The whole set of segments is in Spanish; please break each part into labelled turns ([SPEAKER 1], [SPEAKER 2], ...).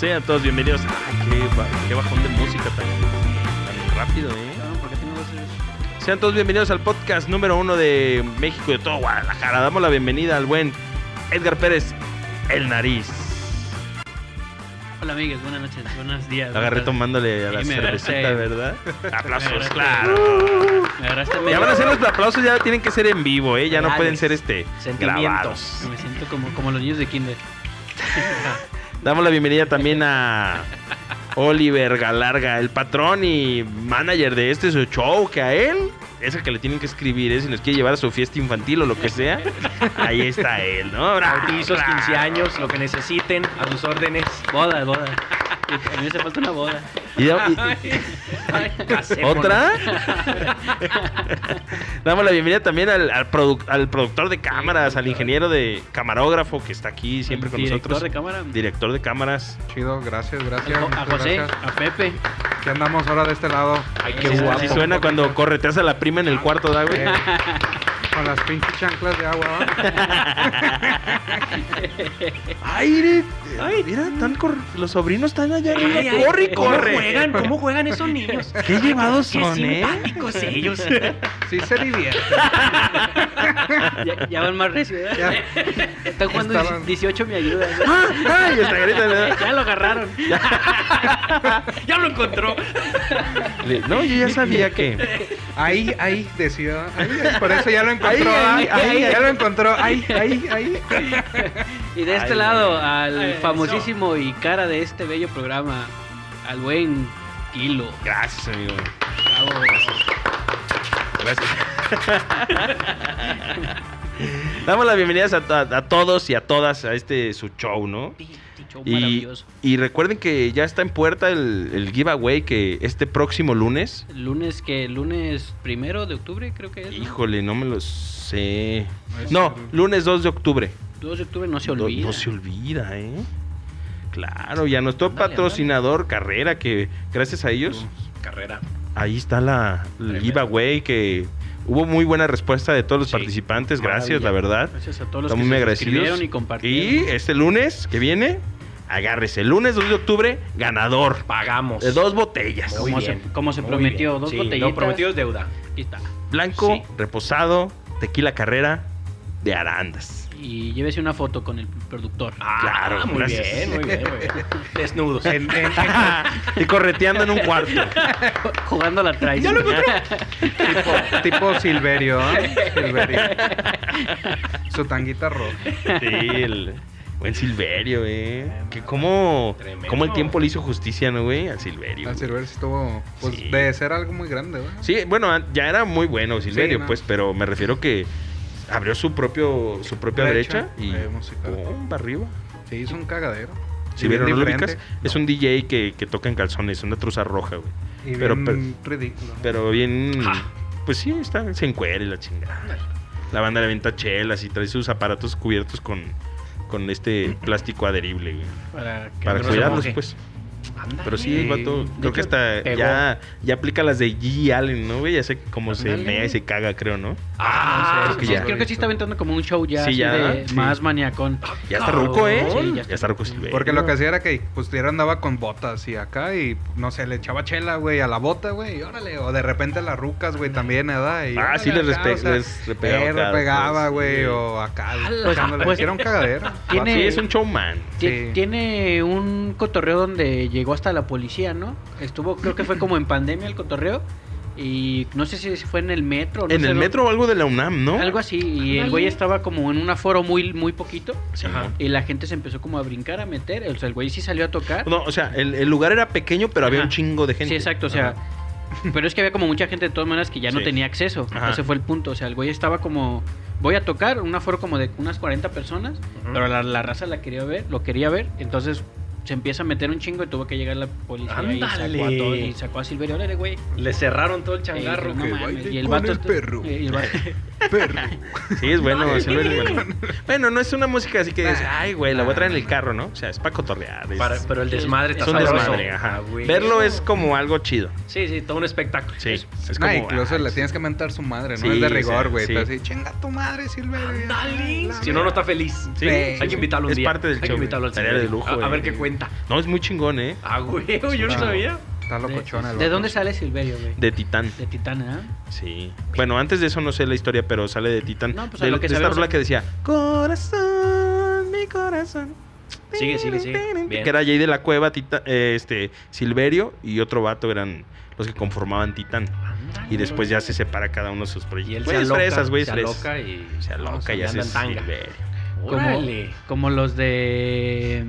[SPEAKER 1] Sean todos bienvenidos. Ay, qué, ba- qué bajón de música tan, tan rápido, ¿eh?
[SPEAKER 2] Cabrón, ¿por qué tengo voces?
[SPEAKER 1] Sean todos bienvenidos al podcast número uno de México y de todo Guadalajara. Damos la bienvenida al buen Edgar Pérez, el nariz.
[SPEAKER 2] Hola amigos, buenas noches, buenos días.
[SPEAKER 1] Lo agarré
[SPEAKER 2] buenas
[SPEAKER 1] tomándole a la
[SPEAKER 2] Sí, me
[SPEAKER 1] cervecita,
[SPEAKER 2] agarraste.
[SPEAKER 1] ¿verdad? Aplausos,
[SPEAKER 2] agarraste.
[SPEAKER 1] claro.
[SPEAKER 2] tardes. Me agarraste
[SPEAKER 1] Ya
[SPEAKER 2] medio-
[SPEAKER 1] van a ser los aplausos, ya tienen que ser en vivo, ¿eh? Ya no
[SPEAKER 2] Reales.
[SPEAKER 1] pueden ser este,
[SPEAKER 2] Sentimientos.
[SPEAKER 1] grabados.
[SPEAKER 2] Me siento como, como los niños de kinder.
[SPEAKER 1] Damos la bienvenida también a Oliver Galarga, el patrón y manager de este su show, que a él es el que le tienen que escribir, ¿eh? si nos quiere llevar a su fiesta infantil o lo que sea, ahí está él, ¿no? Bravo,
[SPEAKER 3] Bautizos,
[SPEAKER 1] Ah, claro.
[SPEAKER 3] 15 años, lo que necesiten, a sus órdenes.
[SPEAKER 2] Boda, boda. Y A mí me hace falta una boda.
[SPEAKER 1] Y da- y-
[SPEAKER 3] Hacémoslo.
[SPEAKER 1] ¿Otra? Damos la bienvenida también al, al produc- al productor de cámaras, al ingeniero de camarógrafo que está aquí siempre con
[SPEAKER 2] Director
[SPEAKER 1] nosotros.
[SPEAKER 2] de cámara.
[SPEAKER 1] Director de cámaras.
[SPEAKER 4] Chido, gracias, gracias.
[SPEAKER 2] Jo- a
[SPEAKER 4] muchas
[SPEAKER 2] José,
[SPEAKER 4] gracias.
[SPEAKER 2] a Pepe.
[SPEAKER 4] Aquí andamos ahora de este lado.
[SPEAKER 3] Ay,
[SPEAKER 1] Así-
[SPEAKER 3] qué
[SPEAKER 2] Sí,
[SPEAKER 1] Así
[SPEAKER 3] guapo.
[SPEAKER 1] suena cuando correteas a la prima en el cuarto, ¿da, güey?
[SPEAKER 4] Eh, con las pinches chanclas de agua, ¿va?
[SPEAKER 1] Ay, mire, ay, mira, están cor- los sobrinos están allá arriba.
[SPEAKER 3] Ay, ay,
[SPEAKER 1] corre y
[SPEAKER 3] ¿Cómo
[SPEAKER 1] corre.
[SPEAKER 3] juegan? ¿Cómo juegan esos niños?
[SPEAKER 1] Qué llevados son,
[SPEAKER 3] Qué
[SPEAKER 1] eh.
[SPEAKER 3] simpáticos ellos.
[SPEAKER 4] Sí se divierten.
[SPEAKER 2] Ya, ya van más recio, ¿verdad?
[SPEAKER 4] Ya.
[SPEAKER 2] Están jugando
[SPEAKER 4] Estaban-
[SPEAKER 2] 18 me ayuda. ¿verdad?
[SPEAKER 1] Ah, Ay, hasta gritan, ¿verdad?
[SPEAKER 2] Ya lo agarraron.
[SPEAKER 3] ya lo encontró.
[SPEAKER 1] Le- No, yo ya sabía que.
[SPEAKER 4] Ahí, ahí, decidió. Ahí, por eso ya lo
[SPEAKER 1] Ahí,
[SPEAKER 4] encontró. Ahí,
[SPEAKER 1] ahí, ahí.
[SPEAKER 4] ya lo encontró. Ahí, ahí, ahí.
[SPEAKER 2] Y de este
[SPEAKER 1] Ay,
[SPEAKER 2] lado,
[SPEAKER 1] güey.
[SPEAKER 2] al
[SPEAKER 3] Eso.
[SPEAKER 2] famosísimo y cara de este bello programa, al buen Kilo.
[SPEAKER 1] Gracias, amigo.
[SPEAKER 2] Bravo.
[SPEAKER 1] Gracias. Damos las bienvenidas a, to- a todos y a todas a este su show, ¿no?
[SPEAKER 2] Pinche este show
[SPEAKER 1] Y,
[SPEAKER 2] maravilloso.
[SPEAKER 1] y recuerden que ya está en puerta el, el giveaway que este próximo lunes.
[SPEAKER 2] El Lunes que lunes primero de octubre, creo que es. ¿no?
[SPEAKER 1] Híjole, no me lo sé. No, lunes 2 de octubre.
[SPEAKER 2] 2 de octubre no se
[SPEAKER 1] No-
[SPEAKER 2] olvida.
[SPEAKER 1] No, se olvida, ¿eh? Claro, y a nuestro
[SPEAKER 2] Ándale,
[SPEAKER 1] patrocinador Carrera, que gracias a ellos,
[SPEAKER 3] Carrera.
[SPEAKER 1] ahí está la el giveaway, que hubo muy buena respuesta de todos los
[SPEAKER 3] Sí,
[SPEAKER 1] participantes, gracias, la
[SPEAKER 3] maravilla.
[SPEAKER 1] verdad.
[SPEAKER 2] Gracias a todos los
[SPEAKER 1] Estamos
[SPEAKER 2] que
[SPEAKER 1] muy
[SPEAKER 2] se
[SPEAKER 1] agradecidos.
[SPEAKER 2] suscribieron y
[SPEAKER 1] Y
[SPEAKER 2] compartieron.
[SPEAKER 1] este lunes que viene, agárrese, el lunes 2 de octubre, ganador
[SPEAKER 3] Pagamos.
[SPEAKER 1] de dos botellas.
[SPEAKER 3] Muy
[SPEAKER 2] Como
[SPEAKER 3] bien,
[SPEAKER 2] se- como se
[SPEAKER 3] muy
[SPEAKER 2] prometió,
[SPEAKER 3] bien.
[SPEAKER 2] dos
[SPEAKER 3] Sí,
[SPEAKER 2] botellitas.
[SPEAKER 3] Lo prometido es deuda.
[SPEAKER 2] Aquí está.
[SPEAKER 1] Blanco,
[SPEAKER 3] Sí.
[SPEAKER 1] reposado, tequila carrera de arandas.
[SPEAKER 2] Y llévese una foto con el productor.
[SPEAKER 3] Ah,
[SPEAKER 1] Claro,
[SPEAKER 3] muy
[SPEAKER 1] gracias.
[SPEAKER 3] bien, muy bien, muy bien. Desnudos.
[SPEAKER 4] En- en-
[SPEAKER 1] y correteando en un cuarto.
[SPEAKER 2] Jugando a la traes.
[SPEAKER 4] tipo, tipo Silverio, ¿eh? Silverio. Su tanguita roja.
[SPEAKER 1] Sí, el buen Silverio, eh. Que cómo,
[SPEAKER 3] Tremendo.
[SPEAKER 1] cómo el tiempo le hizo justicia, ¿no, güey? Al Silverio.
[SPEAKER 4] Al
[SPEAKER 1] güey.
[SPEAKER 4] Silverio sí estuvo, pues,
[SPEAKER 1] Sí.
[SPEAKER 4] de ser algo muy grande, ¿verdad?
[SPEAKER 1] Sí, bueno, an- ya era muy bueno Silverio,
[SPEAKER 4] Sí, ¿no?
[SPEAKER 1] pues, pero me refiero que abrió su propio su propia brecha, y
[SPEAKER 4] Brecha, eh, musical.
[SPEAKER 1] ¡pum! para arriba.
[SPEAKER 4] Se hizo un cagadero.
[SPEAKER 1] Si
[SPEAKER 4] Y bien
[SPEAKER 1] vieron no lo
[SPEAKER 4] diferente.
[SPEAKER 1] ubicas, es un DJ que, que toca en calzones, una truza roja, güey.
[SPEAKER 4] Y
[SPEAKER 1] pero-
[SPEAKER 4] bien ridículo.
[SPEAKER 1] Pero bien,
[SPEAKER 3] Ja.
[SPEAKER 1] pues sí, está, se encuere la chingada. La banda le venta chelas y trae sus aparatos cubiertos con, con este plástico adherible, güey.
[SPEAKER 3] Para, que
[SPEAKER 1] Para
[SPEAKER 3] no se
[SPEAKER 1] cuidarlos,
[SPEAKER 3] moje.
[SPEAKER 1] pues.
[SPEAKER 3] Ándale.
[SPEAKER 1] Pero sí, el vato, creo que hasta
[SPEAKER 3] pegó.
[SPEAKER 1] ya, ya aplica las de G. Allen, ¿no, güey? Ya sé cómo se
[SPEAKER 2] Ándale.
[SPEAKER 1] mea y se caga, creo, ¿no?
[SPEAKER 3] Ah,
[SPEAKER 2] creo, que
[SPEAKER 1] ya.
[SPEAKER 2] creo que sí está aventando como un show ya
[SPEAKER 1] Sí,
[SPEAKER 2] así
[SPEAKER 1] ya,
[SPEAKER 2] de
[SPEAKER 1] sí.
[SPEAKER 2] más maniacón.
[SPEAKER 1] Ya está ruco, ¿eh?
[SPEAKER 2] Sí,
[SPEAKER 1] ya, está ruco Silverio.
[SPEAKER 4] Porque lo que hacía era que pues él andaba con botas y acá y no sé, le echaba chela, güey, a la bota, güey, y órale, o de repente a las rucas, güey, también, ¿verdad? Y
[SPEAKER 1] Ah, sí,
[SPEAKER 4] órale,
[SPEAKER 1] les
[SPEAKER 4] acá,
[SPEAKER 1] respe- les repegaba
[SPEAKER 4] eh,
[SPEAKER 1] acá,
[SPEAKER 4] repegaba,
[SPEAKER 1] pues,
[SPEAKER 4] güey,
[SPEAKER 1] sí.
[SPEAKER 4] o acá,
[SPEAKER 2] Pues,
[SPEAKER 4] echándole.
[SPEAKER 2] pues,
[SPEAKER 4] era un cagadero.
[SPEAKER 2] tiene-
[SPEAKER 1] Sí, es un showman.
[SPEAKER 2] Tie-
[SPEAKER 4] Sí.
[SPEAKER 2] Tiene un cotorreo donde llegó hasta la policía, ¿no? Estuvo, creo que fue como en pandemia el cotorreo. Y no sé si fue en el metro. no
[SPEAKER 1] en
[SPEAKER 2] sé
[SPEAKER 1] el
[SPEAKER 2] dónde-
[SPEAKER 1] metro o algo de la UNAM, ¿no?
[SPEAKER 2] Algo así. Y el
[SPEAKER 3] Ándale.
[SPEAKER 2] güey estaba como en un aforo muy, muy poquito.
[SPEAKER 1] Sí,
[SPEAKER 3] Ajá.
[SPEAKER 1] ¿no?
[SPEAKER 2] Y la gente se empezó como a brincar, a meter. O sea, el güey sí salió a tocar.
[SPEAKER 1] No, o sea, el, el lugar era pequeño, pero había
[SPEAKER 2] Ajá.
[SPEAKER 1] un chingo de gente.
[SPEAKER 2] Sí, exacto, o sea.
[SPEAKER 1] Ajá.
[SPEAKER 2] Pero es que había como mucha gente de todas maneras que ya no
[SPEAKER 1] Sí.
[SPEAKER 2] tenía acceso.
[SPEAKER 1] Ajá.
[SPEAKER 2] Ese fue el punto. O sea, el güey estaba como. Voy a tocar un aforo como de unas 40 personas.
[SPEAKER 3] Ujú.
[SPEAKER 2] Pero la, la raza la quería ver, lo quería ver. Entonces se empieza a meter un chingo y tuvo que llegar la policía y sacó, a
[SPEAKER 3] Ándale.
[SPEAKER 2] todos, y sacó a Silverio. Órale, güey.
[SPEAKER 3] Le cerraron todo el
[SPEAKER 2] Eh,
[SPEAKER 3] changarro.
[SPEAKER 2] no
[SPEAKER 3] que-
[SPEAKER 2] mames,
[SPEAKER 4] baile
[SPEAKER 2] y el
[SPEAKER 4] con
[SPEAKER 2] vato
[SPEAKER 4] el
[SPEAKER 2] est-
[SPEAKER 4] perro.
[SPEAKER 2] eh, y el vato-
[SPEAKER 4] Perro.
[SPEAKER 1] Sí, es bueno, sí lo es bueno. Bueno, no es una música así que dices, ay, güey, la voy a traer en
[SPEAKER 2] Ah.
[SPEAKER 1] el carro, ¿no? O sea, es para cotorrear. Es,
[SPEAKER 5] Para- pero el desmadre está
[SPEAKER 1] es un
[SPEAKER 5] sabroso.
[SPEAKER 1] desmadre, ajá.
[SPEAKER 5] Ah, güey.
[SPEAKER 1] Verlo es como algo chido.
[SPEAKER 5] Sí, sí, todo un espectáculo.
[SPEAKER 1] Sí, es, como.
[SPEAKER 4] Ah, incluso
[SPEAKER 1] ay,
[SPEAKER 4] le
[SPEAKER 1] sí.
[SPEAKER 4] tienes que mentar su madre, ¿no?
[SPEAKER 1] Sí,
[SPEAKER 4] es de
[SPEAKER 1] sí,
[SPEAKER 4] rigor, güey.
[SPEAKER 1] sí.
[SPEAKER 4] Está así, chinga tu madre, Silverio.
[SPEAKER 5] Ándale.
[SPEAKER 4] La
[SPEAKER 5] Si no, no
[SPEAKER 4] verga".
[SPEAKER 5] está feliz.
[SPEAKER 1] Sí,
[SPEAKER 5] Hay que invitarlo un
[SPEAKER 1] es
[SPEAKER 5] día.
[SPEAKER 1] parte del
[SPEAKER 5] Hay que
[SPEAKER 1] show.
[SPEAKER 5] invitarlo al
[SPEAKER 1] Estaría
[SPEAKER 5] señor.
[SPEAKER 1] de lujo, eh.
[SPEAKER 5] A, a ver
[SPEAKER 1] güey.
[SPEAKER 5] qué cuenta.
[SPEAKER 1] No, es muy chingón, ¿eh?
[SPEAKER 5] Ah, güey, yo no
[SPEAKER 4] Chingón.
[SPEAKER 5] sabía.
[SPEAKER 4] Está locochón el
[SPEAKER 2] ¿De
[SPEAKER 4] vato.
[SPEAKER 2] dónde sale Silverio, güey?
[SPEAKER 1] De Titán.
[SPEAKER 2] De ¿eh? Titana,
[SPEAKER 1] Sí. Bueno, antes de eso no sé la historia, pero sale de Titán.
[SPEAKER 2] No, pues, a
[SPEAKER 1] de
[SPEAKER 2] lo que
[SPEAKER 1] de esta
[SPEAKER 2] sabemos-
[SPEAKER 1] rola que decía: Corazón, mi corazón.
[SPEAKER 5] Sigue, sigue, sigue. Bien.
[SPEAKER 1] Que era Jay de la Cueva, Tita- eh, este, Silverio y otro vato eran los que conformaban Titán. Y después ya se separa cada uno de sus
[SPEAKER 5] Y
[SPEAKER 1] proyectos. Güeyes
[SPEAKER 5] él se aloca,
[SPEAKER 1] fresas, güeyes
[SPEAKER 5] se
[SPEAKER 1] fresas.
[SPEAKER 5] aloca y
[SPEAKER 1] Se aloca y
[SPEAKER 5] ya
[SPEAKER 1] hace
[SPEAKER 5] en tanga.
[SPEAKER 1] Silverio.
[SPEAKER 2] Como,
[SPEAKER 5] Órale.
[SPEAKER 2] como los de.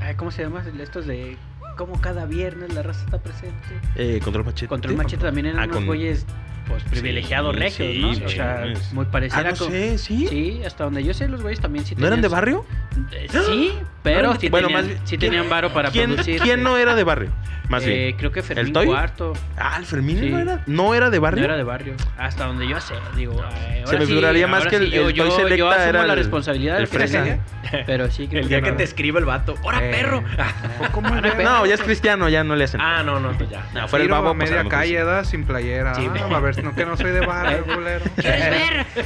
[SPEAKER 2] ay, ¿Cómo se llama? Estos de. Como cada viernes la raza está presente.
[SPEAKER 1] Eh, control machete.
[SPEAKER 2] Control Machete también eran
[SPEAKER 1] Ah,
[SPEAKER 2] unos
[SPEAKER 1] con-
[SPEAKER 2] güeyes pues, privilegiados
[SPEAKER 1] Sí,
[SPEAKER 2] regios,
[SPEAKER 1] sí,
[SPEAKER 2] ¿no?
[SPEAKER 1] güey,
[SPEAKER 2] O sea,
[SPEAKER 1] no es-
[SPEAKER 2] muy
[SPEAKER 1] Ah,
[SPEAKER 2] pareciera
[SPEAKER 1] no
[SPEAKER 2] con-
[SPEAKER 1] sé, ¿sí?
[SPEAKER 2] Sí, hasta donde yo sé, los güeyes también sí
[SPEAKER 1] ¿No eran de
[SPEAKER 2] tenían-
[SPEAKER 1] barrio?
[SPEAKER 2] Eh, Sí, pero sí,
[SPEAKER 1] Bueno,
[SPEAKER 2] tenían,
[SPEAKER 1] más bien-
[SPEAKER 2] sí tenían varo para
[SPEAKER 1] ¿Quién,
[SPEAKER 2] producir.
[SPEAKER 1] quién no era de barrio? Más
[SPEAKER 2] Eh,
[SPEAKER 1] bien.
[SPEAKER 2] Creo que Fermín
[SPEAKER 1] Toy?
[SPEAKER 2] Cuarto.
[SPEAKER 1] Ah, el Fermín
[SPEAKER 2] sí.
[SPEAKER 1] no, era, no era de barrio.
[SPEAKER 2] No era de barrio. Hasta donde yo sé, digo. eh,
[SPEAKER 1] Se
[SPEAKER 2] ahora
[SPEAKER 1] me
[SPEAKER 2] sí,
[SPEAKER 1] figuraría más
[SPEAKER 2] ahora
[SPEAKER 1] que el-
[SPEAKER 2] sí, yo,
[SPEAKER 1] el Toy
[SPEAKER 2] yo- yo
[SPEAKER 1] Selecta
[SPEAKER 2] asumo
[SPEAKER 1] era
[SPEAKER 2] la
[SPEAKER 1] el-
[SPEAKER 2] responsabilidad
[SPEAKER 1] el
[SPEAKER 2] del que
[SPEAKER 1] fresa.
[SPEAKER 2] tenía, Pero sí, creo
[SPEAKER 5] El día
[SPEAKER 2] que
[SPEAKER 5] que
[SPEAKER 2] no.
[SPEAKER 5] te escribe el vato. ¡Hora,
[SPEAKER 4] Eh.
[SPEAKER 5] perro!
[SPEAKER 1] Ah,
[SPEAKER 4] ¿Cómo
[SPEAKER 2] Ah,
[SPEAKER 4] es, güey?
[SPEAKER 1] No, ya es cristiano, ya no le hacen.
[SPEAKER 5] Ah, no, no, pues ya.
[SPEAKER 1] No, fuera el
[SPEAKER 4] Tiro a
[SPEAKER 1] babo. pues, a
[SPEAKER 4] media
[SPEAKER 1] lo mejor sí.
[SPEAKER 4] calle, ¿verdad? Sin playera.
[SPEAKER 5] Sí,
[SPEAKER 4] ah,
[SPEAKER 5] me-
[SPEAKER 4] a ver, no, que no soy de barrio, culero.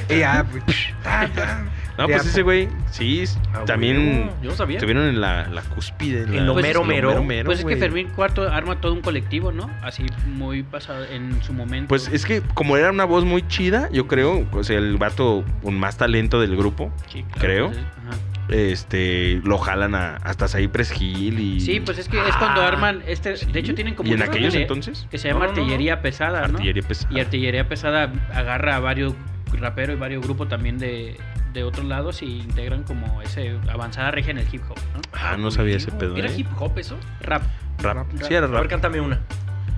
[SPEAKER 4] Y ya, pues, ta, ta.
[SPEAKER 1] No,
[SPEAKER 4] Ya,
[SPEAKER 1] pues ese güey, sí,
[SPEAKER 5] Ah,
[SPEAKER 1] también
[SPEAKER 5] güey, Yo no sabía.
[SPEAKER 1] estuvieron en la, la cúspide.
[SPEAKER 5] En
[SPEAKER 1] la-
[SPEAKER 5] lo mero, mero.
[SPEAKER 2] Pues es
[SPEAKER 1] güey.
[SPEAKER 2] que Fermín Cuarto arma todo un colectivo, ¿no? Así muy pasado en su momento.
[SPEAKER 1] Pues es que como era una voz muy chida, yo creo, o sea, el vato con más talento del grupo,
[SPEAKER 2] Sí, claro,
[SPEAKER 1] creo,
[SPEAKER 2] pues, es- ajá.
[SPEAKER 1] este, lo jalan a, hasta Cypress Hill y...
[SPEAKER 2] Sí, pues es que es cuando
[SPEAKER 5] Ah,
[SPEAKER 2] arman este, de hecho tienen como
[SPEAKER 1] ¿Y en
[SPEAKER 2] un-
[SPEAKER 1] aquellos
[SPEAKER 2] que-
[SPEAKER 1] entonces?
[SPEAKER 2] que se llama
[SPEAKER 5] No, no, no,
[SPEAKER 2] artillería pesada, ¿no?
[SPEAKER 1] Artillería pesada.
[SPEAKER 2] Y artillería pesada agarra a varios raperos y varios grupos también de, de otros lados y integran como ese avanzada regia en el hip hop, ¿no?
[SPEAKER 1] Ah, no sabía ese pedo,
[SPEAKER 5] ¿Era
[SPEAKER 1] ¿eh?
[SPEAKER 5] hip hop eso?
[SPEAKER 2] Rap.
[SPEAKER 1] Rap.
[SPEAKER 4] Rap.
[SPEAKER 1] Sí, era
[SPEAKER 5] A ver,
[SPEAKER 1] rap.
[SPEAKER 5] cántame una.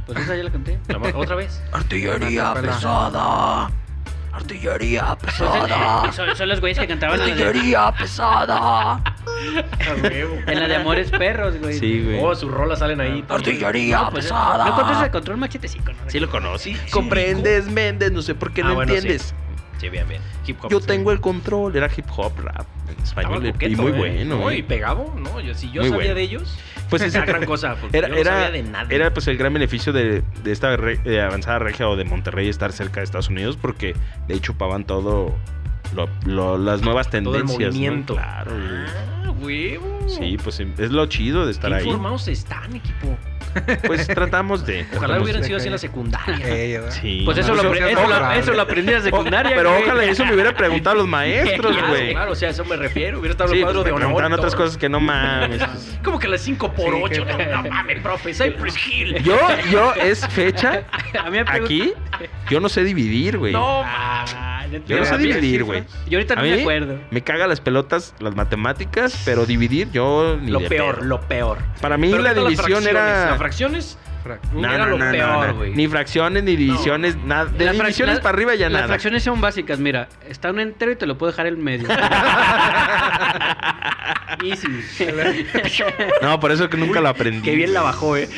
[SPEAKER 2] Pues esa ya la canté.
[SPEAKER 5] La ma- ¿Otra vez?
[SPEAKER 4] Artillería pesada.
[SPEAKER 2] Entonces, eh, son, son los güeyes que cantaban en la, de, en la de Amores Perros, güey.
[SPEAKER 1] Sí, güey.
[SPEAKER 5] Oh, sus rolas salen
[SPEAKER 1] Ah,
[SPEAKER 5] ahí.
[SPEAKER 2] No, pues, no conoces el control machetico, ¿no?
[SPEAKER 1] Sí lo conocí.
[SPEAKER 5] sí,
[SPEAKER 1] Comprendes, Méndez, no sé por qué
[SPEAKER 5] Ah,
[SPEAKER 1] no
[SPEAKER 5] bueno, sí.
[SPEAKER 1] entiendes.
[SPEAKER 5] Sí, bien, bien. Hip hop.
[SPEAKER 1] Yo
[SPEAKER 5] sí.
[SPEAKER 1] tengo el control. Era hip hop, rap, en
[SPEAKER 5] Estaba
[SPEAKER 1] español. y
[SPEAKER 5] coqueto,
[SPEAKER 1] muy
[SPEAKER 5] ¿eh?
[SPEAKER 1] bueno,
[SPEAKER 5] No,
[SPEAKER 1] ¿eh?
[SPEAKER 5] y pegado, ¿no? Yo, si yo
[SPEAKER 1] Muy
[SPEAKER 5] sabía
[SPEAKER 1] bueno.
[SPEAKER 5] de ellos,
[SPEAKER 1] Pues
[SPEAKER 5] es
[SPEAKER 1] es-
[SPEAKER 5] una gran cosa. Porque
[SPEAKER 1] Era,
[SPEAKER 5] yo no
[SPEAKER 1] era,
[SPEAKER 5] sabía de nada.
[SPEAKER 1] era pues el gran beneficio de, de esta re- eh, avanzada regia o de Monterrey estar cerca de Estados Unidos porque de hecho pavan todo lo- lo- las nuevas
[SPEAKER 5] todo el
[SPEAKER 1] tendencias. ¿no?
[SPEAKER 5] movimiento.
[SPEAKER 1] Claro, güey.
[SPEAKER 5] Ah, huevo.
[SPEAKER 1] Sí, pues es lo chido de
[SPEAKER 5] Qué
[SPEAKER 1] estar ahí.
[SPEAKER 5] informados están, equipo.
[SPEAKER 1] Pues tratamos de.
[SPEAKER 5] Ojalá
[SPEAKER 1] tratamos
[SPEAKER 5] hubieran
[SPEAKER 1] de-
[SPEAKER 5] sido así en la secundaria.
[SPEAKER 4] Eh, ¿verdad?
[SPEAKER 1] Sí. Oh,
[SPEAKER 2] Pues eso,
[SPEAKER 4] No,
[SPEAKER 2] lo,
[SPEAKER 4] pues,
[SPEAKER 2] apre-
[SPEAKER 4] eso
[SPEAKER 2] eso,
[SPEAKER 4] es
[SPEAKER 2] lo,
[SPEAKER 4] probable.
[SPEAKER 2] eso lo aprendí desde secundaria.
[SPEAKER 1] Pero
[SPEAKER 2] güey.
[SPEAKER 1] ojalá eso me hubiera preguntado los maestros,
[SPEAKER 5] Claro,
[SPEAKER 1] güey.
[SPEAKER 5] claro, o sea, a eso me refiero. Hubiera estado en
[SPEAKER 1] Sí,
[SPEAKER 5] el
[SPEAKER 1] pues,
[SPEAKER 5] cuadro
[SPEAKER 1] me
[SPEAKER 5] de honor.
[SPEAKER 1] preguntaban
[SPEAKER 5] y
[SPEAKER 1] otras
[SPEAKER 5] todo.
[SPEAKER 1] cosas que no mames.
[SPEAKER 5] Como que las 5 por
[SPEAKER 4] Sí,
[SPEAKER 5] 8
[SPEAKER 4] que-
[SPEAKER 5] No mames, profe. Cypress Hill.
[SPEAKER 1] Yo, yo, es fecha,
[SPEAKER 2] A mí me pregun-
[SPEAKER 1] aquí, yo no sé dividir, güey.
[SPEAKER 5] No
[SPEAKER 2] Ah,
[SPEAKER 1] yo no
[SPEAKER 2] mira,
[SPEAKER 1] sé
[SPEAKER 4] a mí
[SPEAKER 1] dividir,
[SPEAKER 4] las
[SPEAKER 1] güey.
[SPEAKER 4] cifras-
[SPEAKER 2] Yo ahorita
[SPEAKER 1] A
[SPEAKER 2] no me
[SPEAKER 1] mí
[SPEAKER 2] acuerdo.
[SPEAKER 1] Me caga las pelotas, las matemáticas, pero dividir yo ni
[SPEAKER 5] Lo
[SPEAKER 1] de
[SPEAKER 5] peor,
[SPEAKER 1] pedo.
[SPEAKER 5] lo peor.
[SPEAKER 1] Para mí
[SPEAKER 5] Pero
[SPEAKER 1] la
[SPEAKER 5] ¿qué tal las
[SPEAKER 1] división
[SPEAKER 5] fracciones?
[SPEAKER 1] era...
[SPEAKER 5] Las fracciones
[SPEAKER 4] Fra-
[SPEAKER 1] No,
[SPEAKER 5] era
[SPEAKER 1] no,
[SPEAKER 5] lo
[SPEAKER 1] no, no,
[SPEAKER 5] peor,
[SPEAKER 1] no.
[SPEAKER 5] güey.
[SPEAKER 1] Ni fracciones, ni divisiones, nada. De
[SPEAKER 2] Las frac-
[SPEAKER 1] divisiones
[SPEAKER 2] la-
[SPEAKER 1] para arriba ya
[SPEAKER 2] Las
[SPEAKER 1] nada.
[SPEAKER 2] fracciones son básicas, mira. Está un entero y te lo puedo dejar en medio. Easy.
[SPEAKER 1] No, por eso que nunca la aprendí.
[SPEAKER 5] Qué bien la
[SPEAKER 1] güey.
[SPEAKER 5] bajó, eh.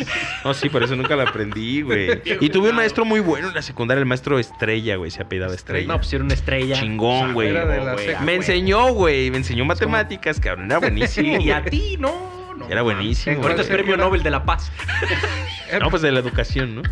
[SPEAKER 1] No, sí, por eso nunca la aprendí, güey. Y tuve un maestro muy bueno en la secundaria, el maestro Estrella, güey. Se apellidaba Estrella.
[SPEAKER 5] No, pues era una estrella.
[SPEAKER 1] Chingón, güey.
[SPEAKER 4] Era de la
[SPEAKER 5] güey,
[SPEAKER 4] secu-
[SPEAKER 1] Me enseñó, güey. Me enseñó matemáticas, cabrón. Era buenísimo.
[SPEAKER 5] Y a
[SPEAKER 1] güey.
[SPEAKER 5] ti, no. no
[SPEAKER 1] Era buenísimo.
[SPEAKER 5] Ahorita es
[SPEAKER 1] güey.
[SPEAKER 5] premio Nobel de la Paz.
[SPEAKER 4] Eh,
[SPEAKER 1] No, pues de la educación, ¿no?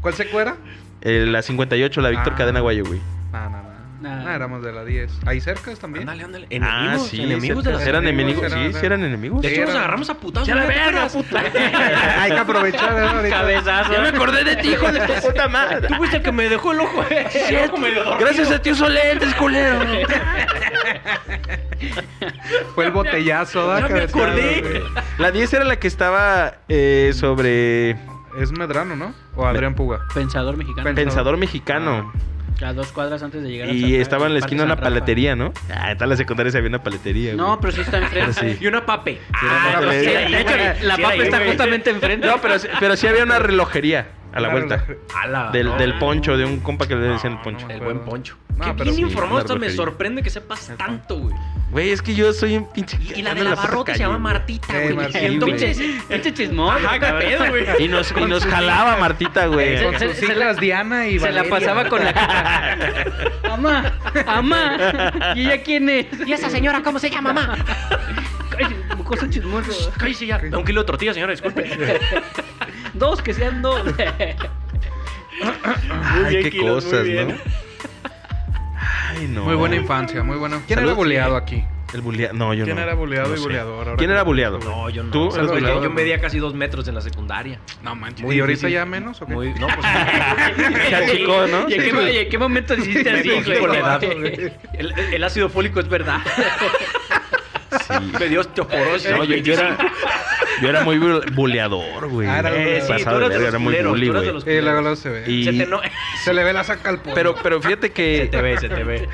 [SPEAKER 4] ¿Cuál secuera?
[SPEAKER 1] Eh, la 58, la Víctor
[SPEAKER 4] Ah.
[SPEAKER 1] Cadena Guayo, güey.
[SPEAKER 4] No, no, no.
[SPEAKER 2] Nah.
[SPEAKER 4] No, éramos de la 10. ¿Ahí cercas también?
[SPEAKER 5] Ándale, ándale. Enemigos,
[SPEAKER 1] ah, sí.
[SPEAKER 5] enemigos de
[SPEAKER 1] eran
[SPEAKER 5] la
[SPEAKER 4] Era-
[SPEAKER 1] Eran
[SPEAKER 4] secu-
[SPEAKER 1] enemigos,
[SPEAKER 4] eran-
[SPEAKER 1] sí, sí eran enemigos.
[SPEAKER 5] De
[SPEAKER 4] Sí,
[SPEAKER 5] hecho, nos
[SPEAKER 4] era-
[SPEAKER 5] agarramos a putazos.
[SPEAKER 2] ¡Ya la
[SPEAKER 5] ¿no te
[SPEAKER 2] verga,
[SPEAKER 5] acuerdas?
[SPEAKER 4] Hay que aprovechar, ¿verdad? Ahorita.
[SPEAKER 2] Cabezazo.
[SPEAKER 1] Ya me acordé de ti, hijo de tu puta madre.
[SPEAKER 5] Tú fuiste el que me dejó el ojo, eh. El ojo medio dormido.
[SPEAKER 1] Gracias a ti uso lentes, culero.
[SPEAKER 4] Fue el botellazo, ¿verdad?
[SPEAKER 5] Ya me
[SPEAKER 4] Cabezada,
[SPEAKER 5] acordé.
[SPEAKER 4] güey.
[SPEAKER 1] La 10 era la que estaba eh, sobre
[SPEAKER 4] Es Medrano, ¿no? O Adrián Puga.
[SPEAKER 2] Pensador mexicano.
[SPEAKER 4] Pen-
[SPEAKER 1] pensador mexicano.
[SPEAKER 2] a dos cuadras antes de llegar. a
[SPEAKER 1] Ah, Y
[SPEAKER 2] Santa-
[SPEAKER 1] estaba en la
[SPEAKER 2] Parque
[SPEAKER 1] esquina una
[SPEAKER 2] San Rafa.
[SPEAKER 1] paletería, ¿no? Ah, está en la secundaria se había una paletería.
[SPEAKER 2] No,
[SPEAKER 1] güey.
[SPEAKER 2] pero sí está enfrente.
[SPEAKER 1] sí.
[SPEAKER 5] Y una pape.
[SPEAKER 1] una
[SPEAKER 5] Ah,
[SPEAKER 1] pape.
[SPEAKER 5] no, sí,
[SPEAKER 1] De
[SPEAKER 5] ahí,
[SPEAKER 2] De hecho,
[SPEAKER 5] güey.
[SPEAKER 2] la
[SPEAKER 5] Sí,
[SPEAKER 2] papa
[SPEAKER 5] ahí,
[SPEAKER 2] está
[SPEAKER 5] güey.
[SPEAKER 2] justamente enfrente.
[SPEAKER 1] No, pero, pero sí había una relojería. Ah, a la vuelta.
[SPEAKER 5] Ala,
[SPEAKER 1] Del,
[SPEAKER 5] no.
[SPEAKER 1] del poncho, de un compa que le decían el
[SPEAKER 4] No,
[SPEAKER 1] poncho.
[SPEAKER 4] no.
[SPEAKER 5] El buen poncho.
[SPEAKER 4] No,
[SPEAKER 5] Qué
[SPEAKER 4] pero
[SPEAKER 5] bien
[SPEAKER 4] sí,
[SPEAKER 1] una
[SPEAKER 5] informado, hasta me
[SPEAKER 1] referida.
[SPEAKER 5] sorprende que sepas tanto, güey.
[SPEAKER 1] Güey, es que yo soy un pinche.
[SPEAKER 5] Y la
[SPEAKER 1] ando
[SPEAKER 5] de
[SPEAKER 1] en
[SPEAKER 5] la
[SPEAKER 1] puta
[SPEAKER 5] barrota se
[SPEAKER 1] calle,
[SPEAKER 5] llama
[SPEAKER 1] güey.
[SPEAKER 5] Martita,
[SPEAKER 4] Eh,
[SPEAKER 5] güey.
[SPEAKER 4] Martita,
[SPEAKER 5] Entonces,
[SPEAKER 2] Este chismoso.
[SPEAKER 5] ajá, qué pedo, güey.
[SPEAKER 1] Y nos, y nos jalaba Martita, güey.
[SPEAKER 4] Con
[SPEAKER 2] Se-
[SPEAKER 4] sus
[SPEAKER 2] se la-
[SPEAKER 4] siglas Diana y
[SPEAKER 2] Se la
[SPEAKER 4] Valeria.
[SPEAKER 2] pasaba con la Amá, amá. ¿Y ella quién es?
[SPEAKER 6] ¿Y esa señora cómo se llama, mamá?
[SPEAKER 2] Cállese, Cosa chismoso.
[SPEAKER 5] Cállese ya. Un kilo de tortilla, señora, disculpe.
[SPEAKER 2] Dos que sean dos.
[SPEAKER 5] Muy
[SPEAKER 1] Ay,
[SPEAKER 5] bien,
[SPEAKER 1] qué
[SPEAKER 5] Kilos, muy
[SPEAKER 1] cosas, ¿no?
[SPEAKER 5] bien.
[SPEAKER 1] Ay, no.
[SPEAKER 4] Muy buena infancia, muy buena. ¿Quién
[SPEAKER 1] Salud.
[SPEAKER 4] era buleado aquí?
[SPEAKER 1] El bulea- No, yo
[SPEAKER 4] ¿Quién
[SPEAKER 1] no.
[SPEAKER 4] era buleado
[SPEAKER 1] No
[SPEAKER 4] y
[SPEAKER 1] sé.
[SPEAKER 4] buleador? Ahora
[SPEAKER 1] ¿Quién
[SPEAKER 4] que-
[SPEAKER 1] era buleado?
[SPEAKER 5] No, yo no.
[SPEAKER 1] ¿Tú?
[SPEAKER 5] ¿Sabes
[SPEAKER 1] ¿Eres
[SPEAKER 5] por qué?
[SPEAKER 1] buleado?
[SPEAKER 5] Yo medía casi dos metros en la secundaria.
[SPEAKER 4] No manches.
[SPEAKER 5] Muy
[SPEAKER 4] ¿Y ahorita
[SPEAKER 5] difícil.
[SPEAKER 4] ya menos o qué?
[SPEAKER 5] Muy, no, pues.
[SPEAKER 1] Ya chico, ¿no?
[SPEAKER 2] ¿Y en qué, mo- y en qué momento hiciste así,
[SPEAKER 4] Me cogí
[SPEAKER 2] güey?
[SPEAKER 4] con la edad,
[SPEAKER 5] el, el ácido fólico es verdad.
[SPEAKER 1] Sí.
[SPEAKER 5] Me dio osteoporosis.
[SPEAKER 1] No, yo, yo era, yo era muy bul- buleador, güey.
[SPEAKER 4] Ah, era- Eh, sí,
[SPEAKER 1] Pasado
[SPEAKER 5] tú
[SPEAKER 1] de
[SPEAKER 5] eras de
[SPEAKER 1] verga,
[SPEAKER 5] los
[SPEAKER 1] era muy
[SPEAKER 5] culeros,
[SPEAKER 1] bully,
[SPEAKER 5] tú eras de
[SPEAKER 1] güey.
[SPEAKER 5] los
[SPEAKER 4] Eh, la verdad se ve.
[SPEAKER 1] Y-
[SPEAKER 5] Se te no-
[SPEAKER 4] Se le ve la saca al polvo.
[SPEAKER 1] Pero, pero fíjate que.
[SPEAKER 5] Te ve, se te ve.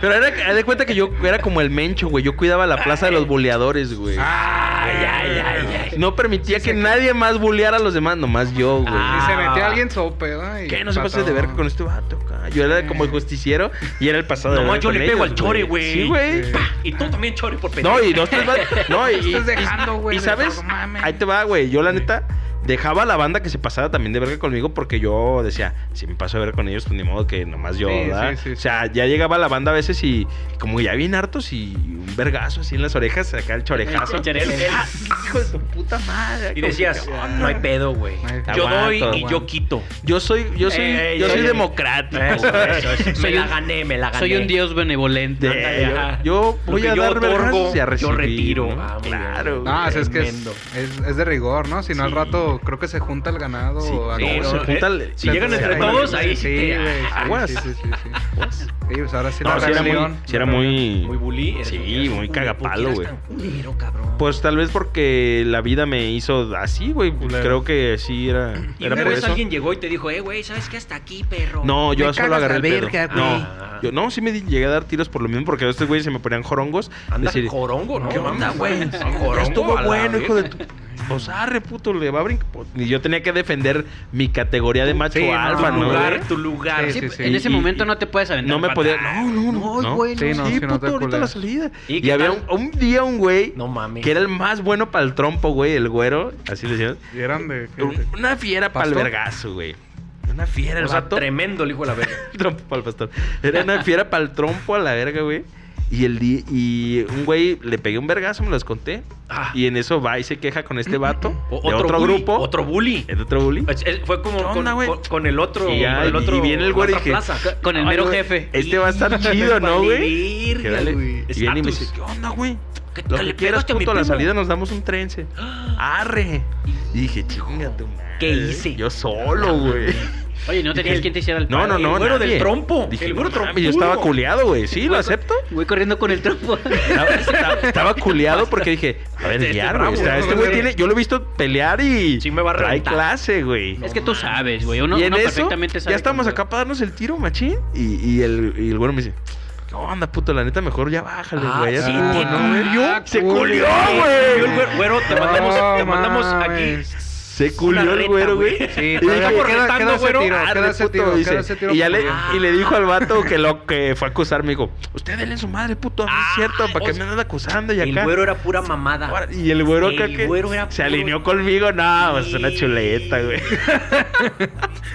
[SPEAKER 1] Pero era, haz de cuenta que yo era como el mencho, güey. Yo cuidaba la plaza de los buleadores, güey.
[SPEAKER 4] ay, ay, ay, ay.
[SPEAKER 1] No permitía que nadie más buleara a los demás, nomás yo, güey.
[SPEAKER 4] Y se
[SPEAKER 5] Ah.
[SPEAKER 4] metía alguien sope, ¿no? Y
[SPEAKER 1] ¿Qué? No se pase
[SPEAKER 4] patado.
[SPEAKER 1] de verga con este vato, ca. Yo era como el justiciero y era el pasado de
[SPEAKER 5] Nomás
[SPEAKER 1] verga
[SPEAKER 5] yo
[SPEAKER 1] con
[SPEAKER 5] le pego
[SPEAKER 1] ellos,
[SPEAKER 5] al chore, güey.
[SPEAKER 1] Sí, güey.
[SPEAKER 4] Sí.
[SPEAKER 5] Pa, Y tú también, chore, por pendejo.
[SPEAKER 1] No, y dos, tres vatos. No, y,
[SPEAKER 4] Me estás
[SPEAKER 1] y-
[SPEAKER 4] dejando, güey,
[SPEAKER 1] y
[SPEAKER 4] de
[SPEAKER 1] sabes,
[SPEAKER 4] todo, mames.
[SPEAKER 1] ahí te va, güey. Yo, la neta, dejaba a la banda que se pasara también de verga conmigo porque yo decía, si me paso de verga con ellos, pues ni modo que nomás yo,
[SPEAKER 4] Sí,
[SPEAKER 1] ¿verdad?
[SPEAKER 4] sí, sí, sí.
[SPEAKER 1] O sea, ya llegaba la banda a veces y como ya bien hartos y un vergazo así en las orejas, acá el chorejazo.
[SPEAKER 2] El chorejazo.
[SPEAKER 1] El- el- Hijo de su puta madre.
[SPEAKER 5] Ah, Y decías,
[SPEAKER 1] Como que,
[SPEAKER 5] "Oh, no hay pedo, güey.
[SPEAKER 4] Aguanto,
[SPEAKER 5] Yo doy y
[SPEAKER 1] aguanto.
[SPEAKER 5] yo quito. Eh,
[SPEAKER 1] Yo soy, yo soy,
[SPEAKER 5] Ey,
[SPEAKER 1] yo
[SPEAKER 5] ey,
[SPEAKER 1] soy
[SPEAKER 5] ey.
[SPEAKER 1] democrático.
[SPEAKER 5] Me
[SPEAKER 2] Soy
[SPEAKER 5] la
[SPEAKER 2] un-
[SPEAKER 5] gané, me la gané.
[SPEAKER 2] Soy un dios benevolente.
[SPEAKER 1] De-
[SPEAKER 5] Ándale, ajá.
[SPEAKER 1] yo
[SPEAKER 5] Lo
[SPEAKER 1] voy
[SPEAKER 5] que
[SPEAKER 1] a
[SPEAKER 5] yo
[SPEAKER 1] dar
[SPEAKER 5] otorgo,
[SPEAKER 1] vergazos y a
[SPEAKER 5] yo
[SPEAKER 1] recibir,
[SPEAKER 5] retiro.
[SPEAKER 1] ¿no?
[SPEAKER 5] Ah, muy bien.
[SPEAKER 1] Claro.
[SPEAKER 4] No, o sea, es que es,
[SPEAKER 5] Tremendo.
[SPEAKER 4] es, es de rigor, ¿no? Si no, al
[SPEAKER 1] Sí.
[SPEAKER 4] rato creo que se junta el ganado.
[SPEAKER 1] Sí,
[SPEAKER 4] a-
[SPEAKER 1] sí,
[SPEAKER 4] como
[SPEAKER 1] no,
[SPEAKER 4] se-
[SPEAKER 1] se junta el-
[SPEAKER 5] eh,
[SPEAKER 1] se
[SPEAKER 5] Si llegan
[SPEAKER 1] junta
[SPEAKER 5] entre
[SPEAKER 1] el-
[SPEAKER 5] todos, ahí sí.
[SPEAKER 4] Sí,
[SPEAKER 5] te-
[SPEAKER 4] güey, sí,
[SPEAKER 1] aguas.
[SPEAKER 4] Sí, sí, sí, sí. Sí, pues ahora sí
[SPEAKER 1] No,
[SPEAKER 4] la
[SPEAKER 1] sí era muy,
[SPEAKER 4] rebelión.
[SPEAKER 1] sí era muy-
[SPEAKER 5] Muy bully. eres-
[SPEAKER 1] Sí,
[SPEAKER 5] eres un
[SPEAKER 1] muy
[SPEAKER 5] culero,
[SPEAKER 1] cagapalo,
[SPEAKER 5] ¿por
[SPEAKER 1] güey.
[SPEAKER 5] qué eres tan culero, cabrón?
[SPEAKER 1] Pues tal vez porque la vida me hizo así, güey. Pues,
[SPEAKER 4] Culero.
[SPEAKER 1] Creo que sí era,
[SPEAKER 5] Y
[SPEAKER 1] era
[SPEAKER 5] una
[SPEAKER 1] por
[SPEAKER 5] vez
[SPEAKER 1] eso.
[SPEAKER 5] alguien llegó y te dijo, eh, güey, ¿sabes qué? Hasta aquí, perro.
[SPEAKER 1] No, yo
[SPEAKER 4] Me
[SPEAKER 1] solo
[SPEAKER 4] cagas
[SPEAKER 1] agarré el
[SPEAKER 4] la
[SPEAKER 1] pedo.
[SPEAKER 4] verga,
[SPEAKER 5] güey. Ah.
[SPEAKER 1] No, yo, no, sí me di- llegué a dar tiros por lo mismo porque a estos güeyes se me ponían jorongos.
[SPEAKER 5] Anda
[SPEAKER 1] decir,
[SPEAKER 5] jorongo, ¿no?
[SPEAKER 1] ¿Qué onda,
[SPEAKER 5] Anda,
[SPEAKER 1] güey?
[SPEAKER 5] Anda jorongo
[SPEAKER 1] Ya Estuvo
[SPEAKER 5] a la
[SPEAKER 1] bueno, hijo de
[SPEAKER 5] verga.
[SPEAKER 1] tu... Pues arre, puto, le va a brincar. Pues, Y yo tenía que defender mi categoría de macho
[SPEAKER 4] Sí, no,
[SPEAKER 1] alfa,
[SPEAKER 5] Tu
[SPEAKER 1] ¿no?
[SPEAKER 5] lugar,
[SPEAKER 1] güey?
[SPEAKER 5] tu lugar.
[SPEAKER 4] Sí, sí, sí.
[SPEAKER 2] En ese
[SPEAKER 1] Y-
[SPEAKER 2] momento
[SPEAKER 1] y-
[SPEAKER 2] no te puedes aventar.
[SPEAKER 1] No me
[SPEAKER 2] para
[SPEAKER 1] podía...
[SPEAKER 2] atrás.
[SPEAKER 1] No, no, no.
[SPEAKER 2] No, güey,
[SPEAKER 1] Sí,
[SPEAKER 4] no,
[SPEAKER 1] sí,
[SPEAKER 4] sí, no,
[SPEAKER 1] puto,
[SPEAKER 4] te
[SPEAKER 1] ahorita
[SPEAKER 4] culeas.
[SPEAKER 1] la salida.
[SPEAKER 5] ¿Y
[SPEAKER 1] Y,
[SPEAKER 5] qué
[SPEAKER 1] había un,
[SPEAKER 5] tal?
[SPEAKER 1] un día un güey...
[SPEAKER 5] No mames.
[SPEAKER 1] Que era el más bueno para el trompo, güey, el güero. Así le decían.
[SPEAKER 4] Y eran de...
[SPEAKER 1] Un- Una fiera para el
[SPEAKER 4] ¿Pastor?
[SPEAKER 1] vergazo, güey. Una fiera el
[SPEAKER 5] O sea,
[SPEAKER 1] vato.
[SPEAKER 5] tremendo el hijo de la verga.
[SPEAKER 1] trompo para el pastor. Era una fiera para el trompo a la verga, güey. Y el di- y un güey le pegué un vergazo, me los conté.
[SPEAKER 5] Ah.
[SPEAKER 1] Y en eso va y se queja con este vato.
[SPEAKER 5] O-
[SPEAKER 1] de otro
[SPEAKER 5] bully,
[SPEAKER 1] grupo.
[SPEAKER 5] Otro bully.
[SPEAKER 1] El otro bully.
[SPEAKER 5] Es- es- Fue como
[SPEAKER 1] ¿Qué
[SPEAKER 5] con,
[SPEAKER 1] onda, güey?
[SPEAKER 5] con- con el otro.
[SPEAKER 1] Y ya,
[SPEAKER 5] con el
[SPEAKER 1] y-
[SPEAKER 5] otro
[SPEAKER 1] y viene el güey y
[SPEAKER 5] la otra
[SPEAKER 1] dije,
[SPEAKER 5] plaza.
[SPEAKER 2] Con el
[SPEAKER 5] Ay,
[SPEAKER 2] mero
[SPEAKER 5] güey,
[SPEAKER 2] jefe.
[SPEAKER 1] Este va a estar chido, ¿no, güey?
[SPEAKER 5] Vale,
[SPEAKER 1] Que dale.
[SPEAKER 5] güey.
[SPEAKER 1] Y viene y me dice,
[SPEAKER 5] Estatus.
[SPEAKER 1] ¿qué onda, güey?
[SPEAKER 5] ¿Qué
[SPEAKER 1] Lo
[SPEAKER 5] tal
[SPEAKER 1] que
[SPEAKER 5] le
[SPEAKER 1] quieras,
[SPEAKER 5] pegaste a mi
[SPEAKER 1] puto, a la
[SPEAKER 5] primo?
[SPEAKER 1] salida nos damos un trence. ¡Arre! Y dije, chinga tu madre.
[SPEAKER 5] ¿Qué hice?
[SPEAKER 1] Yo solo, güey.
[SPEAKER 2] Oye, no tenías quien te hiciera el
[SPEAKER 1] No, no,
[SPEAKER 2] paro.
[SPEAKER 1] no.
[SPEAKER 5] El güero del
[SPEAKER 1] nadie.
[SPEAKER 5] trompo.
[SPEAKER 1] Dije,
[SPEAKER 5] El güero
[SPEAKER 1] "No mames,
[SPEAKER 5] trompudo".
[SPEAKER 1] Yo estaba culeado, güey. Sí, lo acepto.
[SPEAKER 2] Voy corriendo con el trompo.
[SPEAKER 1] Estaba, estaba- estaba culeado porque dije, a ver,
[SPEAKER 5] Este- este
[SPEAKER 1] guiar,
[SPEAKER 5] bravo,
[SPEAKER 1] güey. O sea,
[SPEAKER 4] ¿no?
[SPEAKER 1] Este güey tiene. Yo lo he visto pelear y.
[SPEAKER 5] Sí me va a
[SPEAKER 1] trae
[SPEAKER 5] reventar.
[SPEAKER 1] clase, güey.
[SPEAKER 2] es que tú sabes, güey. Uno,
[SPEAKER 1] y en
[SPEAKER 2] uno
[SPEAKER 1] eso,
[SPEAKER 2] perfectamente sabe.
[SPEAKER 1] ya estamos
[SPEAKER 2] cuando-
[SPEAKER 1] acá para darnos el tiro, machín. Y, y el, y el güero me dice, ¿qué onda, puto? La neta, mejor ya bájale,
[SPEAKER 5] Ah,
[SPEAKER 1] güey. Ya te-
[SPEAKER 5] sí, te
[SPEAKER 4] culió.
[SPEAKER 1] Se culió,
[SPEAKER 4] Ah,
[SPEAKER 5] Yo el
[SPEAKER 1] güey.
[SPEAKER 5] güero- Güero, te mandamos, te mandamos aquí.
[SPEAKER 1] Se culió el
[SPEAKER 5] reta,
[SPEAKER 1] güey, güey.
[SPEAKER 5] güey.
[SPEAKER 4] Sí,
[SPEAKER 1] Y
[SPEAKER 4] todavía
[SPEAKER 1] dije,
[SPEAKER 4] queda,
[SPEAKER 5] cortando,
[SPEAKER 4] queda ese
[SPEAKER 5] güero.
[SPEAKER 4] tiro,
[SPEAKER 1] "Arre,
[SPEAKER 4] queda ese
[SPEAKER 1] puto",
[SPEAKER 4] tiro,
[SPEAKER 1] dice.
[SPEAKER 4] queda ese tiro.
[SPEAKER 1] y, ya le,
[SPEAKER 5] Ah.
[SPEAKER 4] porque-
[SPEAKER 1] y le dijo al vato que lo que fue a acusar, me dijo, usted denle su madre, puto, a mí es
[SPEAKER 5] Ah,
[SPEAKER 1] cierto, para
[SPEAKER 5] o
[SPEAKER 1] que me
[SPEAKER 5] sea,
[SPEAKER 1] andan acusando y
[SPEAKER 5] El
[SPEAKER 1] acá.
[SPEAKER 5] güero era pura mamada.
[SPEAKER 1] Ahora, Y el güero acá
[SPEAKER 5] El
[SPEAKER 1] que
[SPEAKER 5] güero era
[SPEAKER 1] se
[SPEAKER 5] puro-
[SPEAKER 1] alineó conmigo, no, pues, es una
[SPEAKER 5] Sí.
[SPEAKER 1] chuleta, güey.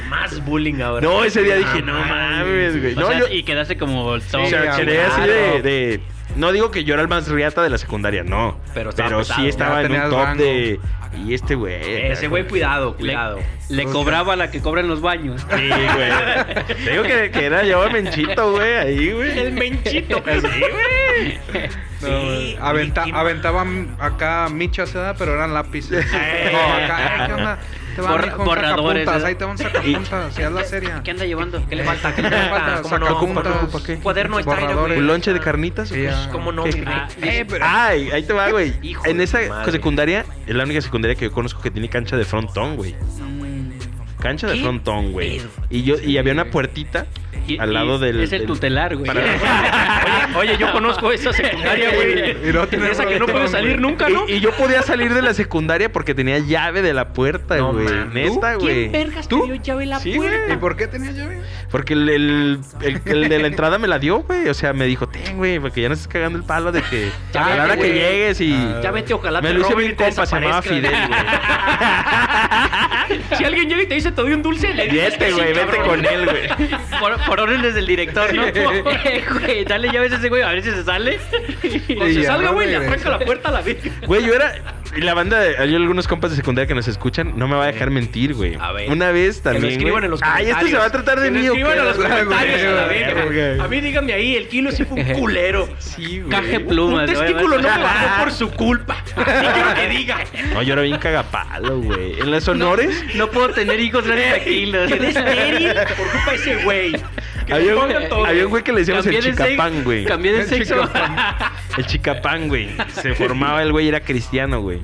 [SPEAKER 5] Más bullying ahora.
[SPEAKER 1] No, ese día dije,
[SPEAKER 5] Ah,
[SPEAKER 1] no mames, güey.
[SPEAKER 2] O
[SPEAKER 1] No,
[SPEAKER 2] sea,
[SPEAKER 1] yo,
[SPEAKER 2] Y quedaste como el
[SPEAKER 1] o sea,
[SPEAKER 4] Sí,
[SPEAKER 1] quedé
[SPEAKER 4] claro.
[SPEAKER 1] así de, de- No digo que yo era el más riata de la secundaria, no.
[SPEAKER 5] Pero
[SPEAKER 1] Pero,
[SPEAKER 5] estaba pesado.
[SPEAKER 1] sí estaba
[SPEAKER 4] Ya
[SPEAKER 1] en un
[SPEAKER 4] tenías
[SPEAKER 1] top
[SPEAKER 4] rango.
[SPEAKER 1] de... Y este güey...
[SPEAKER 5] Ese güey, cuidado,
[SPEAKER 2] Le,
[SPEAKER 5] cuidado.
[SPEAKER 2] le cobraba la que cobra en los baños.
[SPEAKER 1] Sí, güey. Te digo que, que era yo el menchito, güey, ahí, güey.
[SPEAKER 5] El menchito,
[SPEAKER 1] Sí, güey.
[SPEAKER 4] No,
[SPEAKER 5] Sí,
[SPEAKER 4] güey.
[SPEAKER 5] güey,
[SPEAKER 4] Aventa-
[SPEAKER 5] qué-
[SPEAKER 4] aventaban acá michas, ¿verdad? Pero eran lápices.
[SPEAKER 5] Eh.
[SPEAKER 4] No, acá, ay, ¿qué onda? Te van
[SPEAKER 2] Borra-
[SPEAKER 4] a
[SPEAKER 2] borradores,
[SPEAKER 4] sacapuntas,
[SPEAKER 2] ¿eh?
[SPEAKER 4] ahí te van sacapuntas, si haz la serie.
[SPEAKER 2] ¿Qué anda llevando?
[SPEAKER 5] ¿Qué le falta? ¿Qué le
[SPEAKER 4] ¿Qué le
[SPEAKER 5] falta?
[SPEAKER 4] falta?
[SPEAKER 5] ¿Cómo no?
[SPEAKER 4] Sacapuntas,
[SPEAKER 5] ¿Cómo no?
[SPEAKER 4] ¿pa' qué?
[SPEAKER 5] Cuaderno está ahí,
[SPEAKER 4] Borradores.
[SPEAKER 5] güey.
[SPEAKER 1] ¿Un lonche de carnitas?
[SPEAKER 4] Sí, ya.
[SPEAKER 5] ¿Cómo no?
[SPEAKER 1] ¿Qué?
[SPEAKER 5] mi rey?
[SPEAKER 2] Ah,
[SPEAKER 5] Eh, pero-
[SPEAKER 1] Ay, ahí te va, güey.
[SPEAKER 5] Hijo
[SPEAKER 1] En
[SPEAKER 5] de
[SPEAKER 1] esa
[SPEAKER 5] madre.
[SPEAKER 1] secundaria, es la única secundaria que yo conozco que tiene cancha de frontón, güey. Cancha de
[SPEAKER 5] ¿Qué
[SPEAKER 1] frontón, güey.
[SPEAKER 5] pedo?
[SPEAKER 1] Y yo y había una puertita
[SPEAKER 2] Y-
[SPEAKER 1] Al lado
[SPEAKER 2] y
[SPEAKER 1] del-
[SPEAKER 2] Es el
[SPEAKER 1] del-
[SPEAKER 2] tutelar, güey.
[SPEAKER 5] Oye, oye, yo conozco esa secundaria, güey.
[SPEAKER 4] Y no tiene
[SPEAKER 5] esa que no
[SPEAKER 4] roletón,
[SPEAKER 5] puede salir
[SPEAKER 4] güey.
[SPEAKER 5] nunca, ¿no?
[SPEAKER 1] Y, y yo podía salir de la secundaria porque tenía llave de la puerta,
[SPEAKER 5] No
[SPEAKER 1] güey.
[SPEAKER 5] mames.
[SPEAKER 1] Neta,
[SPEAKER 7] ¿Quién
[SPEAKER 1] güey.
[SPEAKER 7] vergas te
[SPEAKER 4] ¿Tú?
[SPEAKER 7] dio llave en la
[SPEAKER 1] Sí, güey.
[SPEAKER 7] puerta?
[SPEAKER 4] ¿Y por qué tenía llave?
[SPEAKER 1] Porque el, el- el- el de la entrada me la dio, güey. O sea, me dijo, ten, güey, porque ya no estés cagando el palo de que
[SPEAKER 2] Ya
[SPEAKER 1] a la
[SPEAKER 2] vete,
[SPEAKER 1] hora que
[SPEAKER 2] güey.
[SPEAKER 1] llegues y.
[SPEAKER 5] Ah.
[SPEAKER 7] Ya vete, ojalá
[SPEAKER 1] me
[SPEAKER 7] te
[SPEAKER 1] lo hice
[SPEAKER 7] roben
[SPEAKER 1] bien
[SPEAKER 7] y te
[SPEAKER 1] compa, se llamaba Fidel,
[SPEAKER 7] desaparezcan.
[SPEAKER 1] güey.
[SPEAKER 5] Si alguien llega y te dice, te doy un dulce, le dices que
[SPEAKER 1] Vete,
[SPEAKER 5] sí,
[SPEAKER 1] güey, vete
[SPEAKER 5] cabrón.
[SPEAKER 1] con él, güey.
[SPEAKER 2] Por, por órdenes del director, ¿no? Eh, güey, dale llaves a ese güey, a ver si se sale.
[SPEAKER 5] Cuando se
[SPEAKER 4] Y ya
[SPEAKER 5] salga,
[SPEAKER 4] no
[SPEAKER 5] güey, le
[SPEAKER 4] regresa.
[SPEAKER 5] arranca la puerta a la vida.
[SPEAKER 1] Güey, yo era. y La banda, de- hay algunos compas de secundaria que nos escuchan, no me va a dejar mentir, güey.
[SPEAKER 5] A ver.
[SPEAKER 1] Una vez
[SPEAKER 5] Que lo
[SPEAKER 1] también. güey.
[SPEAKER 5] escriban en los
[SPEAKER 1] Ay, esto se va a tratar de
[SPEAKER 5] Que lo
[SPEAKER 1] mí, ¿o
[SPEAKER 5] escriban
[SPEAKER 1] qué?
[SPEAKER 5] en los
[SPEAKER 4] Güey,
[SPEAKER 5] comentarios, a la
[SPEAKER 4] güey,
[SPEAKER 5] verga.
[SPEAKER 1] güey.
[SPEAKER 5] A mí díganme ahí, el kilo sí fue un culero.
[SPEAKER 1] Sí, güey.
[SPEAKER 2] Caje
[SPEAKER 5] Un
[SPEAKER 2] plumas, güey.
[SPEAKER 5] testículo no me bajó por su culpa. Así quiero que diga.
[SPEAKER 1] No, yo era bien cagapalo, güey. En las honores.
[SPEAKER 2] No puedo tener hijos gracias a Kilo.
[SPEAKER 5] Quedé estéril por culpa de ese güey. Que
[SPEAKER 1] Había,
[SPEAKER 5] me
[SPEAKER 1] un-
[SPEAKER 5] pongan todo.
[SPEAKER 1] había un güey que le decíamos el
[SPEAKER 2] Cambié de
[SPEAKER 1] chicapán,
[SPEAKER 2] sexo-
[SPEAKER 1] güey.
[SPEAKER 2] Cambié de
[SPEAKER 4] El
[SPEAKER 2] sexo.
[SPEAKER 1] El chicapán, güey. Se formaba el güey, era cristiano, güey.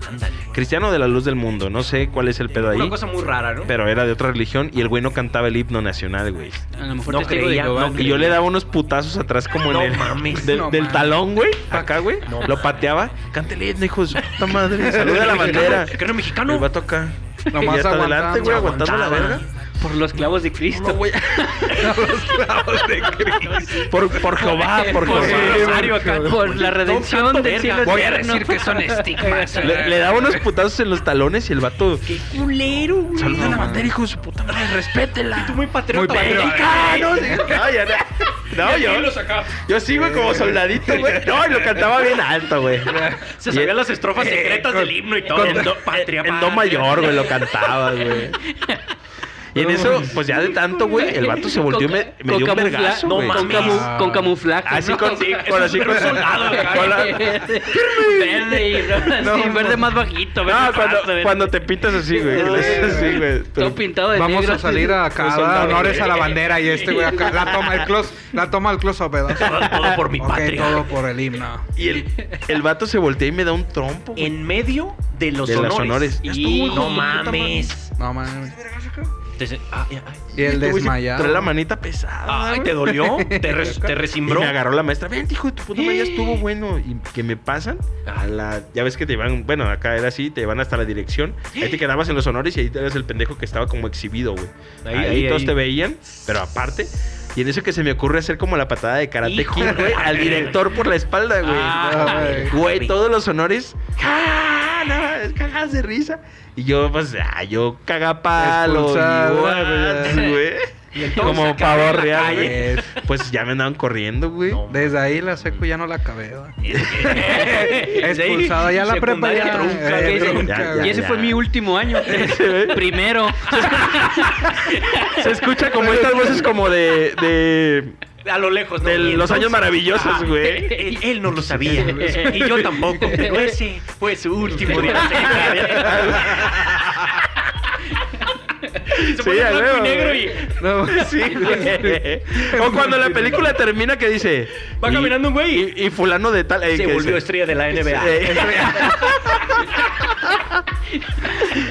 [SPEAKER 1] Cristiano de la luz del mundo. No sé cuál es el pedo
[SPEAKER 5] Una
[SPEAKER 1] ahí.
[SPEAKER 5] cosa muy rara, ¿no?
[SPEAKER 1] Pero era de otra religión y el güey no cantaba el himno nacional, güey.
[SPEAKER 2] A lo mejor
[SPEAKER 5] No
[SPEAKER 2] testigo de
[SPEAKER 5] creía,
[SPEAKER 2] Jehová.
[SPEAKER 5] no
[SPEAKER 1] Y yo le daba unos putazos atrás como
[SPEAKER 5] No
[SPEAKER 1] en el
[SPEAKER 5] mames,
[SPEAKER 1] del,
[SPEAKER 4] no
[SPEAKER 1] del
[SPEAKER 4] mames.
[SPEAKER 1] talón, güey. Acá, güey. Lo pateaba. Cántele, hijo de su puta madre. Saluda a la bandera.
[SPEAKER 5] Que no
[SPEAKER 1] El
[SPEAKER 5] mexicano.
[SPEAKER 1] vato acá.
[SPEAKER 4] Nomás
[SPEAKER 1] Y hasta
[SPEAKER 4] aguantando,
[SPEAKER 1] adelante, güey, aguantando la
[SPEAKER 5] aguantaba.
[SPEAKER 1] verga.
[SPEAKER 2] Por los clavos de Cristo.
[SPEAKER 1] Por, por Jehová, por
[SPEAKER 2] Por
[SPEAKER 1] Jehová.
[SPEAKER 2] el rosario acá, por la redención del cielo.
[SPEAKER 4] Voy a
[SPEAKER 2] eterno.
[SPEAKER 4] decir que son estigmas.
[SPEAKER 1] Le, le daba unos putazos en los talones y el vato.
[SPEAKER 7] Culero, güey.
[SPEAKER 1] Saluda a la
[SPEAKER 4] No,
[SPEAKER 1] bandera, hijo de su puta madre, respétela.
[SPEAKER 5] Muy
[SPEAKER 4] Muy
[SPEAKER 5] patriota.
[SPEAKER 4] patriota.
[SPEAKER 1] ¡Mexicanos! No, yo no. No, yo. Yo sigo como soldadito, güey. No, y lo cantaba bien alto, güey.
[SPEAKER 5] Se
[SPEAKER 1] Y
[SPEAKER 5] sabían
[SPEAKER 1] en-
[SPEAKER 5] las estrofas secretas del himno y todo.
[SPEAKER 1] en Eh, do-
[SPEAKER 5] Patria,
[SPEAKER 1] En do
[SPEAKER 5] patria.
[SPEAKER 1] mayor, güey, lo cantaba, güey. Y en eso, pues ya de tanto, güey, el vato se volteó y me, me dio un
[SPEAKER 2] camufla-
[SPEAKER 1] vergazo,
[SPEAKER 2] no
[SPEAKER 1] güey.
[SPEAKER 2] mames. Ah. Con, camu- con camuflaje.
[SPEAKER 1] Así
[SPEAKER 2] ¿no?
[SPEAKER 1] con,
[SPEAKER 5] Sí,
[SPEAKER 1] con
[SPEAKER 5] es
[SPEAKER 1] así
[SPEAKER 5] un
[SPEAKER 1] con,
[SPEAKER 5] soldado, acá.
[SPEAKER 1] con la-
[SPEAKER 2] Verde y no, así, verde más bajito. verde
[SPEAKER 1] No,
[SPEAKER 2] más
[SPEAKER 1] cuando,
[SPEAKER 2] alto, verde.
[SPEAKER 1] cuando te pintas así, güey. le haces así, güey.
[SPEAKER 2] Todo pintado de
[SPEAKER 4] Vamos
[SPEAKER 2] negro.
[SPEAKER 4] a salir a acá,
[SPEAKER 1] Pues
[SPEAKER 4] ¿verdad?
[SPEAKER 1] soldado,
[SPEAKER 4] honores
[SPEAKER 1] güey.
[SPEAKER 4] a la bandera y este güey acá. La toma el close, la toma el close up, ¿verdad?
[SPEAKER 5] Todo- todo por mi
[SPEAKER 4] Ok,
[SPEAKER 5] patria.
[SPEAKER 4] todo por el himno.
[SPEAKER 1] Y el, el vato se voltea y me da un trompo, güey.
[SPEAKER 5] En medio de los
[SPEAKER 1] De los
[SPEAKER 5] honores.
[SPEAKER 1] honores.
[SPEAKER 5] Y
[SPEAKER 1] Ya estuvo, hijo de
[SPEAKER 5] no
[SPEAKER 1] tu puta
[SPEAKER 5] mames.
[SPEAKER 4] No mames.
[SPEAKER 5] Te- ah, ah, ah.
[SPEAKER 4] Y el
[SPEAKER 1] Este güey se
[SPEAKER 4] desmayado.
[SPEAKER 1] Trae la manita pesada.
[SPEAKER 5] Ay,
[SPEAKER 1] güey.
[SPEAKER 5] ¿te dolió? ¿Te, res- te
[SPEAKER 1] Y
[SPEAKER 5] resimbró?
[SPEAKER 1] me agarró la maestra. Vente, hijo de tu puta madre, ya estuvo bueno. Y que me pasan a la. Ya ves que te van. Bueno, acá era así, te van hasta la dirección. Ahí te quedabas en los honores y ahí eras el pendejo que estaba como exhibido, güey. Ahí,
[SPEAKER 5] Ahí, ahí,
[SPEAKER 1] todos
[SPEAKER 5] ahí.
[SPEAKER 1] te veían, pero aparte. Y en eso que se me ocurre hacer como la patada de karate
[SPEAKER 5] Hijo
[SPEAKER 1] Kid,
[SPEAKER 5] de
[SPEAKER 1] güey,
[SPEAKER 5] la
[SPEAKER 1] al
[SPEAKER 5] verga.
[SPEAKER 1] director por la espalda, güey.
[SPEAKER 5] Ah,
[SPEAKER 4] Ay.
[SPEAKER 1] Güey, todos los honores. ¡Ah! No, cagadas de risa. Y yo, pues, ah, yo cagapalo.
[SPEAKER 4] Expulsado,
[SPEAKER 1] y, güey.
[SPEAKER 5] Y entonces
[SPEAKER 1] Como
[SPEAKER 5] acá en
[SPEAKER 1] pavor
[SPEAKER 5] la
[SPEAKER 1] real,
[SPEAKER 5] calle.
[SPEAKER 1] güey. Pues ya me andaban corriendo, güey.
[SPEAKER 5] No.
[SPEAKER 4] Desde ahí la secu ya no la acabé. ¿verdad? Expulsado
[SPEAKER 5] Expulsado
[SPEAKER 4] ya la prepa
[SPEAKER 5] Eh, secundaria
[SPEAKER 4] ya.
[SPEAKER 5] trunca,
[SPEAKER 4] eh,
[SPEAKER 2] güey.
[SPEAKER 4] trunca,
[SPEAKER 1] Ya,
[SPEAKER 2] Y
[SPEAKER 4] güey.
[SPEAKER 2] ese
[SPEAKER 1] ya.
[SPEAKER 2] fue mi último año. Primero.
[SPEAKER 1] Se escucha como estas voces como de. de
[SPEAKER 5] A lo lejos, ¿no?
[SPEAKER 1] de
[SPEAKER 5] Y
[SPEAKER 1] los
[SPEAKER 5] entonces-
[SPEAKER 1] años maravillosos,
[SPEAKER 5] Ah,
[SPEAKER 1] güey.
[SPEAKER 5] Él, él no lo sabía. y yo tampoco. Pero ese fue su último día. Ah, Se pone
[SPEAKER 1] a
[SPEAKER 5] blanco
[SPEAKER 1] huevo,
[SPEAKER 5] y negro
[SPEAKER 1] güey.
[SPEAKER 5] y
[SPEAKER 4] No,
[SPEAKER 1] Sí, güey. O cuando la película termina que dice.
[SPEAKER 5] va
[SPEAKER 1] y-
[SPEAKER 5] caminando un güey y
[SPEAKER 1] Y, y fulano de tal. eh,
[SPEAKER 5] se
[SPEAKER 1] que
[SPEAKER 5] volvió
[SPEAKER 1] dice-
[SPEAKER 5] estrella de la NBA.
[SPEAKER 1] Eh,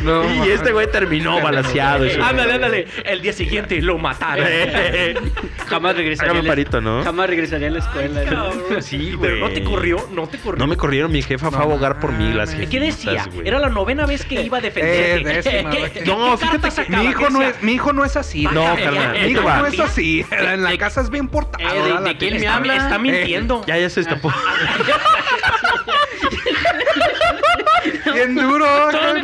[SPEAKER 4] no,
[SPEAKER 1] y este güey terminó balanceado.
[SPEAKER 5] Eh, ándale, ándale. El día siguiente lo mataron.
[SPEAKER 2] Jamás regresaría. a la-
[SPEAKER 1] Hágame parito, ¿no?
[SPEAKER 2] Jamás regresaría a la escuela. ¿no?
[SPEAKER 5] Cabrón.
[SPEAKER 1] Sí,
[SPEAKER 5] Pero
[SPEAKER 1] güey.
[SPEAKER 5] no te corrió, no te corrió.
[SPEAKER 1] No me corrieron, mi jefa fue a
[SPEAKER 4] No
[SPEAKER 1] abogar por mí. Las jefitas,
[SPEAKER 4] mames.
[SPEAKER 5] ¿Qué decía?
[SPEAKER 1] güey.
[SPEAKER 5] Era la novena vez que iba a defender.
[SPEAKER 4] Eh, décima, güey.
[SPEAKER 1] No, fíjate que-
[SPEAKER 4] Mi hijo, no es, mi hijo no es así.
[SPEAKER 1] No,
[SPEAKER 4] déjame,
[SPEAKER 1] carnal,
[SPEAKER 4] Mi
[SPEAKER 1] ahí te
[SPEAKER 4] hijo
[SPEAKER 1] va.
[SPEAKER 4] no es
[SPEAKER 1] Eh,
[SPEAKER 4] así. En la casa es bien portado.
[SPEAKER 2] Eh, ¿de-
[SPEAKER 4] ¿verdad?
[SPEAKER 2] de
[SPEAKER 4] La Eh,
[SPEAKER 2] quién
[SPEAKER 4] tienes
[SPEAKER 2] me
[SPEAKER 4] que-
[SPEAKER 2] habla?
[SPEAKER 5] Está mintiendo.
[SPEAKER 1] Eh, Ya, ya se destapó.
[SPEAKER 4] Bien duro. carnal.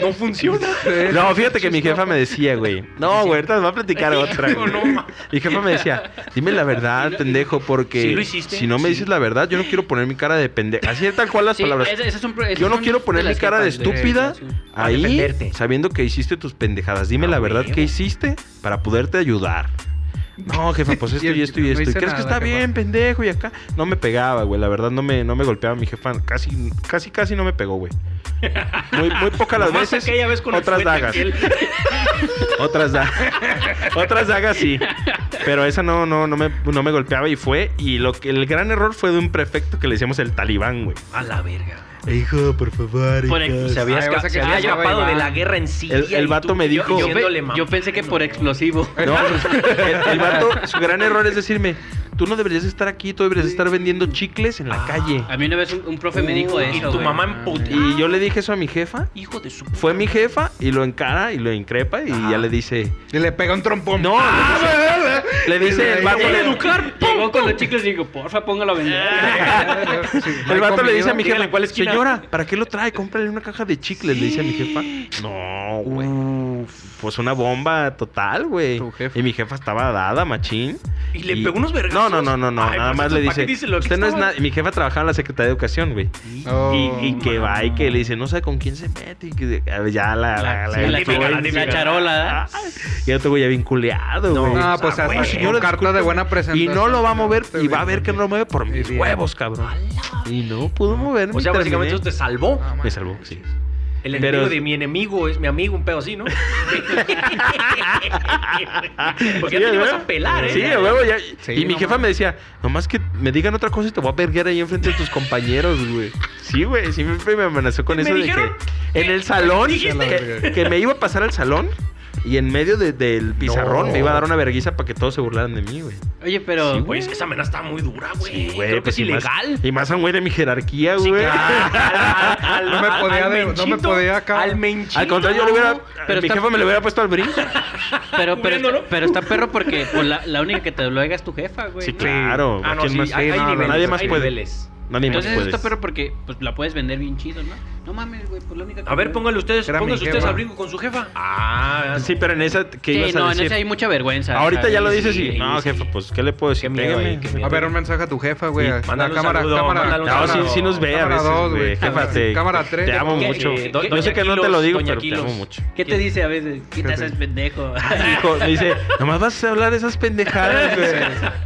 [SPEAKER 5] No funciona.
[SPEAKER 1] No, fíjate que mi jefa me decía, güey. No, güey, ahorita va a platicar otra. güey.
[SPEAKER 5] no, ma.
[SPEAKER 1] Mi jefa me decía, dime la verdad, pendejo,
[SPEAKER 5] Sí
[SPEAKER 1] porque
[SPEAKER 5] lo hiciste,
[SPEAKER 1] si no me
[SPEAKER 5] sí.
[SPEAKER 1] dices la verdad, yo no quiero poner mi cara de pendejo. Así es tal cual las
[SPEAKER 2] Sí,
[SPEAKER 1] palabras.
[SPEAKER 2] ese- ese es un pro- ese
[SPEAKER 1] Yo
[SPEAKER 2] es
[SPEAKER 1] no
[SPEAKER 2] un-
[SPEAKER 1] quiero poner mi
[SPEAKER 2] las
[SPEAKER 1] cara de
[SPEAKER 2] jetas, güey.
[SPEAKER 1] estúpida
[SPEAKER 2] Sí,
[SPEAKER 5] Para
[SPEAKER 1] ahí,
[SPEAKER 5] defenderte.
[SPEAKER 1] sabiendo que hiciste tus pendejadas. Dime
[SPEAKER 5] Ah,
[SPEAKER 1] la verdad
[SPEAKER 5] huevo.
[SPEAKER 1] que hiciste para poderte ayudar. No, jefa, pues esto
[SPEAKER 4] Y el-
[SPEAKER 1] y esto y
[SPEAKER 4] no
[SPEAKER 1] esto. ¿Y
[SPEAKER 4] hice
[SPEAKER 1] crees que
[SPEAKER 4] nada,
[SPEAKER 1] está
[SPEAKER 4] jefa.
[SPEAKER 1] bien, pendejo? Y acá no me pegaba, güey. La verdad no me, no me golpeaba mi jefa. Casi, casi, casi no me pegó, güey. Muy, muy pocas las
[SPEAKER 5] Nomás
[SPEAKER 1] veces.
[SPEAKER 5] aquella vez con el
[SPEAKER 1] otras
[SPEAKER 5] fuete
[SPEAKER 1] dagas.
[SPEAKER 5] aquel.
[SPEAKER 1] Otras dagas. Otras dagas sí. Pero esa no, no, no, me, no me golpeaba y fue. Y lo que, el gran error fue de un prefecto que le decíamos el talibán, güey.
[SPEAKER 5] A la verga.
[SPEAKER 1] Hijo, por favor.
[SPEAKER 5] Por el- se había,
[SPEAKER 4] Ay,
[SPEAKER 5] esca-
[SPEAKER 4] vas a
[SPEAKER 5] se
[SPEAKER 4] que
[SPEAKER 5] había
[SPEAKER 4] ya se va
[SPEAKER 5] escapado de
[SPEAKER 4] Iván.
[SPEAKER 5] la guerra en sí.
[SPEAKER 1] El- el vato me dijo-
[SPEAKER 2] Yo,
[SPEAKER 1] Yo
[SPEAKER 2] pe- yo pensé que por explosivo.
[SPEAKER 1] No, pues, el, el vato, su gran error es decirme, tú no deberías estar aquí, tú deberías estar vendiendo chicles en la
[SPEAKER 5] Ah.
[SPEAKER 1] calle.
[SPEAKER 2] A mí una vez un, un profe me dijo eso.
[SPEAKER 5] Uh, Y tu
[SPEAKER 2] güey.
[SPEAKER 5] mamá emputada.
[SPEAKER 4] Ah,
[SPEAKER 1] Y yo le dije eso a mi jefa.
[SPEAKER 5] Hijo de su.
[SPEAKER 1] Fue mi jefa y lo encara y lo increpa y ya le dice...
[SPEAKER 4] Y le pega un
[SPEAKER 5] Ah,
[SPEAKER 4] trompón.
[SPEAKER 1] No, le dice, le dice el vato...
[SPEAKER 5] Déjale
[SPEAKER 1] le-
[SPEAKER 5] educar, Ah,
[SPEAKER 2] Llegó con los chicles y digo, porfa, póngalo a vender.
[SPEAKER 1] El vato le dice a mi
[SPEAKER 5] Dígale,
[SPEAKER 1] jefa,
[SPEAKER 5] ¿cuál esquina?
[SPEAKER 1] señora, ¿para qué lo trae? Cómprale una caja de chicles, le dice a mi jefa. No, güey. Pues una bomba total, güey.
[SPEAKER 4] Tu jefa.
[SPEAKER 1] Y mi jefa estaba dada, machín.
[SPEAKER 5] Y le pegó unos vergazos.
[SPEAKER 1] No, no, no, no, no.
[SPEAKER 5] Ay,
[SPEAKER 1] nada
[SPEAKER 5] pues,
[SPEAKER 1] más le
[SPEAKER 5] ¿para
[SPEAKER 1] dice.
[SPEAKER 5] qué dice lo que
[SPEAKER 1] usted no es
[SPEAKER 5] estaba?
[SPEAKER 1] nada. Mi jefa trabajaba en la Secretaría de Educación, güey.
[SPEAKER 4] Oh,
[SPEAKER 1] y, y que va y que le dice, no sabe con quién se mete. Y que a ver, ya la.
[SPEAKER 2] La-
[SPEAKER 1] Ah, la, Ah,
[SPEAKER 2] sí, la
[SPEAKER 1] influencia.
[SPEAKER 2] típica, la típica charola, ¿eh?
[SPEAKER 1] Ay, Ya te voy a vinculeado, güey.
[SPEAKER 4] No, pues
[SPEAKER 5] Ah,
[SPEAKER 4] hasta
[SPEAKER 5] güey.
[SPEAKER 4] con carta de buena
[SPEAKER 1] Y
[SPEAKER 4] presentación.
[SPEAKER 1] no lo va a mover y va a ver que no
[SPEAKER 4] no
[SPEAKER 1] lo mueve por mis
[SPEAKER 4] bien.
[SPEAKER 1] huevos, cabrón. Y no pudo moverme.
[SPEAKER 5] O sea,
[SPEAKER 1] y terminé.
[SPEAKER 5] básicamente usted salvó.
[SPEAKER 4] Ah.
[SPEAKER 1] Me salvó, sí.
[SPEAKER 5] El
[SPEAKER 1] Pero-
[SPEAKER 5] enemigo de mi enemigo es mi amigo, un pedo así, ¿no? Porque ya te
[SPEAKER 1] Ah, Sí,
[SPEAKER 5] ibas
[SPEAKER 1] güey.
[SPEAKER 5] a pelar, ¿eh?
[SPEAKER 1] Sí, a huevo, ya.
[SPEAKER 4] Sí,
[SPEAKER 1] y mi
[SPEAKER 4] no
[SPEAKER 1] jefa
[SPEAKER 4] mames.
[SPEAKER 1] me decía, nomás que me digan otra cosa y te voy a verguer ahí enfrente de tus compañeros, güey. Sí, güey, siempre me amenazó con
[SPEAKER 5] Me
[SPEAKER 1] eso
[SPEAKER 5] dijeron
[SPEAKER 1] de que en el salón,
[SPEAKER 5] dijiste.
[SPEAKER 1] que, que me iba a pasar al salón y en medio de- del pizarrón
[SPEAKER 4] No.
[SPEAKER 1] me iba a dar una verguiza para que todos se burlaran de mí, güey.
[SPEAKER 2] Oye, pero.
[SPEAKER 5] Sí, güey, es que esa amenaza está muy dura, güey.
[SPEAKER 1] Sí, güey,
[SPEAKER 5] Creo
[SPEAKER 1] pues,
[SPEAKER 5] que es
[SPEAKER 1] y más-
[SPEAKER 5] ilegal. Ah,
[SPEAKER 1] Y más a un güey de mi jerarquía, güey.
[SPEAKER 4] No me podía de- no me podía acá.
[SPEAKER 5] Al menchito. Eh,
[SPEAKER 1] Al contrario, yo le hubiera,
[SPEAKER 2] Pero
[SPEAKER 1] mi
[SPEAKER 2] está-
[SPEAKER 1] jefa me lo hubiera puesto al brinco.
[SPEAKER 2] pero, pero,
[SPEAKER 5] cubriéndolo.
[SPEAKER 2] está, pero está perro porque pues, la, la única que te lo haga es tu jefa, güey.
[SPEAKER 1] Sí,
[SPEAKER 2] ¿no?
[SPEAKER 1] claro.
[SPEAKER 5] Ah,
[SPEAKER 1] ¿a
[SPEAKER 5] no,
[SPEAKER 1] quién
[SPEAKER 5] sí,
[SPEAKER 1] más?
[SPEAKER 5] hay, hay
[SPEAKER 1] No, no,
[SPEAKER 5] niveles,
[SPEAKER 1] nadie más
[SPEAKER 5] hay
[SPEAKER 1] puede.
[SPEAKER 5] niveles.
[SPEAKER 1] Nadie más
[SPEAKER 2] Entonces eso
[SPEAKER 1] puede.
[SPEAKER 2] está perro porque pues, la puedes vender bien chido, ¿no? No mames, güey, pues la única que
[SPEAKER 5] A ver,
[SPEAKER 2] puedes-
[SPEAKER 5] pónganle ustedes,
[SPEAKER 4] Era mi
[SPEAKER 5] pónganse ustedes
[SPEAKER 4] jefa.
[SPEAKER 5] al brinco con su jefa. Ah,
[SPEAKER 1] Sí, pero en esa que
[SPEAKER 2] Sí,
[SPEAKER 1] ibas a
[SPEAKER 2] no, en
[SPEAKER 1] decir.
[SPEAKER 2] ese hay mucha vergüenza.
[SPEAKER 1] Ahorita ya lo
[SPEAKER 2] Sí,
[SPEAKER 1] dices
[SPEAKER 2] sí,
[SPEAKER 1] y. No,
[SPEAKER 2] sí.
[SPEAKER 1] jefa, pues, ¿qué le puedo decir?
[SPEAKER 5] Qué miedo,
[SPEAKER 1] Pégame.
[SPEAKER 5] eh, qué miedo.
[SPEAKER 4] A ver, un mensaje a tu jefa, güey.
[SPEAKER 5] Sí,
[SPEAKER 4] La
[SPEAKER 5] mándale un
[SPEAKER 4] cámara,
[SPEAKER 5] saludo,
[SPEAKER 4] cámara.
[SPEAKER 5] mándale un
[SPEAKER 1] No,
[SPEAKER 5] saludo.
[SPEAKER 1] sí, sí nos ve a
[SPEAKER 4] Cámara
[SPEAKER 1] veces,
[SPEAKER 4] dos,
[SPEAKER 1] güey.
[SPEAKER 4] güey.
[SPEAKER 1] Jefa, te,
[SPEAKER 4] Cámara tres.
[SPEAKER 1] te amo
[SPEAKER 5] ¿Qué-
[SPEAKER 1] mucho.
[SPEAKER 2] eh,
[SPEAKER 5] qué- qué-
[SPEAKER 1] Yo sé que no te lo
[SPEAKER 5] kilos,
[SPEAKER 1] digo,
[SPEAKER 5] doña
[SPEAKER 1] pero te
[SPEAKER 5] kilos?
[SPEAKER 1] amo mucho.
[SPEAKER 2] ¿Qué te dice a veces? ¿Qué te
[SPEAKER 4] ¿Qué te-
[SPEAKER 2] haces pendejo? Ah,
[SPEAKER 1] Hijo, me dice, nomás vas a hablar esas pendejadas, güey.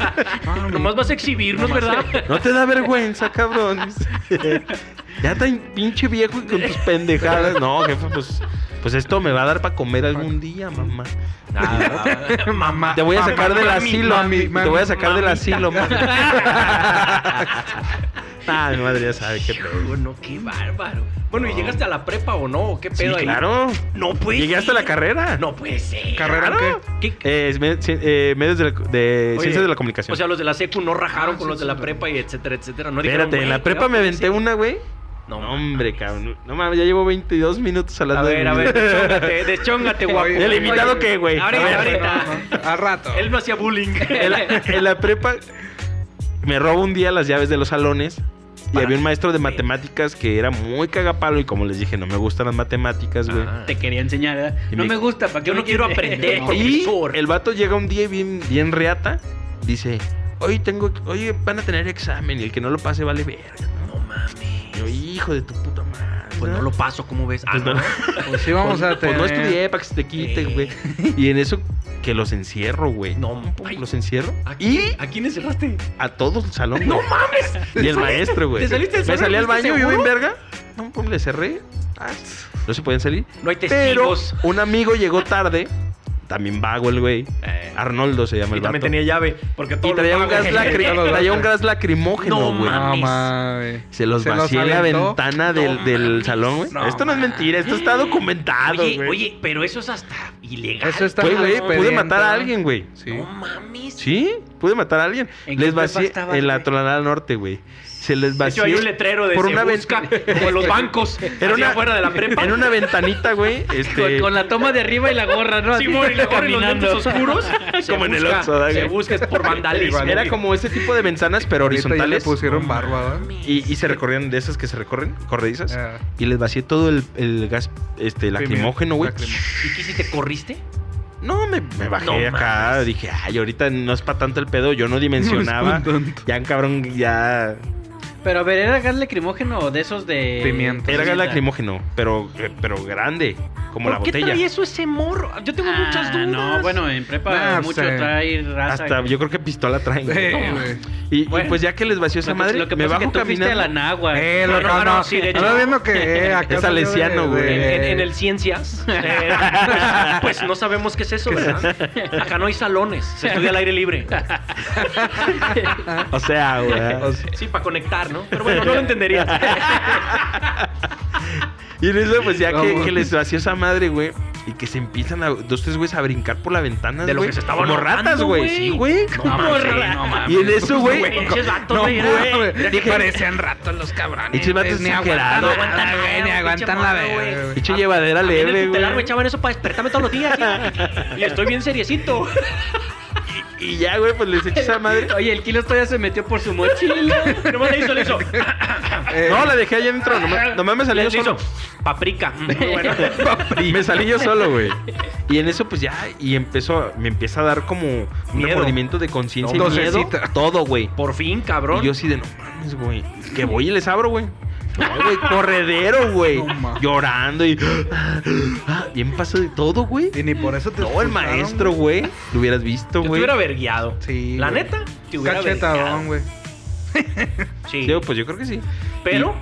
[SPEAKER 4] Ah,
[SPEAKER 5] nomás vas a exhibirnos, ¿verdad?
[SPEAKER 1] No te da vergüenza, cabrón. Ya tan pinche viejo y con tus pendejadas. No, jefa, pues, pues esto me va a dar para comer algún día, mamá.
[SPEAKER 5] Nada, mamá.
[SPEAKER 1] Te voy a sacar del
[SPEAKER 4] mami,
[SPEAKER 1] asilo.
[SPEAKER 4] mami,
[SPEAKER 1] Te
[SPEAKER 4] mami,
[SPEAKER 1] voy a sacar del
[SPEAKER 5] mamita.
[SPEAKER 1] asilo, mami. Ah, mi madre ya sabe qué pedo.
[SPEAKER 5] Hijo, no, qué bárbaro. Bueno, ¿y
[SPEAKER 1] No.
[SPEAKER 5] llegaste a la prepa o no? ¿O ¿Qué
[SPEAKER 1] Sí,
[SPEAKER 5] pedo ahí?
[SPEAKER 1] claro.
[SPEAKER 5] No puede
[SPEAKER 1] Llegué hasta
[SPEAKER 5] ser.
[SPEAKER 1] la carrera.
[SPEAKER 5] No puede ser.
[SPEAKER 4] ¿Carrera
[SPEAKER 1] Claro.
[SPEAKER 4] qué?
[SPEAKER 5] ¿Qué-
[SPEAKER 1] Eh, es me- cien- eh, medios de, la- de
[SPEAKER 5] Oye,
[SPEAKER 1] ciencias de la comunicación.
[SPEAKER 5] O sea, los de la secu no rajaron
[SPEAKER 4] Ah,
[SPEAKER 5] con
[SPEAKER 4] sí,
[SPEAKER 5] los de
[SPEAKER 4] sí,
[SPEAKER 5] la
[SPEAKER 4] sí.
[SPEAKER 5] prepa y etcétera, etcétera. No dijeron,
[SPEAKER 1] Espérate, en la
[SPEAKER 5] "Güey,
[SPEAKER 1] prepa
[SPEAKER 5] ya
[SPEAKER 1] me
[SPEAKER 5] puede
[SPEAKER 1] aventé
[SPEAKER 5] ser".
[SPEAKER 1] una, güey.
[SPEAKER 5] No,
[SPEAKER 1] No, hombre, cabrón. No mames, ya llevo 22 minutos
[SPEAKER 5] A
[SPEAKER 1] hablando de
[SPEAKER 5] ver,
[SPEAKER 1] mi
[SPEAKER 5] a ver,
[SPEAKER 1] vida.
[SPEAKER 5] deschóngate, deschóngate, guapo.
[SPEAKER 4] Oye,
[SPEAKER 1] ¿El invitado qué, güey?
[SPEAKER 5] Ahorita,
[SPEAKER 1] A ver.
[SPEAKER 5] ahorita.
[SPEAKER 4] no, no. Al rato.
[SPEAKER 5] Él no hacía bullying.
[SPEAKER 1] En la, en la prepa me robo un día las llaves de los salones. Y
[SPEAKER 5] Para-
[SPEAKER 1] había un maestro de matemáticas que era muy cagapalo. Y como les dije, no me gustan las matemáticas, güey.
[SPEAKER 5] Ah.
[SPEAKER 2] Te quería enseñar, ¿verdad?
[SPEAKER 1] Y
[SPEAKER 2] No
[SPEAKER 1] me-
[SPEAKER 2] me gusta, ¿para qué
[SPEAKER 5] Yo no
[SPEAKER 2] me
[SPEAKER 5] quiero
[SPEAKER 2] quieres?
[SPEAKER 5] aprender,
[SPEAKER 4] No.
[SPEAKER 1] Y
[SPEAKER 5] profesor.
[SPEAKER 1] el vato llega un día bien, bien reata. Dice, hoy tengo, oye, van a tener examen. Y el que no lo pase vale verga.
[SPEAKER 5] No mames.
[SPEAKER 1] Y yo, hijo de tu puta madre.
[SPEAKER 5] Pues no lo paso, ¿cómo ves? Ah,
[SPEAKER 1] Pues no.
[SPEAKER 5] no.
[SPEAKER 4] Pues sí, vamos a
[SPEAKER 1] Pues
[SPEAKER 4] tener.
[SPEAKER 1] no estudié para que se te quite,
[SPEAKER 5] Eh.
[SPEAKER 1] güey. Y en eso que los encierro, güey.
[SPEAKER 5] No,
[SPEAKER 1] Pum,
[SPEAKER 5] ay.
[SPEAKER 1] los encierro.
[SPEAKER 5] ¿A
[SPEAKER 1] Y
[SPEAKER 5] quién, ¿A quién encerraste?
[SPEAKER 1] a todo el salón.
[SPEAKER 5] ¡No
[SPEAKER 1] güey.
[SPEAKER 5] mames!
[SPEAKER 1] Y el maestro, güey.
[SPEAKER 5] ¿Te saliste
[SPEAKER 1] Me
[SPEAKER 5] del salón?
[SPEAKER 1] salí al
[SPEAKER 5] ¿Estás
[SPEAKER 1] baño y yo
[SPEAKER 5] seguro?
[SPEAKER 1] en verga. Pum, pum, le cerré. Ah, No se podían salir.
[SPEAKER 5] No hay
[SPEAKER 1] Pero
[SPEAKER 5] testigos.
[SPEAKER 1] un amigo llegó tarde. También vago el güey.
[SPEAKER 5] Eh,
[SPEAKER 1] Arnoldo se llama
[SPEAKER 5] y
[SPEAKER 1] Ah, el vato.
[SPEAKER 5] también tenía llave. Porque todo
[SPEAKER 1] Y traía un, gas lacri-
[SPEAKER 4] Todos los
[SPEAKER 1] traía un
[SPEAKER 4] lacri-
[SPEAKER 1] gas lacrimógeno,
[SPEAKER 5] No
[SPEAKER 1] güey.
[SPEAKER 5] mames.
[SPEAKER 4] No mames.
[SPEAKER 1] Se los
[SPEAKER 4] Ah, Se los
[SPEAKER 1] vacié en la
[SPEAKER 4] aventó.
[SPEAKER 1] ventana del,
[SPEAKER 5] No
[SPEAKER 1] del
[SPEAKER 5] mames.
[SPEAKER 1] salón, güey.
[SPEAKER 4] No
[SPEAKER 1] esto no es mentira, esto está documentado,
[SPEAKER 5] Oye,
[SPEAKER 1] güey.
[SPEAKER 5] oye, pero eso es hasta ilegal.
[SPEAKER 4] Eso está.
[SPEAKER 1] Güey, güey, pude
[SPEAKER 4] expediente,
[SPEAKER 1] matar a
[SPEAKER 4] güey.
[SPEAKER 1] alguien, güey.
[SPEAKER 4] Sí.
[SPEAKER 5] No mames.
[SPEAKER 1] Sí, pude matar a alguien.
[SPEAKER 2] ¿En
[SPEAKER 1] Les
[SPEAKER 2] qué prepa
[SPEAKER 1] vacié
[SPEAKER 2] estabas,
[SPEAKER 1] en la
[SPEAKER 2] güey?
[SPEAKER 1] tonalada norte, güey. Se les
[SPEAKER 5] De
[SPEAKER 1] vacié.
[SPEAKER 5] hecho, hay un letrero de
[SPEAKER 1] por
[SPEAKER 5] por una
[SPEAKER 1] una ven-
[SPEAKER 5] busca, como en los bancos,
[SPEAKER 1] Era una-
[SPEAKER 5] fuera de la prepa.
[SPEAKER 1] en una ventanita, güey. Este,
[SPEAKER 2] Con, con la toma de arriba y la gorra, ¿no?
[SPEAKER 5] Sí, bueno, y luego en los lentes oscuros. se
[SPEAKER 1] Como en el
[SPEAKER 5] busca-
[SPEAKER 1] Oxxo, ¿verdad,
[SPEAKER 5] Se
[SPEAKER 1] güey?
[SPEAKER 5] busca es por vandalismo.
[SPEAKER 1] Era como ese tipo de ventanas, pero
[SPEAKER 4] Ahorita ya le
[SPEAKER 1] horizontales.
[SPEAKER 4] pusieron barba, ¿verdad?
[SPEAKER 1] Y, y se recorrían de esas que se recorren, corredizas.
[SPEAKER 4] Ah.
[SPEAKER 1] Y les vacié todo el, el gas este, lacrimógeno, güey.
[SPEAKER 4] Lacrimógeno.
[SPEAKER 5] ¿Y qué hiciste? ¿Corriste?
[SPEAKER 1] No, me, me bajé
[SPEAKER 5] No
[SPEAKER 1] acá.
[SPEAKER 5] mames.
[SPEAKER 1] Dije, ay, ahorita no es para tanto el pedo. Yo no dimensionaba.
[SPEAKER 4] No es pa' tanto.
[SPEAKER 1] ya, cabrón, ya.
[SPEAKER 2] Pero a ver, ¿era gas lacrimógeno o de esos de.
[SPEAKER 4] Pimienta.
[SPEAKER 1] Era gas lacrimógeno, eh, pero, pero grande. como la
[SPEAKER 5] ¿Por qué
[SPEAKER 1] botella.
[SPEAKER 5] trae eso ese morro? Yo tengo muchas
[SPEAKER 2] Ah,
[SPEAKER 5] dudas.
[SPEAKER 2] No, bueno, en prepa
[SPEAKER 4] Nah,
[SPEAKER 2] mucho
[SPEAKER 4] pues, eh,
[SPEAKER 2] trae raza.
[SPEAKER 1] Ah, Hasta
[SPEAKER 2] que-
[SPEAKER 1] yo creo que pistola traen. güey.
[SPEAKER 4] Sí, güey.
[SPEAKER 1] Y, y
[SPEAKER 2] Bueno,
[SPEAKER 1] pues ya que les vació esa
[SPEAKER 2] Lo que-
[SPEAKER 1] madre,
[SPEAKER 2] lo que
[SPEAKER 1] me
[SPEAKER 2] pasa es
[SPEAKER 1] bajo
[SPEAKER 2] que tú fuiste a
[SPEAKER 1] caminando.
[SPEAKER 2] la nagua.
[SPEAKER 4] Eh,
[SPEAKER 5] No,
[SPEAKER 4] lo
[SPEAKER 5] no,
[SPEAKER 4] no,
[SPEAKER 5] no, sí, de hecho.
[SPEAKER 4] Estaba viendo que eh, acá
[SPEAKER 1] Es
[SPEAKER 4] salió
[SPEAKER 1] alesiano,
[SPEAKER 4] de-
[SPEAKER 1] güey.
[SPEAKER 5] En,
[SPEAKER 4] de-
[SPEAKER 5] en- en el Ciencias, eh, pues no sabemos qué es eso, ¿verdad? Acá no hay salones, se estudia al aire libre.
[SPEAKER 1] O sea,
[SPEAKER 4] O
[SPEAKER 1] güey.
[SPEAKER 4] sea,
[SPEAKER 5] Sí, para conectar, ¿no? Pero bueno, no lo entenderías.
[SPEAKER 1] Y en eso, pues ya
[SPEAKER 4] No,
[SPEAKER 1] que,
[SPEAKER 4] güey.
[SPEAKER 1] que les vació esa madre, güey. Y que se empiezan a, dos, tres güeyes a brincar por la ventana.
[SPEAKER 5] De lo que se estaban
[SPEAKER 1] Como
[SPEAKER 5] ahogando,
[SPEAKER 1] ratas, güey.
[SPEAKER 5] güey.
[SPEAKER 1] Sí, güey.
[SPEAKER 5] No,
[SPEAKER 1] Como
[SPEAKER 5] mames, sí,
[SPEAKER 1] ratas.
[SPEAKER 5] no mames.
[SPEAKER 1] Y en eso, güey.
[SPEAKER 5] Pinches vatos,
[SPEAKER 4] No,
[SPEAKER 5] güey, era-
[SPEAKER 4] güey.
[SPEAKER 1] Mira
[SPEAKER 4] que
[SPEAKER 1] que-
[SPEAKER 4] parecían ratos los cabrones.
[SPEAKER 1] Pinches vatos
[SPEAKER 4] güey, ni
[SPEAKER 1] exagerados. No
[SPEAKER 4] aguantan,
[SPEAKER 5] aguantan
[SPEAKER 4] nada, güey,
[SPEAKER 5] nada,
[SPEAKER 4] ni
[SPEAKER 5] güey,
[SPEAKER 4] aguantan
[SPEAKER 5] pinche
[SPEAKER 4] la
[SPEAKER 5] morro,
[SPEAKER 4] verga, güey.
[SPEAKER 1] Pinche llevadera
[SPEAKER 5] A mí en
[SPEAKER 1] leve,
[SPEAKER 5] el
[SPEAKER 1] güey.
[SPEAKER 5] tutelar me echaban eso para despertarme todos los días. Y estoy bien seriecito.
[SPEAKER 1] Y ya, güey, pues les eché esa madre.
[SPEAKER 2] Oye, el kilo todavía se metió por su mochila.
[SPEAKER 5] Nomás le hizo, le hizo.
[SPEAKER 4] Eh,
[SPEAKER 1] No, la dejé allá adentro. Nomás, nomás me salí yo
[SPEAKER 5] Le
[SPEAKER 1] solo.
[SPEAKER 5] hizo. Paprika. Mm, muy bueno.
[SPEAKER 1] Me salí yo solo, güey. Y en eso, pues ya, y empezó, me empieza a dar como un
[SPEAKER 5] Miedo.
[SPEAKER 1] remordimiento de conciencia
[SPEAKER 4] No,
[SPEAKER 1] y miedo.
[SPEAKER 4] docecita.
[SPEAKER 1] Todo, güey.
[SPEAKER 5] Por fin,
[SPEAKER 1] Y
[SPEAKER 5] cabrón.
[SPEAKER 1] yo así de, no mames, güey. Que voy y les abro, güey. No, güey, corredero, güey.
[SPEAKER 4] No mames.
[SPEAKER 1] Llorando y... ah, Bien paso de todo, güey.
[SPEAKER 4] Y ni por eso te
[SPEAKER 1] No, el
[SPEAKER 4] expulsaron,
[SPEAKER 1] maestro, güey. Lo hubieras visto,
[SPEAKER 5] Yo te
[SPEAKER 1] güey.
[SPEAKER 5] hubiera vergueado.
[SPEAKER 4] Sí,
[SPEAKER 5] La
[SPEAKER 4] güey.
[SPEAKER 5] neta, te hubiera vergueado.
[SPEAKER 4] Cachetadón, güey.
[SPEAKER 5] Sí.
[SPEAKER 1] Yo, pues yo creo que sí.
[SPEAKER 5] Pero,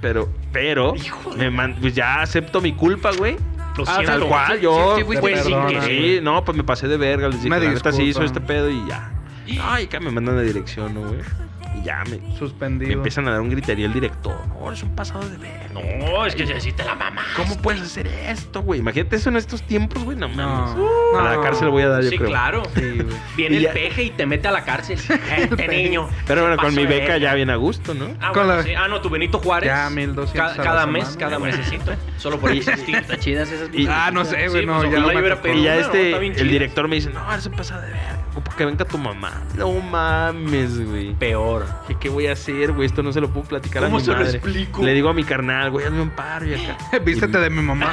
[SPEAKER 1] Pero, pero,
[SPEAKER 5] Hijo de-
[SPEAKER 1] me man- pues ya acepto mi culpa, güey.
[SPEAKER 5] lo
[SPEAKER 1] Ah,
[SPEAKER 5] siento.
[SPEAKER 1] tal cual, yo.
[SPEAKER 2] sí, sí, fuiste.
[SPEAKER 5] Fue
[SPEAKER 4] Te
[SPEAKER 5] sin
[SPEAKER 4] perdono,
[SPEAKER 5] querer.
[SPEAKER 1] Sí, no, pues me pasé de verga. Les dije,
[SPEAKER 4] Me
[SPEAKER 1] la neta sí hizo
[SPEAKER 4] disculpan.
[SPEAKER 1] este pedo y ya. Ay, acá me mandan la dirección, ¿no, güey? Y ya me, me
[SPEAKER 4] Suspendido.
[SPEAKER 1] empiezan a dar un griterío el director. No, es un pasado de verga.
[SPEAKER 5] No, es que se necesita la mamá.
[SPEAKER 1] ¿Cómo puedes hacer esto, güey? Imagínate eso en estos tiempos, güey. No mames.
[SPEAKER 4] No.
[SPEAKER 1] A la cárcel voy a dar, yo
[SPEAKER 5] Sí,
[SPEAKER 1] creo.
[SPEAKER 5] claro.
[SPEAKER 4] Sí, güey.
[SPEAKER 5] Viene
[SPEAKER 1] Y
[SPEAKER 5] el
[SPEAKER 1] ya-
[SPEAKER 5] peje y te mete a la cárcel. Este niño.
[SPEAKER 1] Pero bueno, con
[SPEAKER 5] Paso
[SPEAKER 1] mi
[SPEAKER 5] de
[SPEAKER 1] beca
[SPEAKER 5] verga.
[SPEAKER 1] ya bien a gusto, ¿no?
[SPEAKER 5] Ah,
[SPEAKER 4] Con
[SPEAKER 5] bueno,
[SPEAKER 4] la-
[SPEAKER 5] sí. Ah, no, tu Benito Juárez.
[SPEAKER 4] Ya, 1200
[SPEAKER 5] Ca-
[SPEAKER 4] a la
[SPEAKER 5] cada
[SPEAKER 4] semana,
[SPEAKER 5] mes, cada
[SPEAKER 4] güey.
[SPEAKER 5] mesecito. Solo por existir.
[SPEAKER 2] Está chidas esas
[SPEAKER 1] Y-
[SPEAKER 4] Ah, no sé, güey.
[SPEAKER 5] Sí,
[SPEAKER 4] no,
[SPEAKER 5] pues,
[SPEAKER 4] ya
[SPEAKER 5] ojalá
[SPEAKER 4] no me
[SPEAKER 5] hubiera
[SPEAKER 4] tocó.
[SPEAKER 1] Y
[SPEAKER 5] pedido.
[SPEAKER 1] ya
[SPEAKER 5] bueno,
[SPEAKER 1] este,
[SPEAKER 5] está bien
[SPEAKER 1] el
[SPEAKER 5] chido.
[SPEAKER 1] director me dice, no, eres un pasado de verga. Ocupo que venga tu mamá. No mames, güey.
[SPEAKER 5] Peor.
[SPEAKER 1] ¿Qué, ¿Qué voy a hacer, güey? Esto no se lo puedo platicar
[SPEAKER 5] ¿Cómo
[SPEAKER 1] a mi
[SPEAKER 5] se lo
[SPEAKER 1] madre.
[SPEAKER 5] explico?
[SPEAKER 1] Le digo a mi carnal, güey, hazme un paro y acá.
[SPEAKER 4] Vístete de mi mamá.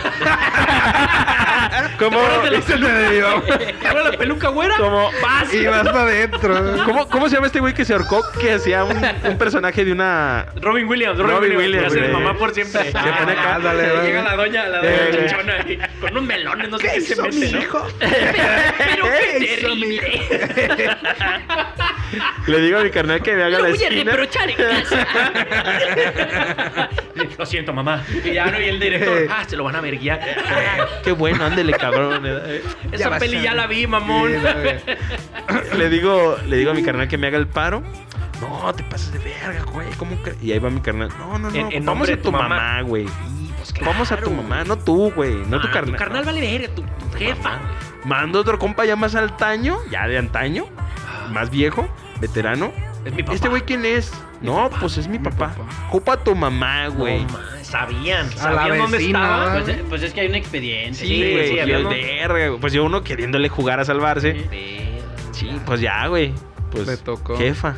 [SPEAKER 1] ¿Cómo,
[SPEAKER 4] Vístete de mi mamá.
[SPEAKER 5] ¿Ahora la peluca güera?
[SPEAKER 1] ¿Cómo?
[SPEAKER 5] Vas.
[SPEAKER 4] Y vas para adentro.
[SPEAKER 1] ¿Cómo, cómo se llama este güey que se ahorcó? Que hacía un, un personaje de una...
[SPEAKER 5] Robin Williams, Robin,
[SPEAKER 1] Robin
[SPEAKER 5] Williams.
[SPEAKER 1] Williams,
[SPEAKER 5] Ya se
[SPEAKER 1] güey.
[SPEAKER 5] mamá por siempre. Ah,
[SPEAKER 1] Se pone acá,
[SPEAKER 4] dale, dale.
[SPEAKER 5] Llega la doña, la doña
[SPEAKER 1] Eh, güey.
[SPEAKER 5] chichona ahí, con unos melones, no sé qué se
[SPEAKER 4] hizo
[SPEAKER 5] mete,
[SPEAKER 4] mi
[SPEAKER 5] ¿no?
[SPEAKER 4] hijo?
[SPEAKER 5] Pero qué
[SPEAKER 4] ¿Qué hizo mi
[SPEAKER 5] terrible.
[SPEAKER 1] Le digo a mi carnal que me haga la
[SPEAKER 5] Lo voy a
[SPEAKER 1] esquina.
[SPEAKER 5] reprochar en casa. Lo siento, mamá. Y ya no, y el
[SPEAKER 1] Eh.
[SPEAKER 5] director, ah, se lo van a verguiar.
[SPEAKER 1] Qué bueno, ándele, cabrón. eh.
[SPEAKER 5] Esa
[SPEAKER 4] vas
[SPEAKER 5] peli
[SPEAKER 4] a-
[SPEAKER 5] ya la vi, mamón.
[SPEAKER 4] Sí, güey.
[SPEAKER 1] Le digo, le digo a mi carnal que me haga el paro. No, te pasas de verga, güey. ¿Cómo que? Y ahí va mi carnal. No, no, no.
[SPEAKER 5] En- en
[SPEAKER 1] vamos
[SPEAKER 5] nombre
[SPEAKER 1] a
[SPEAKER 5] de
[SPEAKER 1] tu
[SPEAKER 5] tu mamá".
[SPEAKER 1] mamá, güey.
[SPEAKER 5] Pues
[SPEAKER 1] Vamos a tu
[SPEAKER 5] claro.
[SPEAKER 1] mamá, no tú, güey. No tu
[SPEAKER 5] Ah,
[SPEAKER 1] carnal.
[SPEAKER 5] Tu carnal vale verga, tu, tu jefa.
[SPEAKER 1] Mando otro compa ya más altaño, ya de antaño, más viejo, veterano.
[SPEAKER 5] Es mi papá.
[SPEAKER 1] ¿Este güey quién es? No, pues es mi, papá. Ocupa a tu mamá, güey.
[SPEAKER 5] No, ma, sabían,
[SPEAKER 4] la
[SPEAKER 5] sabían dónde
[SPEAKER 4] vecina,
[SPEAKER 5] estaba.
[SPEAKER 4] ¿verdad?
[SPEAKER 2] Pues, eh, pues es que hay un expediente.
[SPEAKER 5] Sí,
[SPEAKER 1] Sí, güey,
[SPEAKER 5] sí,
[SPEAKER 1] yo,
[SPEAKER 5] había uno-
[SPEAKER 1] verga, güey. Pues yo uno queriéndole jugar a salvarse. Sí, pues ya, güey. Pues
[SPEAKER 4] Le tocó.
[SPEAKER 1] jefa.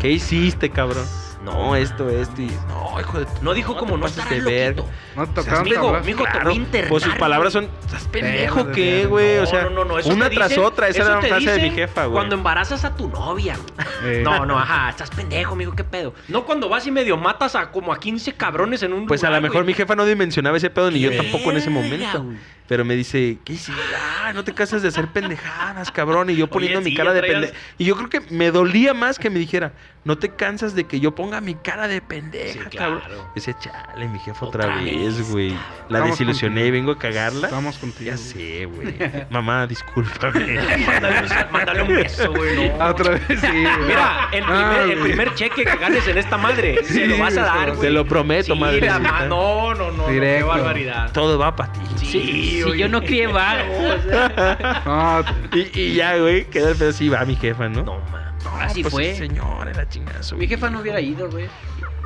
[SPEAKER 1] ¿Qué hiciste, cabrón? No, esto, esto y no, pues, hijo de tu-
[SPEAKER 5] No dijo como
[SPEAKER 1] te
[SPEAKER 5] no
[SPEAKER 1] pases
[SPEAKER 5] estará
[SPEAKER 1] de
[SPEAKER 5] loquito.
[SPEAKER 4] No te
[SPEAKER 1] O sea,
[SPEAKER 4] tocaron
[SPEAKER 5] mijo,
[SPEAKER 4] tablas.
[SPEAKER 5] mijo, te
[SPEAKER 1] Claro,
[SPEAKER 5] voy a internar,
[SPEAKER 1] pues sus palabras
[SPEAKER 5] güey.
[SPEAKER 1] son, ¿estás pendejo
[SPEAKER 4] Perro de
[SPEAKER 1] qué,
[SPEAKER 4] mierda.
[SPEAKER 1] güey? O
[SPEAKER 5] No,
[SPEAKER 1] sea,
[SPEAKER 5] no, no, no, eso
[SPEAKER 1] una
[SPEAKER 5] te
[SPEAKER 1] tras
[SPEAKER 5] dicen-
[SPEAKER 1] otra, esa
[SPEAKER 5] eso
[SPEAKER 1] era la
[SPEAKER 5] te
[SPEAKER 1] frase de mi
[SPEAKER 5] dicen
[SPEAKER 1] jefa, güey.
[SPEAKER 5] Cuando embarazas a tu novia, güey.
[SPEAKER 4] Eh.
[SPEAKER 5] No, no, ajá, estás pendejo, amigo, qué pedo. No cuando vas y medio matas a como a 15 cabrones en un
[SPEAKER 1] Pues a lo
[SPEAKER 5] lugar,
[SPEAKER 1] mejor mi
[SPEAKER 5] güey.
[SPEAKER 1] jefa no dimensionaba ese pedo ni yo
[SPEAKER 5] Qué
[SPEAKER 1] tampoco en ese
[SPEAKER 5] verga,
[SPEAKER 1] momento.
[SPEAKER 5] güey.
[SPEAKER 1] Pero me dice, ¿qué hiciste? Ah, no te casas de hacer pendejadas, cabrón. Y yo poniendo
[SPEAKER 5] sí,
[SPEAKER 1] mi
[SPEAKER 5] ya
[SPEAKER 1] cara de
[SPEAKER 5] traías-
[SPEAKER 1] pendejo. Y yo creo que me dolía más que me dijera, no te cansas de que yo ponga mi cara de pendeja,
[SPEAKER 5] Sí,
[SPEAKER 1] cabrón.
[SPEAKER 5] claro.
[SPEAKER 1] Ese chale, mi jefa otra,
[SPEAKER 5] Otra
[SPEAKER 1] vez,
[SPEAKER 5] vez,
[SPEAKER 1] güey. La
[SPEAKER 4] Vamos
[SPEAKER 1] desilusioné y
[SPEAKER 4] contigo.
[SPEAKER 1] vengo a cagarla.
[SPEAKER 4] Estamos contigo.
[SPEAKER 1] Ya sé, güey. Mamá, discúlpame.
[SPEAKER 5] Mándale un- Mándale un beso, güey. no.
[SPEAKER 4] Ah, Otra vez sí. güey.
[SPEAKER 5] Mira, el primer,
[SPEAKER 4] Ah,
[SPEAKER 5] el
[SPEAKER 4] güey.
[SPEAKER 5] primer cheque que ganes en esta madre, se lo vas a dar,
[SPEAKER 4] se
[SPEAKER 5] güey.
[SPEAKER 1] Te lo prometo,
[SPEAKER 5] Sí,
[SPEAKER 1] madre.
[SPEAKER 5] la ma- No, no, no, no, qué
[SPEAKER 4] Directo.
[SPEAKER 5] barbaridad.
[SPEAKER 1] Todo va para ti.
[SPEAKER 5] Sí,
[SPEAKER 2] Si
[SPEAKER 5] oye.
[SPEAKER 2] yo no crié vagos. o sea,
[SPEAKER 4] No,
[SPEAKER 1] Y, y ya, güey, queda el pedo así, va mi jefa, ¿no?
[SPEAKER 5] No, ma.
[SPEAKER 2] así
[SPEAKER 1] pues,
[SPEAKER 2] fue.
[SPEAKER 1] Señora, la chingazo.
[SPEAKER 2] Mi jefa no hubiera ido, güey.
[SPEAKER 4] eh,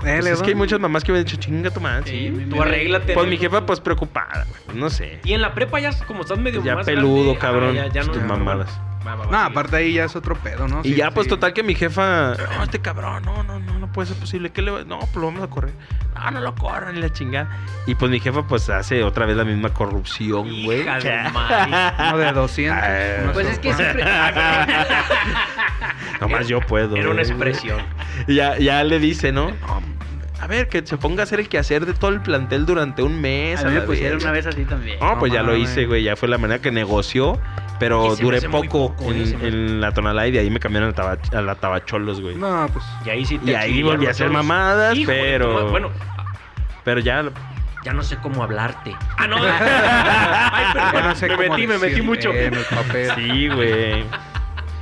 [SPEAKER 1] Pues
[SPEAKER 4] le
[SPEAKER 1] es que hay
[SPEAKER 4] doy.
[SPEAKER 1] muchas mamás que me han dicho, chinga tu madre.
[SPEAKER 2] Sí, mi-
[SPEAKER 5] Tú arréglate.
[SPEAKER 1] Pues
[SPEAKER 5] ¿no?
[SPEAKER 1] mi jefa, pues preocupada, güey. No sé.
[SPEAKER 5] Y en la prepa ya, como estás medio
[SPEAKER 1] Ya
[SPEAKER 5] más
[SPEAKER 1] peludo,
[SPEAKER 5] grande,
[SPEAKER 1] cabrón. Pues
[SPEAKER 5] ah, ya, ya no-
[SPEAKER 1] tus
[SPEAKER 5] ya no-
[SPEAKER 1] mamadas.
[SPEAKER 5] Va, va, va,
[SPEAKER 4] No,
[SPEAKER 5] sí.
[SPEAKER 4] aparte ahí ya es otro pedo, ¿no?
[SPEAKER 1] Y
[SPEAKER 4] Sí,
[SPEAKER 1] ya, pues
[SPEAKER 4] sí.
[SPEAKER 1] total que mi jefa, no, este cabrón, no, no, no, no puede ser posible. ¿Qué le va? No, pues lo vamos a correr. No, no lo corran, y la chingada. Y pues mi jefa, pues hace otra vez la misma corrupción, güey.
[SPEAKER 5] Hija de madre.
[SPEAKER 4] Uno de 200.
[SPEAKER 1] Ah,
[SPEAKER 4] uno
[SPEAKER 2] Pues
[SPEAKER 4] de
[SPEAKER 2] es que
[SPEAKER 4] 400.
[SPEAKER 2] siempre.
[SPEAKER 1] Nomás yo puedo.
[SPEAKER 5] Era una
[SPEAKER 1] güey.
[SPEAKER 5] expresión.
[SPEAKER 1] Y Ya, ya le dice, ¿no? No, A ver, que se ponga a hacer el quehacer de todo el plantel durante un mes.
[SPEAKER 2] A mí
[SPEAKER 1] la
[SPEAKER 2] me pusieron
[SPEAKER 1] vez.
[SPEAKER 2] una vez así también.
[SPEAKER 1] No,
[SPEAKER 4] No
[SPEAKER 1] pues ya lo
[SPEAKER 4] mames.
[SPEAKER 1] hice, güey. Ya fue la manera que negoció. Pero
[SPEAKER 5] Y se me
[SPEAKER 1] duré
[SPEAKER 5] hace muy
[SPEAKER 1] poco,
[SPEAKER 5] poco,
[SPEAKER 1] en,
[SPEAKER 5] y se me-
[SPEAKER 1] en la tonalá y de ahí me cambiaron a, Taba- a la Tabacholos, güey.
[SPEAKER 4] No, pues.
[SPEAKER 5] Y ahí sí
[SPEAKER 1] Y ahí volví a hacer mamadas,
[SPEAKER 5] Hijo de tu
[SPEAKER 1] pero-
[SPEAKER 5] madre. Bueno,
[SPEAKER 1] Pero ya.
[SPEAKER 5] ya no sé cómo hablarte. Ah, no. Ay, perdón.
[SPEAKER 4] Ya no sé
[SPEAKER 5] me
[SPEAKER 4] cómo
[SPEAKER 5] metí, me metí
[SPEAKER 4] decir
[SPEAKER 5] mucho.
[SPEAKER 4] en el papel.
[SPEAKER 1] Sí, güey.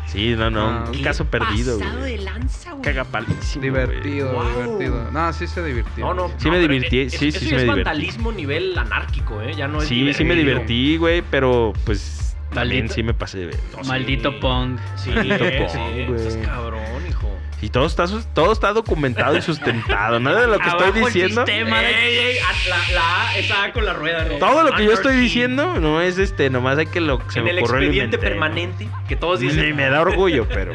[SPEAKER 1] Sí, no, no.
[SPEAKER 4] Ah,
[SPEAKER 1] un
[SPEAKER 4] ¿qué
[SPEAKER 1] caso perdido,
[SPEAKER 3] Pasado
[SPEAKER 1] güey.
[SPEAKER 3] de lanza, güey.
[SPEAKER 1] Cagapalísimo. güey.
[SPEAKER 4] Divertido,
[SPEAKER 5] Wow.
[SPEAKER 4] divertido. No, sí se divirtió.
[SPEAKER 5] No, no.
[SPEAKER 1] Sí me
[SPEAKER 5] no, pero
[SPEAKER 1] divirtí,
[SPEAKER 5] es-
[SPEAKER 1] sí,
[SPEAKER 5] eso
[SPEAKER 1] sí
[SPEAKER 5] ya
[SPEAKER 1] me
[SPEAKER 5] es
[SPEAKER 1] divertí.
[SPEAKER 5] vandalismo nivel anárquico, ¿eh? Ya no es
[SPEAKER 1] sí, sí me
[SPEAKER 5] divertido.
[SPEAKER 1] divertí, güey. Pero pues. También
[SPEAKER 2] Maldito.
[SPEAKER 1] sí me pasé de ver.
[SPEAKER 5] No, sí.
[SPEAKER 2] Maldito Pong.
[SPEAKER 5] Sí,
[SPEAKER 1] Maldito
[SPEAKER 5] eh,
[SPEAKER 1] pong,
[SPEAKER 5] sí,
[SPEAKER 1] güey.
[SPEAKER 5] estás cabrón, hijo.
[SPEAKER 1] Y todo está, sus- todo está documentado y sustentado. Nada de lo que estoy
[SPEAKER 2] Abajo el
[SPEAKER 1] diciendo.
[SPEAKER 2] sistema de-
[SPEAKER 5] Ey, ey, a- la, la A, esa A con la rueda, ¿no?
[SPEAKER 1] Todo lo que yo estoy
[SPEAKER 5] Anarchy.
[SPEAKER 1] diciendo no es este, nomás hay que lo que se
[SPEAKER 5] en
[SPEAKER 1] me
[SPEAKER 5] el
[SPEAKER 1] ocurrió y lo
[SPEAKER 5] expediente
[SPEAKER 1] inventé.
[SPEAKER 5] permanente que todos dicen.
[SPEAKER 1] Ni me da orgullo, pero.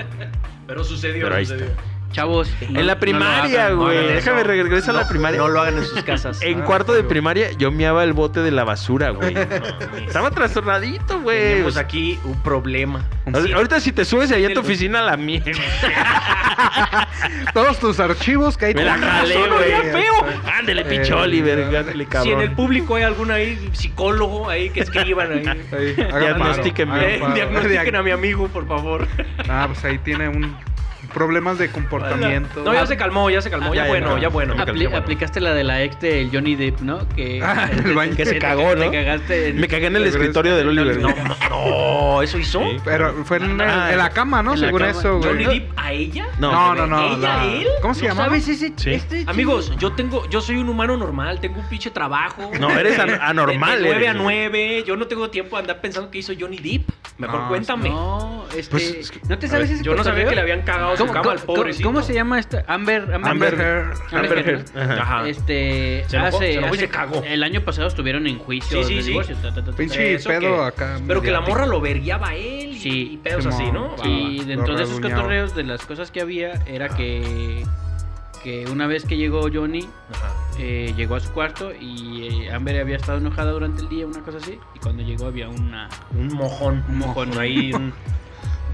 [SPEAKER 5] Pero sucedió,
[SPEAKER 1] Pero ahí
[SPEAKER 5] sucedió.
[SPEAKER 2] Chavos. no-
[SPEAKER 1] en la
[SPEAKER 2] no lo
[SPEAKER 1] primaria,
[SPEAKER 2] hagan, no
[SPEAKER 1] güey.
[SPEAKER 2] hagan eso.
[SPEAKER 1] Déjame regresar a la primaria.
[SPEAKER 5] No lo hagan en sus casas.
[SPEAKER 1] En
[SPEAKER 4] Ah,
[SPEAKER 1] cuarto de
[SPEAKER 4] yo-
[SPEAKER 1] primaria yo meaba el bote de la basura, güey.
[SPEAKER 5] Estamos,
[SPEAKER 1] Estaba trastornadito, güey.
[SPEAKER 5] Tenemos aquí un problema.
[SPEAKER 1] Ahor- Ahorita si te subes allá en tu oficina la mía.
[SPEAKER 4] Todos tus archivos que ahí
[SPEAKER 1] Me la
[SPEAKER 4] tenés,
[SPEAKER 1] jalé,
[SPEAKER 4] son
[SPEAKER 1] güey.
[SPEAKER 4] ya feo.
[SPEAKER 1] Ándele,
[SPEAKER 4] Eh,
[SPEAKER 1] pinche Oliver.
[SPEAKER 4] no.
[SPEAKER 1] Ándele,
[SPEAKER 5] Si en el
[SPEAKER 1] cabrón.
[SPEAKER 5] público hay algún ahí psicólogo ahí que escriban ahí.
[SPEAKER 4] Ahí, hagan paro,
[SPEAKER 1] Diagnostíquenme.
[SPEAKER 4] hagan
[SPEAKER 5] Eh,
[SPEAKER 4] paro.
[SPEAKER 5] diagnostiquen a mi amigo, por favor.
[SPEAKER 4] Ah, pues ahí tiene un problemas de comportamiento.
[SPEAKER 5] No, ya se calmó, ya se calmó, ya,
[SPEAKER 1] Ah, ya,
[SPEAKER 5] bueno,
[SPEAKER 1] ya,
[SPEAKER 5] ya bueno.
[SPEAKER 1] ya.
[SPEAKER 2] Apli- aplicaste la de la ex del Johnny Depp, ¿no? Que
[SPEAKER 4] Ah, en el baño.
[SPEAKER 1] Que se
[SPEAKER 2] te-
[SPEAKER 1] cagó,
[SPEAKER 2] te
[SPEAKER 1] ¿no?
[SPEAKER 2] cagaste en-
[SPEAKER 1] Me cagué en el
[SPEAKER 4] Regreso.
[SPEAKER 1] escritorio del Oliver.
[SPEAKER 5] No, no, ¿eso hizo?
[SPEAKER 1] Sí.
[SPEAKER 4] Pero fue en,
[SPEAKER 1] Ah,
[SPEAKER 4] en la cama, ¿no?
[SPEAKER 2] en la
[SPEAKER 4] Según
[SPEAKER 2] cama.
[SPEAKER 4] eso, güey.
[SPEAKER 5] ¿Johnny Depp a ella?
[SPEAKER 4] No, no, no.
[SPEAKER 5] ¿Ella,
[SPEAKER 4] la-
[SPEAKER 5] él?
[SPEAKER 4] ¿Cómo se llama?
[SPEAKER 2] ese? este
[SPEAKER 1] Sí.
[SPEAKER 5] Amigos, yo tengo, yo soy un humano normal, tengo un pinche trabajo.
[SPEAKER 1] No, eres an- anormal,
[SPEAKER 5] De, de 9 a
[SPEAKER 1] eres,
[SPEAKER 5] 9, yo no tengo tiempo de andar pensando que hizo Johnny Depp. Mejor
[SPEAKER 4] No,
[SPEAKER 5] cuéntame.
[SPEAKER 2] No, este.
[SPEAKER 1] Pues, es que-
[SPEAKER 2] ¿No te
[SPEAKER 1] a
[SPEAKER 2] sabes
[SPEAKER 1] ver,
[SPEAKER 2] ese
[SPEAKER 5] yo no sabía
[SPEAKER 2] cotorreo?
[SPEAKER 5] que le habían cagado su
[SPEAKER 2] ¿Cómo,
[SPEAKER 5] cama
[SPEAKER 2] cómo-
[SPEAKER 5] al pobrecito.
[SPEAKER 2] cómo se llama esta? Amber. Amber.
[SPEAKER 1] Amber
[SPEAKER 2] Heard.
[SPEAKER 1] Heard.
[SPEAKER 2] Amber
[SPEAKER 1] Amber Heard.
[SPEAKER 2] Heard.
[SPEAKER 1] Ajá.
[SPEAKER 5] Ajá.
[SPEAKER 2] Este.
[SPEAKER 5] Ah. Se
[SPEAKER 2] hace,
[SPEAKER 5] enojó, se enojó y
[SPEAKER 2] hace-
[SPEAKER 5] se cagó.
[SPEAKER 2] El año pasado estuvieron en juicio
[SPEAKER 5] Sí, sí,
[SPEAKER 2] de
[SPEAKER 5] sí.
[SPEAKER 2] divorcio. ta, ta, ta, ta,
[SPEAKER 4] Pinche
[SPEAKER 5] Eso
[SPEAKER 4] pedo
[SPEAKER 5] que-
[SPEAKER 4] acá.
[SPEAKER 5] Pero que la
[SPEAKER 4] mediático.
[SPEAKER 5] morra lo verguiaba a él y-
[SPEAKER 2] Sí.
[SPEAKER 5] y pedos
[SPEAKER 4] Simón.
[SPEAKER 5] así, ¿no? Va,
[SPEAKER 2] Y
[SPEAKER 4] va,
[SPEAKER 2] dentro
[SPEAKER 4] lo
[SPEAKER 2] de esos
[SPEAKER 4] rasguñaba.
[SPEAKER 2] cotorreos, de las cosas que había, era que, que una vez que llegó Johnny,
[SPEAKER 5] va. Ajá.
[SPEAKER 2] eh, llegó a su cuarto y eh, Amber había estado enojada durante el día, una cosa así, y cuando llegó había una...
[SPEAKER 5] Un mojón.
[SPEAKER 2] Un mojón.
[SPEAKER 5] ahí. un-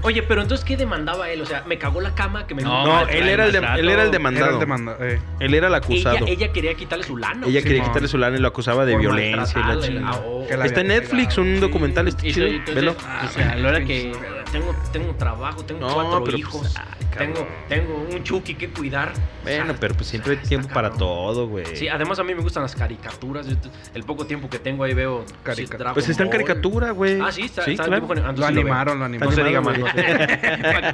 [SPEAKER 5] Oye, pero entonces, ¿qué demandaba él? O sea, me cagó la cama que me...
[SPEAKER 2] No,
[SPEAKER 1] No,
[SPEAKER 2] trae
[SPEAKER 1] él era el, de-
[SPEAKER 2] maltrato.
[SPEAKER 1] él era el
[SPEAKER 4] Era
[SPEAKER 1] demandado.
[SPEAKER 4] el demandado, eh.
[SPEAKER 5] Ah,
[SPEAKER 1] Él era el acusado.
[SPEAKER 5] ella,
[SPEAKER 1] Ella,
[SPEAKER 5] ella quería quitarle su lana.
[SPEAKER 1] quería
[SPEAKER 4] Simón.
[SPEAKER 1] quitarle su lana y lo acusaba de
[SPEAKER 5] por
[SPEAKER 1] violencia. y la
[SPEAKER 5] maltratarle,
[SPEAKER 1] chingada. Este
[SPEAKER 5] ah, oh.
[SPEAKER 4] Que la
[SPEAKER 1] Está en
[SPEAKER 4] había
[SPEAKER 1] Netflix,
[SPEAKER 4] pegado.
[SPEAKER 1] un documental. Está
[SPEAKER 2] Y
[SPEAKER 1] chido.
[SPEAKER 2] y entonces,
[SPEAKER 1] Velo.
[SPEAKER 2] o sea, a la hora que...
[SPEAKER 5] Tengo, tengo trabajo, tengo
[SPEAKER 1] No,
[SPEAKER 5] cuatro
[SPEAKER 1] pero,
[SPEAKER 5] hijos,
[SPEAKER 1] pues, ay, cabrón.
[SPEAKER 5] tengo, tengo un chuki que cuidar.
[SPEAKER 1] Bueno,
[SPEAKER 5] O sea,
[SPEAKER 1] pero eh. pues siempre hay
[SPEAKER 5] está
[SPEAKER 1] tiempo para
[SPEAKER 5] cabrón.
[SPEAKER 1] todo, güey.
[SPEAKER 5] Sí, ah, además a mí me gustan las caricaturas. yo t- El poco tiempo que tengo ahí veo. sí,
[SPEAKER 4] Carica-
[SPEAKER 5] Dragon
[SPEAKER 1] Pues está en
[SPEAKER 5] Ball.
[SPEAKER 1] caricatura, güey.
[SPEAKER 5] Ah, sí, Ah, está, está en
[SPEAKER 1] claro.
[SPEAKER 5] dibujo animado,
[SPEAKER 4] Lo
[SPEAKER 5] entonces veo.
[SPEAKER 4] animaron, lo
[SPEAKER 5] No
[SPEAKER 4] animaron.
[SPEAKER 5] se diga más.
[SPEAKER 1] Animado,
[SPEAKER 5] no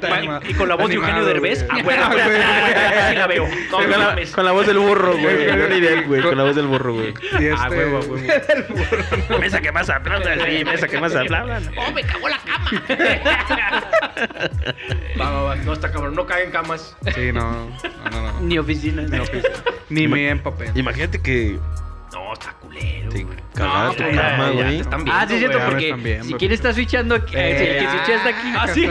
[SPEAKER 5] se diga más. Y con la voz de Eugenio
[SPEAKER 4] Animado,
[SPEAKER 5] Derbez.
[SPEAKER 4] güey.
[SPEAKER 5] Ah, bueno, pues, ah, sí la veo. No,
[SPEAKER 1] Con
[SPEAKER 5] no
[SPEAKER 1] la,
[SPEAKER 5] mames.
[SPEAKER 1] con la voz del burro, güey.
[SPEAKER 4] Güey,
[SPEAKER 1] Johnny Depp, güey. Con la voz del burro, güey.
[SPEAKER 4] Y
[SPEAKER 5] Ah,
[SPEAKER 4] este-
[SPEAKER 5] huevo, huevo.
[SPEAKER 1] Mesa que más aplaudan, sí, mesa que más aplaudan.
[SPEAKER 5] ¡Oh, me cagó la cama! va, va, va. No, está cabrón. No caguen camas.
[SPEAKER 4] Sí, no. No, no, no.
[SPEAKER 2] Ni oficina.
[SPEAKER 4] Ni
[SPEAKER 1] Ima-
[SPEAKER 4] me en papel.
[SPEAKER 1] Imagínate que
[SPEAKER 5] No, está culero.
[SPEAKER 1] te
[SPEAKER 5] güey.
[SPEAKER 1] cagara
[SPEAKER 5] No,
[SPEAKER 1] Ah, tu
[SPEAKER 5] pues, ya,
[SPEAKER 1] cama,
[SPEAKER 5] ya,
[SPEAKER 1] güey.
[SPEAKER 5] te están viendo,
[SPEAKER 2] Ah, sí, es cierto,
[SPEAKER 5] güey.
[SPEAKER 4] ahora
[SPEAKER 2] porque
[SPEAKER 4] están viendo,
[SPEAKER 2] si
[SPEAKER 4] porque-
[SPEAKER 2] quién está switchando, aquí, eh, si el que
[SPEAKER 4] Eh,
[SPEAKER 2] switcha está aquí.
[SPEAKER 5] Ah, sí.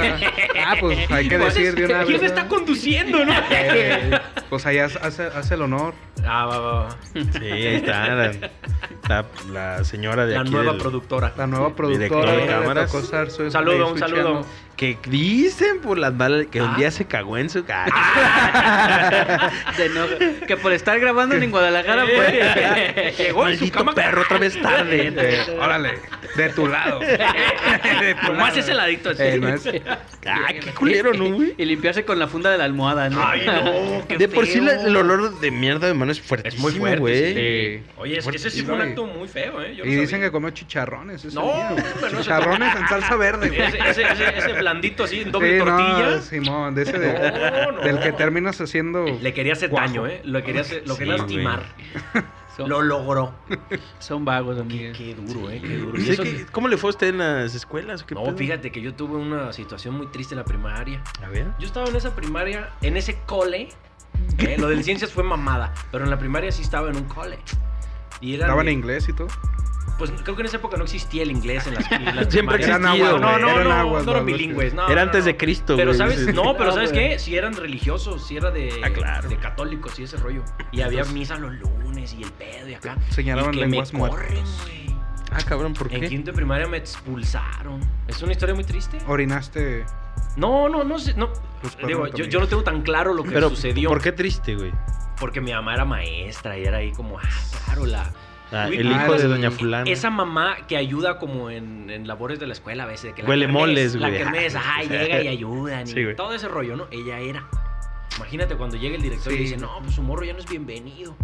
[SPEAKER 4] Ah, pues hay que
[SPEAKER 5] Pues,
[SPEAKER 4] decir de una vez.
[SPEAKER 5] ¿Quién
[SPEAKER 4] ¿no?
[SPEAKER 5] está conduciendo, no?
[SPEAKER 4] Eh, Pues ahí hace, hace- hace el honor.
[SPEAKER 5] Ah, va, va, va.
[SPEAKER 1] Sí, ahí está. La, la- la señora de
[SPEAKER 5] La
[SPEAKER 1] aquí.
[SPEAKER 5] nueva
[SPEAKER 1] del-
[SPEAKER 5] productora.
[SPEAKER 4] La nueva productora.
[SPEAKER 1] de
[SPEAKER 4] le tocó
[SPEAKER 1] cámaras.
[SPEAKER 4] estar su-
[SPEAKER 5] Un saludo, un
[SPEAKER 4] switchando.
[SPEAKER 5] saludo.
[SPEAKER 1] Que dicen por las balas que un
[SPEAKER 5] Ah.
[SPEAKER 1] día se cagó en su casa.
[SPEAKER 2] De enojo. que por estar grabando en Guadalajara, pues.
[SPEAKER 5] Llegó
[SPEAKER 1] Eh.
[SPEAKER 5] en su
[SPEAKER 1] Maldito
[SPEAKER 5] cama.
[SPEAKER 1] perro, otra vez tarde.
[SPEAKER 4] Eh, órale, de tu lado. De tu
[SPEAKER 5] Nomás es el adicto. así.
[SPEAKER 4] Eh, no es-
[SPEAKER 1] Ah, qué culero, ¿no, güey?
[SPEAKER 2] Y limpiarse con la funda de la almohada, ¿no?
[SPEAKER 5] Ay, no, qué
[SPEAKER 1] De por sí la-
[SPEAKER 5] feo.
[SPEAKER 1] el olor de mierda de mano es
[SPEAKER 5] Es muy
[SPEAKER 1] fuertísimo,
[SPEAKER 5] fuerte,
[SPEAKER 1] güey.
[SPEAKER 5] sí. Oye, es que ese sí fue un acto muy feo, ¿eh? Yo no
[SPEAKER 4] Y eh, dicen
[SPEAKER 5] sabía.
[SPEAKER 4] que comió chicharrones. ese
[SPEAKER 5] No,
[SPEAKER 4] día, güey.
[SPEAKER 5] hombre, no.
[SPEAKER 4] Chicharrones en salsa verde, güey.
[SPEAKER 5] Ese, ese, ese, ese blandito así, en doble
[SPEAKER 4] Sí, no,
[SPEAKER 5] tortilla.
[SPEAKER 4] Simón, de ese de-
[SPEAKER 5] No, no.
[SPEAKER 4] del que terminas haciendo.
[SPEAKER 5] Le quería hacer
[SPEAKER 4] Guajo.
[SPEAKER 5] daño, ¿eh? Lo quería, hacer- lo quería
[SPEAKER 1] Sí, güey.
[SPEAKER 5] lastimar.
[SPEAKER 2] Son,
[SPEAKER 5] Lo logró.
[SPEAKER 2] son vagos, amigos.
[SPEAKER 5] Qué duro, ¿eh? Qué duro.
[SPEAKER 1] Pues
[SPEAKER 5] Y
[SPEAKER 1] es
[SPEAKER 5] eso-
[SPEAKER 1] que, ¿Cómo le fue a usted en las escuelas? o qué
[SPEAKER 5] No,
[SPEAKER 1] pedo?
[SPEAKER 5] fíjate que yo tuve una situación muy triste en la primaria.
[SPEAKER 1] A ver.
[SPEAKER 5] Yo estaba en esa primaria, en ese cole. eh, lo de ciencias fue mamada, pero en la primaria sí estaba en un cole. Y era
[SPEAKER 4] Estaba en
[SPEAKER 5] de-
[SPEAKER 4] inglés y todo.
[SPEAKER 5] Pues creo que en esa época no existía el inglés en las en las
[SPEAKER 1] Siempre
[SPEAKER 5] primarias.
[SPEAKER 1] existido,
[SPEAKER 5] No, no,
[SPEAKER 1] güey.
[SPEAKER 5] no,
[SPEAKER 4] Eran
[SPEAKER 5] no,
[SPEAKER 4] aguas,
[SPEAKER 5] no eran
[SPEAKER 4] los-
[SPEAKER 5] bilingües. No,
[SPEAKER 1] Era
[SPEAKER 5] no,
[SPEAKER 1] antes
[SPEAKER 5] no.
[SPEAKER 1] de Cristo,
[SPEAKER 5] Pero
[SPEAKER 1] güey.
[SPEAKER 5] sabes, no, pero
[SPEAKER 2] No,
[SPEAKER 5] ¿sabes
[SPEAKER 2] güey.
[SPEAKER 5] qué? Si eran religiosos, si era de,
[SPEAKER 1] Ah, claro.
[SPEAKER 5] de católicos y ese rollo. Y había misa los lunes y el pedo y acá.
[SPEAKER 4] Señalaban
[SPEAKER 5] y que
[SPEAKER 4] lenguas
[SPEAKER 5] me
[SPEAKER 4] muertas.
[SPEAKER 5] corren, güey.
[SPEAKER 1] Ah, cabrón, ¿por
[SPEAKER 5] En
[SPEAKER 1] qué?
[SPEAKER 5] quinto de primaria me expulsaron. Es una historia muy triste.
[SPEAKER 4] Orinaste.
[SPEAKER 5] No, no, no sé. No.
[SPEAKER 4] Pues, perdón,
[SPEAKER 5] Digo, yo,
[SPEAKER 4] también.
[SPEAKER 5] yo no tengo tan claro lo que
[SPEAKER 1] Pero,
[SPEAKER 5] sucedió.
[SPEAKER 1] ¿por qué triste, güey?
[SPEAKER 5] Porque mi mamá era maestra y era ahí como, ah, claro, la...
[SPEAKER 1] Ah,
[SPEAKER 5] Uy,
[SPEAKER 1] el
[SPEAKER 5] ah,
[SPEAKER 1] hijo de
[SPEAKER 4] el-
[SPEAKER 1] Doña Fulana.
[SPEAKER 5] Esa mamá que ayuda como en, en labores de la escuela a veces. Que la
[SPEAKER 1] Huele
[SPEAKER 5] kermés,
[SPEAKER 1] moles,
[SPEAKER 5] La
[SPEAKER 1] güey.
[SPEAKER 5] kermés, ajá, llega y ayudan.
[SPEAKER 1] Sí,
[SPEAKER 5] y
[SPEAKER 1] güey.
[SPEAKER 5] todo ese rollo, ¿no? Ella era. Imagínate cuando llega el director y
[SPEAKER 4] Sí.
[SPEAKER 5] dice, no, pues su morro ya no es bienvenido.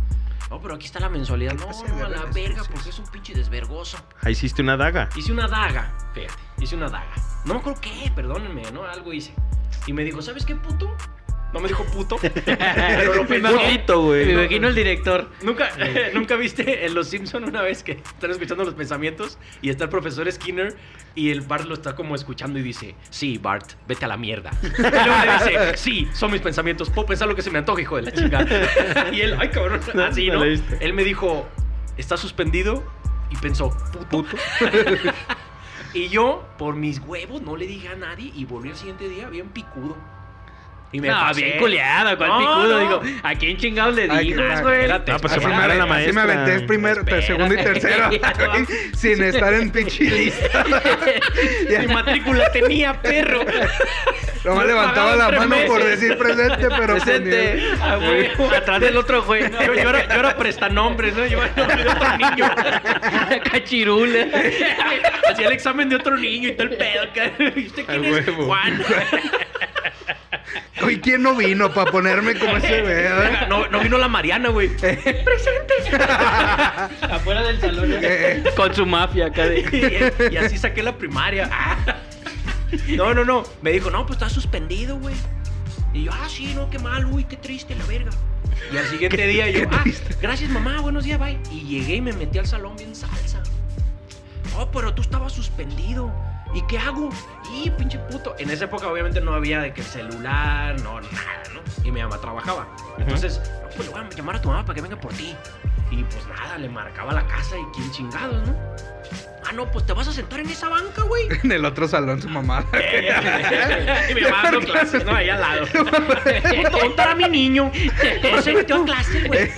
[SPEAKER 5] No, pero aquí está la mensualidad. No,
[SPEAKER 4] pasa de
[SPEAKER 5] no, a la
[SPEAKER 4] vergas,
[SPEAKER 5] verga,
[SPEAKER 4] sí,
[SPEAKER 5] porque es un pinche desvergoso.
[SPEAKER 1] Ahí hiciste una daga.
[SPEAKER 5] Hice una daga, fíjate, hice una daga. No me acuerdo qué, perdónenme, ¿no? Algo hice. Y me dijo, ¿sabes qué, puto? No me dijo puto, pero lo pensó.
[SPEAKER 1] Putito,
[SPEAKER 2] Me
[SPEAKER 1] güey.
[SPEAKER 2] imagino el director.
[SPEAKER 5] ¿Nunca, ¿Nunca viste en Los Simpson una vez que están escuchando los pensamientos y está el profesor Skinner y el Bart lo está como escuchando y dice, sí, Bart, vete a la mierda. Y luego le dice, sí, son mis pensamientos, puedo pensar lo que se me antoje, hijo de la chingada. Y él, ay, cabrón,
[SPEAKER 1] No,
[SPEAKER 5] así,
[SPEAKER 1] no
[SPEAKER 5] ¿no?
[SPEAKER 1] la viste.
[SPEAKER 5] Él me dijo, está suspendido y pensó, puto. y yo, por mis huevos, no le dije a nadie y volví al siguiente día bien picudo. Y me
[SPEAKER 2] no,
[SPEAKER 5] pasé.
[SPEAKER 2] bien culeado, cuál
[SPEAKER 5] No,
[SPEAKER 2] picudo.
[SPEAKER 5] no.
[SPEAKER 2] Digo, ¿a quién chingados le
[SPEAKER 4] Ay,
[SPEAKER 2] digas,
[SPEAKER 4] qué-
[SPEAKER 2] güey?
[SPEAKER 5] Espérate,
[SPEAKER 1] Ah, pues
[SPEAKER 4] Así
[SPEAKER 1] se fue
[SPEAKER 4] me,
[SPEAKER 5] espérate.
[SPEAKER 1] primero la
[SPEAKER 4] así me
[SPEAKER 1] maestra.
[SPEAKER 4] aventé el primer,
[SPEAKER 5] Espérate.
[SPEAKER 4] segundo y tercero, güey, sin estar en pinche lista.
[SPEAKER 5] Mi matrícula tenía perro.
[SPEAKER 4] Nomás levantaba la
[SPEAKER 5] pagaban tres
[SPEAKER 4] mano por
[SPEAKER 5] meses.
[SPEAKER 4] decir presente, pero...
[SPEAKER 1] Presente.
[SPEAKER 5] Ah, güey, Atrás del otro, güey. Yo, yo era, yo era prestanombres, ¿no? Yo era nombre de otro niño.
[SPEAKER 2] Cachirula.
[SPEAKER 5] Hacía el examen de otro niño y todo el pedo. acá. ¿Y usted quién
[SPEAKER 1] Al
[SPEAKER 5] es?
[SPEAKER 1] huevo.
[SPEAKER 5] Juan.
[SPEAKER 4] ponía- Oye, ¿quién no vino para ponerme como ese, güey? eh?
[SPEAKER 5] No, no vino la Mariana, güey.
[SPEAKER 2] Afuera del salón.
[SPEAKER 4] Eh,
[SPEAKER 2] Con su mafia acá de.
[SPEAKER 5] Y, y así saqué la primaria. Ah. No, no, no. Me dijo, no, pues está suspendido, güey. Y yo, ah, sí, no, qué mal, uy, qué triste, la verga. Y al siguiente día yo, ah, gracias mamá, buenos días, bye. Y llegué y me metí al salón bien salsa. Oh, pero tú estabas suspendido. ¿Y qué hago? Y pinche puto. En esa época obviamente no había de que celular, no, nada, ¿no? Y mi mamá trabajaba. Entonces, no, pues le voy a llamar a tu mamá para que venga por ti. Y pues nada, le marcaba la casa y quién chingados, ¿no? Ah, no, pues te vas a sentar en esa banca, güey.
[SPEAKER 4] en el otro salón su mamá.
[SPEAKER 5] y mi mamá dando clases, ¿no? Ahí al lado. Puto, ¿Dónde era mi niño? No se metió a clase, güey. Ay,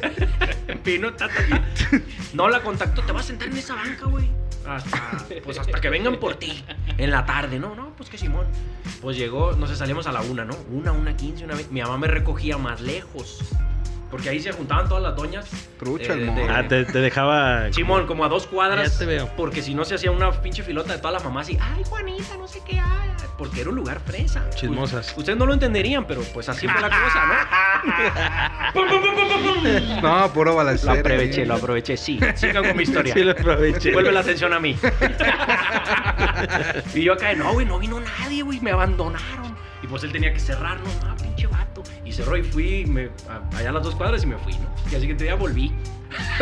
[SPEAKER 5] bueno. Vino, ta, ta, ta. No la contactó, te vas a sentar en esa banca, güey. Hasta, pues hasta que vengan por ti. En la tarde, no, no, pues que Simón. Pues llegó, no sé, salimos a la una, ¿no? Una, una quince, una vez. Mi mamá me recogía más lejos. Porque ahí se juntaban todas las doñas. eh,
[SPEAKER 4] Trucho el
[SPEAKER 5] de-
[SPEAKER 4] mono.
[SPEAKER 1] Ah, te, te dejaba.
[SPEAKER 5] Simón, como a dos cuadras.
[SPEAKER 1] Ya te veo.
[SPEAKER 5] Porque si no se hacía una pinche filota de todas las mamás y, ay, Juanita, no sé qué, ay, ay", porque era un lugar fresa.
[SPEAKER 1] Chismosas.
[SPEAKER 5] U- Ustedes no lo entenderían, pero pues así fue la cosa, ¿no? Pum, pum, pum, pum, pum, pum.
[SPEAKER 4] No, puro balacero.
[SPEAKER 5] Lo aproveché,
[SPEAKER 4] güey.
[SPEAKER 5] lo aproveché, sí. Sigan con mi historia.
[SPEAKER 1] Sí, lo aproveché.
[SPEAKER 5] Vuelve la atención a mí. y yo acá, de, no, güey, no vino nadie, güey, me abandonaron. Y pues él tenía que cerrar, no, no, pinche vato. Y cerró y fui, me, a- allá a las dos cuadras y me fui, ¿no? Y al siguiente día volví.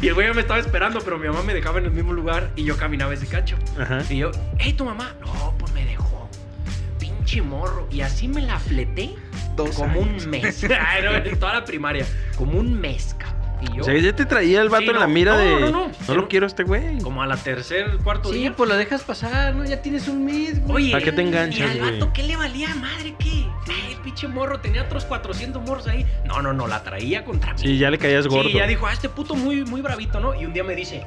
[SPEAKER 5] y el güey ya me estaba esperando, pero mi mamá me dejaba en el mismo lugar y yo caminaba ese cacho.
[SPEAKER 1] Ajá.
[SPEAKER 5] Y yo, hey, tu mamá. No, pues me dejó. Pinche morro. Y así me la fleté
[SPEAKER 4] Dos
[SPEAKER 5] como
[SPEAKER 4] años.
[SPEAKER 5] un mes. Ay, no, en toda la primaria. Como un mes, cabrón. Y yo,
[SPEAKER 1] O sea, ya te traía el vato
[SPEAKER 5] Sí,
[SPEAKER 1] en la
[SPEAKER 5] no.
[SPEAKER 1] mira
[SPEAKER 5] No,
[SPEAKER 1] de.
[SPEAKER 5] no,
[SPEAKER 1] No,
[SPEAKER 5] no.
[SPEAKER 1] lo quiero a este güey.
[SPEAKER 5] como a la tercer, cuarto
[SPEAKER 2] Sí,
[SPEAKER 5] día.
[SPEAKER 2] pues lo dejas pasar, ¿no? Ya tienes un mes, güey.
[SPEAKER 5] Oye,
[SPEAKER 1] ¿Para qué te enganchas,
[SPEAKER 5] ¿y al
[SPEAKER 1] güey?
[SPEAKER 5] vato qué le valía madre qué? Ay, el pinche morro tenía otros 400 morros ahí. No, no, no, la traía contra mí.
[SPEAKER 1] Sí, ya le caías gordo.
[SPEAKER 5] Sí, ya dijo, ah, este puto muy, muy bravito, ¿no? Y un día me dice,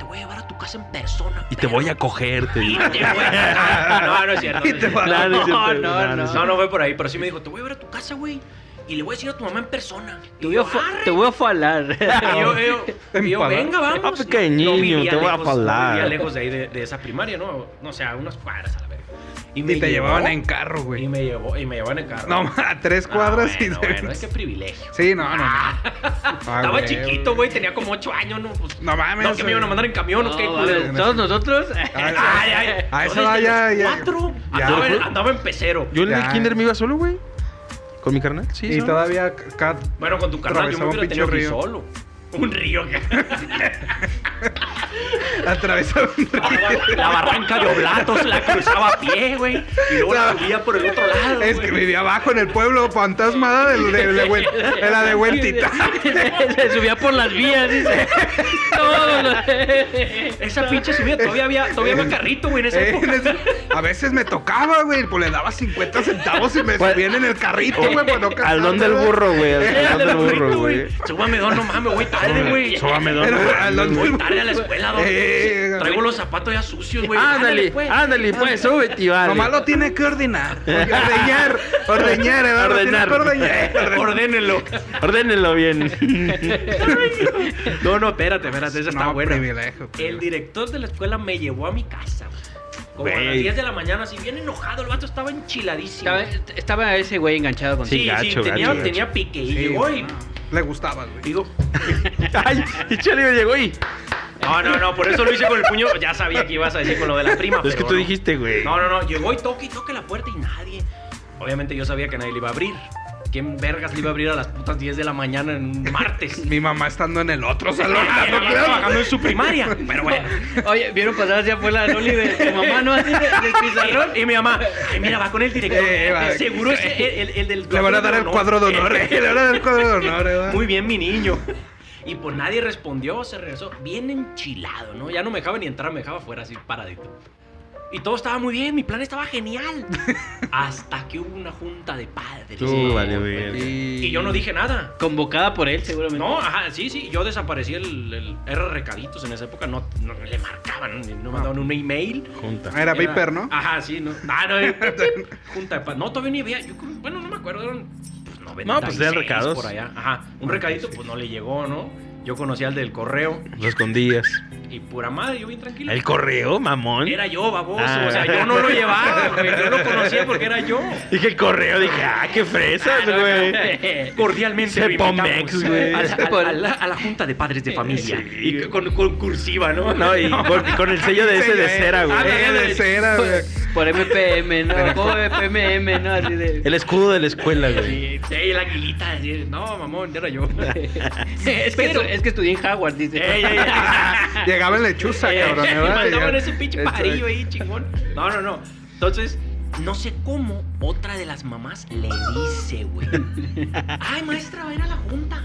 [SPEAKER 5] te voy a llevar a tu casa en persona.
[SPEAKER 1] y te
[SPEAKER 5] perro".
[SPEAKER 1] voy a coger, te
[SPEAKER 5] Y
[SPEAKER 1] digo.
[SPEAKER 5] te voy a- No, no es cierto.
[SPEAKER 4] Y
[SPEAKER 5] no es
[SPEAKER 4] te
[SPEAKER 5] cierto.
[SPEAKER 4] va-
[SPEAKER 1] No, no es cierto,
[SPEAKER 2] No, no,
[SPEAKER 1] no, no es
[SPEAKER 2] no.
[SPEAKER 5] No, no fue por ahí, pero sí me dijo, te voy a ver a tu casa, güey. Y le voy a decir a tu mamá en persona.
[SPEAKER 2] Te
[SPEAKER 5] Y
[SPEAKER 2] voy a,
[SPEAKER 5] yo,
[SPEAKER 2] fa-
[SPEAKER 5] "Arre".
[SPEAKER 2] te voy a falar.
[SPEAKER 5] Y yo, yo- y yo,
[SPEAKER 4] Empalado.
[SPEAKER 5] venga, vamos.
[SPEAKER 1] Ah, pequeño,
[SPEAKER 5] No vivía
[SPEAKER 1] te voy a
[SPEAKER 5] lejos,
[SPEAKER 1] falar.
[SPEAKER 5] No vivía lejos de ahí, de, de esa primaria, ¿no? No, o sea, a unas cuadras a la verga.
[SPEAKER 4] Y te
[SPEAKER 5] llevó,
[SPEAKER 4] llevaban en carro,
[SPEAKER 5] Y
[SPEAKER 4] güey.
[SPEAKER 5] me, llevó, y me llevaban en carro.
[SPEAKER 4] No, a tres
[SPEAKER 5] Ah,
[SPEAKER 4] cuadras y
[SPEAKER 5] bueno,
[SPEAKER 4] se-
[SPEAKER 5] bueno, es que privilegio.
[SPEAKER 4] Sí, no, no, no. Ah,
[SPEAKER 5] Estaba
[SPEAKER 4] güey.
[SPEAKER 5] chiquito, güey, tenía como 8 años, ¿no? Pues,
[SPEAKER 4] No mames.
[SPEAKER 5] no, que me iban a mandar en camión, ¿o qué?
[SPEAKER 2] No,
[SPEAKER 5] culero?
[SPEAKER 2] vale, Todos nosotros.
[SPEAKER 4] Ay,
[SPEAKER 5] Ay, ay.
[SPEAKER 4] A esa
[SPEAKER 5] Yo
[SPEAKER 4] edad
[SPEAKER 5] desde
[SPEAKER 4] ya-
[SPEAKER 5] los
[SPEAKER 4] ya-
[SPEAKER 5] Cuatro.
[SPEAKER 4] ya.
[SPEAKER 5] Andaba, en, andaba en pecero.
[SPEAKER 1] Yo en el
[SPEAKER 4] Ya.
[SPEAKER 1] kinder me iba solo, güey. Con mi carnal, sí.
[SPEAKER 4] Y
[SPEAKER 1] solo.
[SPEAKER 4] todavía Cat.
[SPEAKER 5] Bueno, con tu carnal yo me
[SPEAKER 4] Atravesaba un
[SPEAKER 5] hubiera tenido que
[SPEAKER 4] pinche
[SPEAKER 5] ir
[SPEAKER 4] río.
[SPEAKER 5] solo. Un río.
[SPEAKER 4] atravesaba un río.
[SPEAKER 5] la barranca de Oblatos la cruzaba a pie, güey. Y luego la
[SPEAKER 4] No.
[SPEAKER 5] subía por el otro lado,
[SPEAKER 4] Es que
[SPEAKER 5] güey.
[SPEAKER 4] vivía abajo en el pueblo fantasma de, de- de Huel- de la de vueltita.
[SPEAKER 2] Se subía por las vías, dice. Todos los-
[SPEAKER 5] Esa pinche subida todavía había, todavía había carrito, güey, en esa
[SPEAKER 4] Eh, en
[SPEAKER 5] época.
[SPEAKER 4] es- a veces me tocaba, güey, pues le daba 50 centavos y me
[SPEAKER 1] Pues-
[SPEAKER 4] subían en el carrito, güey, pues no
[SPEAKER 1] Al don
[SPEAKER 4] casarme,
[SPEAKER 1] del
[SPEAKER 4] güey.
[SPEAKER 1] burro, güey. Al don del burro, güey.
[SPEAKER 5] Súbame dos, no mames, güey. Está tarde, güey.
[SPEAKER 1] Sóbame dos.
[SPEAKER 4] Pero, ¿a dónde,
[SPEAKER 5] Voy
[SPEAKER 4] güey?
[SPEAKER 5] tarde a la escuela, don.
[SPEAKER 4] Eh, eh,
[SPEAKER 5] Traigo
[SPEAKER 4] güey.
[SPEAKER 5] los zapatos ya sucios, güey.
[SPEAKER 1] Ándale, ándale, pues, súbete, vale.
[SPEAKER 4] Nomás lo tiene que ordenar. Ordeñar. Ordeñar, Eduardo.
[SPEAKER 1] Ordenar.
[SPEAKER 4] Ordeñar. ordeñar.
[SPEAKER 5] Ordénenlo.
[SPEAKER 1] Ordénenlo bien.
[SPEAKER 5] pues. No, no, espérate, espérate, esa está
[SPEAKER 4] No,
[SPEAKER 5] buena.
[SPEAKER 1] eh.
[SPEAKER 4] privilegio,
[SPEAKER 5] El
[SPEAKER 4] privilegio.
[SPEAKER 5] director de la escuela me llevó a mi casa, güey. Como a las
[SPEAKER 1] Güey.
[SPEAKER 5] 10 de la mañana, así bien enojado, el vato estaba enchiladísimo.
[SPEAKER 2] Estaba, estaba ese güey enganchado con
[SPEAKER 1] Sí,
[SPEAKER 5] Sí,
[SPEAKER 1] gacho,
[SPEAKER 5] sí, tenía,
[SPEAKER 1] gacho,
[SPEAKER 5] tenía pique. Y
[SPEAKER 4] Sí,
[SPEAKER 5] llegó y
[SPEAKER 4] no, Le gustaba, güey.
[SPEAKER 5] digo,
[SPEAKER 1] Ay, y Charlie me llegó y.
[SPEAKER 5] no, no, no, por eso lo hice con el puño. Ya sabía que ibas a decir con lo de la prima.
[SPEAKER 1] Es que
[SPEAKER 5] pero
[SPEAKER 1] tú
[SPEAKER 5] no.
[SPEAKER 1] dijiste, güey.
[SPEAKER 5] No, no, no, llegó y toque y toque la puerta y nadie. Obviamente yo sabía que nadie le iba a abrir. ¿Quién vergas le iba a abrir a las putas 10 de la mañana en un martes?
[SPEAKER 4] Mi mamá estando en el otro salón.
[SPEAKER 5] Ah, no, trabajando en su primaria. Pero bueno.
[SPEAKER 2] Oye, vieron pasar hacia afuera a Oliver, tu mamá no así de- del pizarrón.
[SPEAKER 5] Y mi mamá, "Ay, mira, va con el director.
[SPEAKER 4] Eh, va.
[SPEAKER 5] Seguro es el, el- el del
[SPEAKER 4] Le van a dar el cuadro de honor. eh, Le van a dar el cuadro de honor, eh,
[SPEAKER 5] Muy bien, mi niño. Y pues nadie respondió, se regresó. Bien enchilado, ¿no? Ya no me dejaba ni entrar, me dejaba fuera así paradito. Y todo estaba muy bien, mi plan estaba genial. Hasta que hubo una junta de padres.
[SPEAKER 1] Tú, vale, güey.
[SPEAKER 5] Y yo no dije nada.
[SPEAKER 2] Convocada por él, seguramente.
[SPEAKER 5] No, ajá, sí, sí. Yo desaparecí el, el- era recaditos en esa época. No, no le marcaban, ni- no mandaban un email.
[SPEAKER 1] Junta.
[SPEAKER 4] Era
[SPEAKER 5] Era-
[SPEAKER 4] Viper, ¿no?
[SPEAKER 5] Ajá, sí, no. Ah, no, eh, pip, pip, junta de pa- No, todavía ni había. yo creo- bueno, no me acuerdo, eran. Pues, 96,
[SPEAKER 1] No, pues, eran recados. Ah,
[SPEAKER 5] Por allá. Ajá. Un recadito, pues no le llegó, ¿no? Yo conocía al del correo
[SPEAKER 1] Lo escondías.
[SPEAKER 5] y pura madre, yo bien tranquilo.
[SPEAKER 1] El correo, mamón.
[SPEAKER 5] Era yo, baboso.
[SPEAKER 1] Ah.
[SPEAKER 5] O sea, yo no lo llevaba, güey. Yo lo conocía porque era yo. Ah,
[SPEAKER 1] Dije el correo, dije, ah, qué fresas, güey.
[SPEAKER 5] Cordialmente.
[SPEAKER 1] Se
[SPEAKER 5] lo invitamos
[SPEAKER 1] pomex, güey.
[SPEAKER 5] A, la- a la- a la- a la junta de padres de familia.
[SPEAKER 1] Sí.
[SPEAKER 5] Y con, con cursiva, ¿no?
[SPEAKER 1] No, y con, con el sello de ese de cera,
[SPEAKER 4] Ah,
[SPEAKER 1] güey.
[SPEAKER 4] eh, de cera, güey.
[SPEAKER 2] Por MPM, ¿no? Como MPM, ¿no? Así de.
[SPEAKER 1] El escudo de la escuela, güey.
[SPEAKER 5] Sí, sí, la aguilita. así, No, mamón, ya era yo.
[SPEAKER 2] Es que,
[SPEAKER 5] Pero-
[SPEAKER 2] estu- es que estudié en Howard, dice.
[SPEAKER 5] Ey, ey, ey.
[SPEAKER 4] Llegaba en lechuza,
[SPEAKER 5] Eh,
[SPEAKER 4] cabrón.
[SPEAKER 5] y
[SPEAKER 4] eh, va,
[SPEAKER 5] mandaban
[SPEAKER 4] llegaba-
[SPEAKER 5] ese pinche
[SPEAKER 4] Esto-
[SPEAKER 5] parillo ahí, chingón. No, no, no. Entonces, no sé cómo otra de las mamás le dice, güey. Ay, maestra, va a ir a la junta.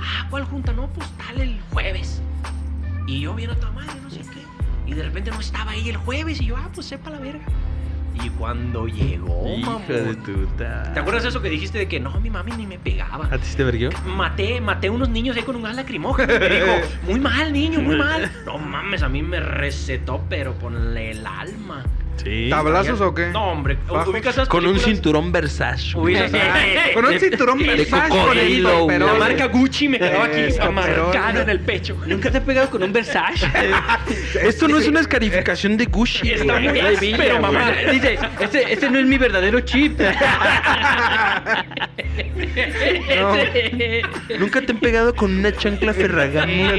[SPEAKER 5] Ah, ¿cuál junta? No, pues tal el jueves. Y yo viendo a tu madre, no sé qué. Y de repente no estaba ahí el jueves. Y yo, ah, pues sepa la verga. Y cuando llegó, mamón.
[SPEAKER 1] Hijo de tuta.
[SPEAKER 5] ¿Te acuerdas eso que dijiste de que no, mi mami ni me pegaba?
[SPEAKER 1] ¿A ti sí te verguió?
[SPEAKER 5] maté, maté unos niños ahí con un gas lacrimógeno. Me dijo, muy mal, niño, muy mal. No mames, a mí me recetó, pero ponle el alma.
[SPEAKER 1] Sí.
[SPEAKER 4] ¿Tablazos o qué?
[SPEAKER 5] No, hombre,
[SPEAKER 4] Bajo.
[SPEAKER 5] ubicas esas
[SPEAKER 1] Con un
[SPEAKER 5] películas?
[SPEAKER 1] cinturón Versace. güey.
[SPEAKER 5] Ubicas-
[SPEAKER 4] Con un
[SPEAKER 1] De-
[SPEAKER 4] cinturón
[SPEAKER 1] de
[SPEAKER 4] Versace, con el
[SPEAKER 1] cocodrilo, güey.
[SPEAKER 4] pero
[SPEAKER 5] La marca Gucci me quedaba aquí
[SPEAKER 4] Eso,
[SPEAKER 5] amarcada
[SPEAKER 4] pero-
[SPEAKER 5] en el pecho.
[SPEAKER 2] ¿Nunca te has pegado con un Versace?
[SPEAKER 1] Esto no es una escarificación de Gucci.
[SPEAKER 5] Está
[SPEAKER 1] güey.
[SPEAKER 5] muy
[SPEAKER 1] Es de Villa,
[SPEAKER 5] áspero,
[SPEAKER 1] güey.
[SPEAKER 5] mamá.
[SPEAKER 2] Dice, este, este no es mi verdadero chip.
[SPEAKER 4] No.
[SPEAKER 2] Este-
[SPEAKER 1] Nunca te han pegado con una chancla Ferragamo.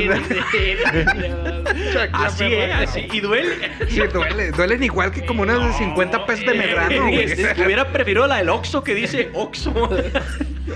[SPEAKER 5] Así es, así. Y duele.
[SPEAKER 4] Sí, duele. Duelen igual que como unas de 50 pesos
[SPEAKER 5] Eh,
[SPEAKER 4] de medrano, güey.
[SPEAKER 5] Si hubiera preferido la del Oxxo que dice Oxxo.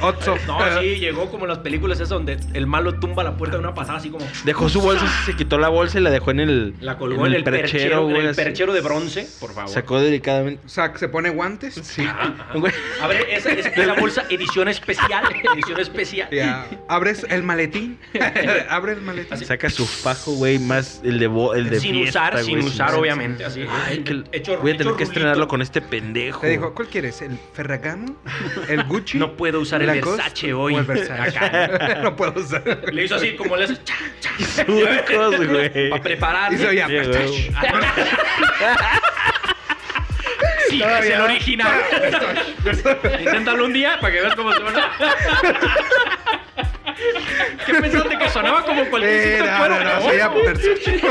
[SPEAKER 4] Otso.
[SPEAKER 5] No, sí, llegó como en las películas esas donde el malo tumba la puerta de una patada así como...
[SPEAKER 1] Dejó su bolsa, se quitó la bolsa y la dejó en el.
[SPEAKER 5] La colgó en el, perchero, en el
[SPEAKER 1] así.
[SPEAKER 5] perchero de bronce, por favor.
[SPEAKER 1] Sacó delicadamente.
[SPEAKER 4] O sea, ¿se pone guantes? Sí.
[SPEAKER 1] Güey.
[SPEAKER 5] A ver, esa es la bolsa edición especial, edición especial.
[SPEAKER 4] Ya. Abres el maletín. Abre el maletín.
[SPEAKER 1] Saca su fajo, güey, más el de, bo- el de
[SPEAKER 5] sin
[SPEAKER 1] fiesta,
[SPEAKER 5] usar,
[SPEAKER 1] güey,
[SPEAKER 5] sin usar, obviamente, así.
[SPEAKER 1] Ay, que el-
[SPEAKER 5] Hecho-
[SPEAKER 1] voy a tener
[SPEAKER 5] hecho
[SPEAKER 1] que estrenarlo
[SPEAKER 5] rulito.
[SPEAKER 1] con este pendejo.
[SPEAKER 4] Te dijo, ¿cuál quieres? ¿El Ferragamo? ¿El Gucci?
[SPEAKER 5] No puedo usar el
[SPEAKER 4] Lacoste
[SPEAKER 5] Versace hoy.
[SPEAKER 4] o el Versace?
[SPEAKER 5] Acá.
[SPEAKER 4] no puedo usar.
[SPEAKER 5] Le hizo así, como le hace cha, cha,
[SPEAKER 1] Surcos, güey.
[SPEAKER 5] para preparar.
[SPEAKER 4] Hizo ya.
[SPEAKER 1] Sí, güey.
[SPEAKER 5] Sí, es el original. Inténtalo un día para que veas cómo suena. ¿Qué pensaste que sonaba como cualquier
[SPEAKER 4] Eh,
[SPEAKER 5] sitio
[SPEAKER 4] no,
[SPEAKER 5] fuera
[SPEAKER 4] no,
[SPEAKER 5] de
[SPEAKER 4] no,
[SPEAKER 5] voz?
[SPEAKER 4] soy a Versace.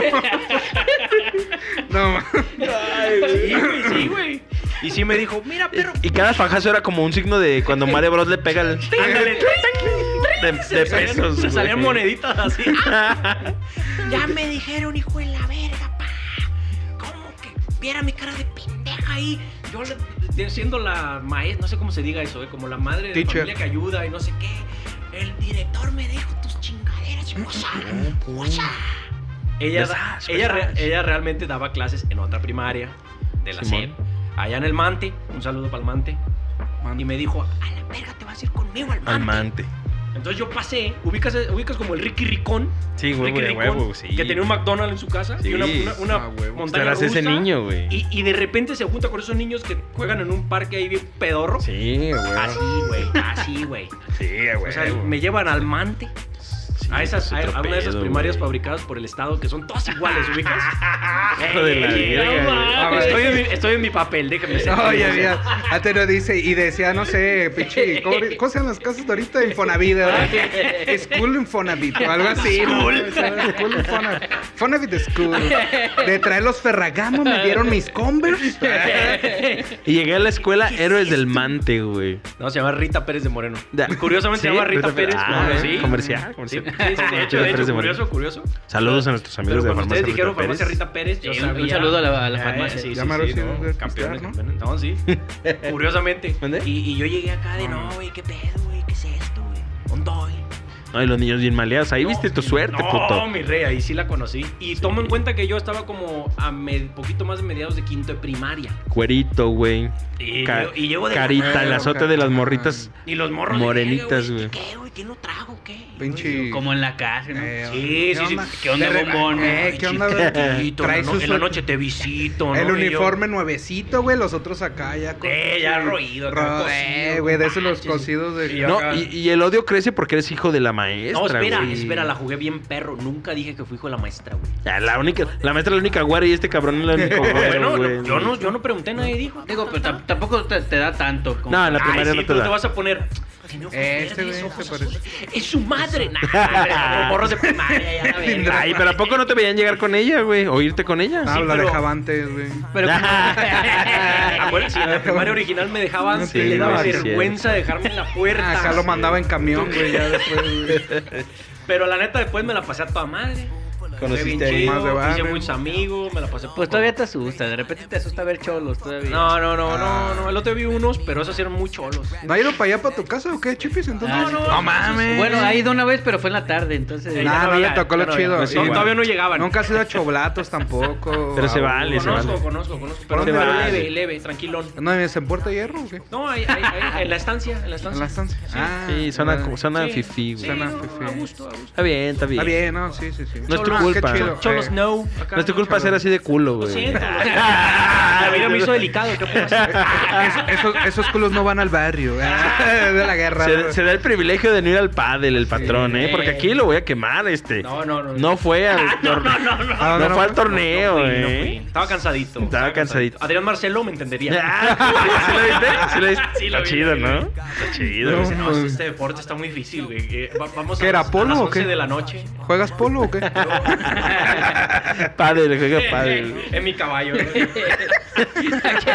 [SPEAKER 4] No, ma-
[SPEAKER 5] Sí, güey, sí, güey. Y sí me dijo, mira, pero
[SPEAKER 1] Y cada fajazo era como un signo de cuando Mario Bros le pega el.
[SPEAKER 5] Ándale.
[SPEAKER 1] De, de
[SPEAKER 5] Se salían-
[SPEAKER 1] pesos.
[SPEAKER 5] Se salían
[SPEAKER 1] güey.
[SPEAKER 5] moneditas así. ya me dijeron, hijo de la verga, pa. ¿Cómo que viera mi cara de pendeja ahí? Yo le- de- siendo la maestra, no sé cómo se diga eso, eh, como la madre de
[SPEAKER 4] Teacher.
[SPEAKER 5] familia que ayuda y no sé qué. El director me dijo tus chingaderas, guasa, guasa. Ella, da-
[SPEAKER 1] Versace,
[SPEAKER 5] ella, re-
[SPEAKER 1] Versace.
[SPEAKER 5] ella realmente daba clases en otra primaria de la
[SPEAKER 1] Simón.
[SPEAKER 5] SED. Allá en el Mante, un saludo para el Mante. Y me dijo, a la verga te vas a ir conmigo al Mante.
[SPEAKER 1] Amante.
[SPEAKER 5] Entonces yo pasé, ubicas, ubicas como el Ricky Ricón.
[SPEAKER 1] Sí, güey,
[SPEAKER 5] Ricky
[SPEAKER 1] güey,
[SPEAKER 5] Ricón,
[SPEAKER 1] huevo, sí.
[SPEAKER 5] Que tenía un McDonald's en su casa
[SPEAKER 1] Sí.
[SPEAKER 5] y una, una, una
[SPEAKER 4] Ah, huevo.
[SPEAKER 5] montaña
[SPEAKER 1] Serás
[SPEAKER 5] rusa.
[SPEAKER 1] ese niño, güey.
[SPEAKER 5] Y, y de repente se junta con esos niños que juegan en un parque ahí bien pedorro.
[SPEAKER 1] Sí, güey.
[SPEAKER 5] Ah, Así, güey, así, güey.
[SPEAKER 1] Sí, güey.
[SPEAKER 5] O sea, me llevan al mante. a esas,
[SPEAKER 1] es
[SPEAKER 5] a,
[SPEAKER 1] otro
[SPEAKER 5] a una de esas
[SPEAKER 1] pedo,
[SPEAKER 5] primarias
[SPEAKER 1] güey.
[SPEAKER 5] fabricadas por el Estado que son todas iguales, ubicas.
[SPEAKER 1] Hijo de la
[SPEAKER 5] Ey,
[SPEAKER 1] verga,
[SPEAKER 5] no
[SPEAKER 1] güey.
[SPEAKER 5] mames,
[SPEAKER 4] A ver.
[SPEAKER 5] estoy, en mi, estoy en mi papel, déjame ser.
[SPEAKER 4] Oye, mira, antes lo dice y decía, no sé, pinche, ¿cómo, cómo se llaman las casas de ahorita? Infonavit, ¿verdad? School Infonavit, o algo así. School. School Infonavit. Infonavit School. De traer los Ferragamo, me dieron mis Converse.
[SPEAKER 1] Y llegué a la escuela Héroes del Mante, güey.
[SPEAKER 5] No, se llama Rita Pérez de Moreno.
[SPEAKER 1] Da-
[SPEAKER 5] Curiosamente se
[SPEAKER 1] Sí,
[SPEAKER 5] llama Rita, Pérez.
[SPEAKER 1] Ah,
[SPEAKER 5] Moreno, sí.
[SPEAKER 1] Comercial, comercial.
[SPEAKER 5] Sí, sí, de hecho, de
[SPEAKER 1] Pérez
[SPEAKER 5] hecho,
[SPEAKER 1] de Moreno.
[SPEAKER 5] curioso, curioso.
[SPEAKER 1] Saludos a nuestros amigos
[SPEAKER 5] Pero
[SPEAKER 1] de
[SPEAKER 5] cuando
[SPEAKER 1] Farmacia
[SPEAKER 5] ustedes
[SPEAKER 1] Rita
[SPEAKER 5] dijeron
[SPEAKER 1] Pérez.
[SPEAKER 5] farmacia Rita Pérez, yo
[SPEAKER 2] Sí,
[SPEAKER 5] sabía.
[SPEAKER 2] un saludo a la- a la
[SPEAKER 5] Eh,
[SPEAKER 2] farmacia.
[SPEAKER 5] Sí, sí,
[SPEAKER 4] Llamaros
[SPEAKER 5] sí,
[SPEAKER 4] y
[SPEAKER 5] no,
[SPEAKER 4] deben de
[SPEAKER 5] campeones,
[SPEAKER 4] pistear,
[SPEAKER 5] campeones. No, sí. Curiosamente.
[SPEAKER 1] ¿Mande?
[SPEAKER 5] Y, y yo llegué acá de, no, güey, qué pedo, güey, qué es esto, güey. ¿Dónde doy?
[SPEAKER 1] No, y los niños bien maleados. Ahí
[SPEAKER 5] No,
[SPEAKER 1] viste tu
[SPEAKER 5] sí,
[SPEAKER 1] suerte,
[SPEAKER 5] no,
[SPEAKER 1] puto.
[SPEAKER 5] mi rey, ahí sí la conocí. Y tomo en cuenta que yo estaba como a med- poquito más de mediados de quinto de primaria.
[SPEAKER 1] Cuerito, güey.
[SPEAKER 5] Y,
[SPEAKER 1] Ca-
[SPEAKER 5] yo- y llego de
[SPEAKER 1] Carita,
[SPEAKER 4] ganado,
[SPEAKER 1] el azote de las morritas.
[SPEAKER 5] Y los morros.
[SPEAKER 1] Morenitas,
[SPEAKER 5] de, "Verga,
[SPEAKER 1] güey.
[SPEAKER 5] ¿Qué, güey? ¿Quién lo trajo? ¿Qué?
[SPEAKER 4] Pinche.
[SPEAKER 2] Como en la casa, ¿no?
[SPEAKER 4] Eh,
[SPEAKER 5] Sí, sí,
[SPEAKER 4] ¿qué
[SPEAKER 5] sí.
[SPEAKER 4] onda?
[SPEAKER 2] ¿Qué onda,
[SPEAKER 4] De-
[SPEAKER 2] bombón?
[SPEAKER 4] Eh, ¿qué onda? güey?
[SPEAKER 5] Chiquito,
[SPEAKER 4] Trae
[SPEAKER 5] en la
[SPEAKER 4] su
[SPEAKER 5] no- en la
[SPEAKER 4] sol-
[SPEAKER 5] noche te visito, ¿no?
[SPEAKER 4] El
[SPEAKER 5] Y yo-
[SPEAKER 4] uniforme nuevecito, güey, los otros acá ya con-
[SPEAKER 5] Eh, ya roído, acá
[SPEAKER 4] Ro- Eh,
[SPEAKER 5] cocido,
[SPEAKER 4] güey, de
[SPEAKER 5] no
[SPEAKER 4] esos los
[SPEAKER 5] manches.
[SPEAKER 4] cocidos de...
[SPEAKER 1] No, y, y el odio crece porque eres hijo de la maestra.
[SPEAKER 5] No, espera,
[SPEAKER 1] güey.
[SPEAKER 5] espera, la jugué bien perro. Nnunca dije que fui hijo de la maestra, güey.
[SPEAKER 1] Ya, la única, la maestra es la única güera y este cabrón es la única güera,
[SPEAKER 5] Bueno,
[SPEAKER 1] güey.
[SPEAKER 5] no, yo, no, yo no pregunté, nadie dijo.
[SPEAKER 2] Digo, pero tam- tampoco te, te da tanto. como-
[SPEAKER 1] No, en la
[SPEAKER 5] Ay,
[SPEAKER 1] primaria
[SPEAKER 5] sí,
[SPEAKER 1] no te
[SPEAKER 5] tú
[SPEAKER 1] da.
[SPEAKER 5] vas a poner. Tiene ojos
[SPEAKER 4] Este
[SPEAKER 5] verdes,
[SPEAKER 4] güey
[SPEAKER 5] ojos
[SPEAKER 4] se parece.
[SPEAKER 5] azules. Es su madre. Nah, morros de primaria, ya la verga.
[SPEAKER 1] Ay, pero ¿a poco no te veían llegar con ella, güey? ¿O irte con ella?
[SPEAKER 4] Habla
[SPEAKER 5] pero-
[SPEAKER 4] de javantes, güey.
[SPEAKER 2] Pero como-
[SPEAKER 5] Acuérdate, Ah, si en la primaria original me dejaban,
[SPEAKER 1] Sí,
[SPEAKER 5] le daba
[SPEAKER 1] güey, sí, Ah,
[SPEAKER 5] vergüenza dejarme en la puerta.
[SPEAKER 4] Ah, Acá lo mandaba en camión, güey, ya después, güey.
[SPEAKER 5] Pero la neta, después me la pasé a toda madre. Fue bien
[SPEAKER 1] Conociste ahí
[SPEAKER 5] chido,
[SPEAKER 4] más de
[SPEAKER 5] hice
[SPEAKER 4] barrio.
[SPEAKER 5] muchos amigos, me la pasé
[SPEAKER 2] pues todavía te asusta. De repente te asusta ver cholos todavía.
[SPEAKER 5] No, no, no,
[SPEAKER 1] Ah.
[SPEAKER 5] no, no. El otro vi unos, pero esos eran muy cholos.
[SPEAKER 4] ¿No ha ido para allá, para tu casa o qué, Chipis? Entonces,
[SPEAKER 2] Ah, no.
[SPEAKER 4] mames.
[SPEAKER 2] Bueno, ha ido una vez, pero fue en la tarde, entonces.
[SPEAKER 5] Eh,
[SPEAKER 4] Nah,
[SPEAKER 5] ya
[SPEAKER 4] eh. no
[SPEAKER 5] había,
[SPEAKER 4] le tocó
[SPEAKER 5] ya
[SPEAKER 4] lo
[SPEAKER 5] no había.
[SPEAKER 4] chido.
[SPEAKER 1] Pues
[SPEAKER 5] No,
[SPEAKER 4] Igual.
[SPEAKER 5] todavía no llegaban.
[SPEAKER 4] Nunca has ido a Choblatos tampoco.
[SPEAKER 1] Pero se
[SPEAKER 4] a-
[SPEAKER 1] vale, se
[SPEAKER 5] Conozco,
[SPEAKER 1] vale.
[SPEAKER 5] conozco, conozco. Pero
[SPEAKER 4] Se
[SPEAKER 5] leve,
[SPEAKER 1] vale.
[SPEAKER 5] leve, leve, tranquilón.
[SPEAKER 4] ¿No vives en Puerto Hierro o qué?
[SPEAKER 5] No, ahí, ahí, ahí, en la estancia, en la estancia.
[SPEAKER 4] En la estancia. Ah,
[SPEAKER 1] Sí, suena,
[SPEAKER 4] ya.
[SPEAKER 1] como- suena
[SPEAKER 5] Sí,
[SPEAKER 1] fifí,
[SPEAKER 5] sí,
[SPEAKER 1] güey.
[SPEAKER 4] Suena
[SPEAKER 5] no,
[SPEAKER 4] fifí.
[SPEAKER 5] A gusto, a gusto.
[SPEAKER 1] Está bien, está bien.
[SPEAKER 4] Está bien, no, sí, sí, sí.
[SPEAKER 1] No es tu
[SPEAKER 4] Cholos, qué
[SPEAKER 1] culpa.
[SPEAKER 4] chido,
[SPEAKER 5] Cholos
[SPEAKER 4] eh.
[SPEAKER 5] no. acá.
[SPEAKER 1] No es tu culpa ser así de culo,
[SPEAKER 5] Lo
[SPEAKER 1] güey.
[SPEAKER 5] siento, lo siento. La vida me hizo delicado. ¿Qué puedo hacer?
[SPEAKER 4] Es- eh, esos, esos culos no van al barrio, güey, de la guerra.
[SPEAKER 1] Se, se da el privilegio de no ir al pádel el patrón, ¿eh? Porque aquí lo voy a quemar, este.
[SPEAKER 5] No, no, no.
[SPEAKER 1] No fue al torneo. No,
[SPEAKER 4] ¿A dónde
[SPEAKER 1] fue al
[SPEAKER 4] fue?
[SPEAKER 1] torneo,
[SPEAKER 5] No fui, no fui.
[SPEAKER 1] ¿eh?
[SPEAKER 5] Estaba cansadito.
[SPEAKER 1] Estaba cansadito.
[SPEAKER 5] Adrián Marcelo me entendería.
[SPEAKER 1] Ah, ¿Sí lo viste? ¿Sí lo viste?
[SPEAKER 5] Sí
[SPEAKER 1] Está
[SPEAKER 5] lo vi,
[SPEAKER 1] chido,
[SPEAKER 5] lo vi.
[SPEAKER 1] ¿no? Está chido.
[SPEAKER 5] Pero dice, no, este deporte está muy difícil, güey. Eh, va- Vamos a
[SPEAKER 4] ¿Qué era,
[SPEAKER 5] las- a
[SPEAKER 4] polo
[SPEAKER 5] las
[SPEAKER 4] o
[SPEAKER 5] 11
[SPEAKER 4] qué?
[SPEAKER 5] de la noche.
[SPEAKER 4] ¿Juegas polo o qué?
[SPEAKER 1] Pádel, juega pádel.
[SPEAKER 5] En mi caballo.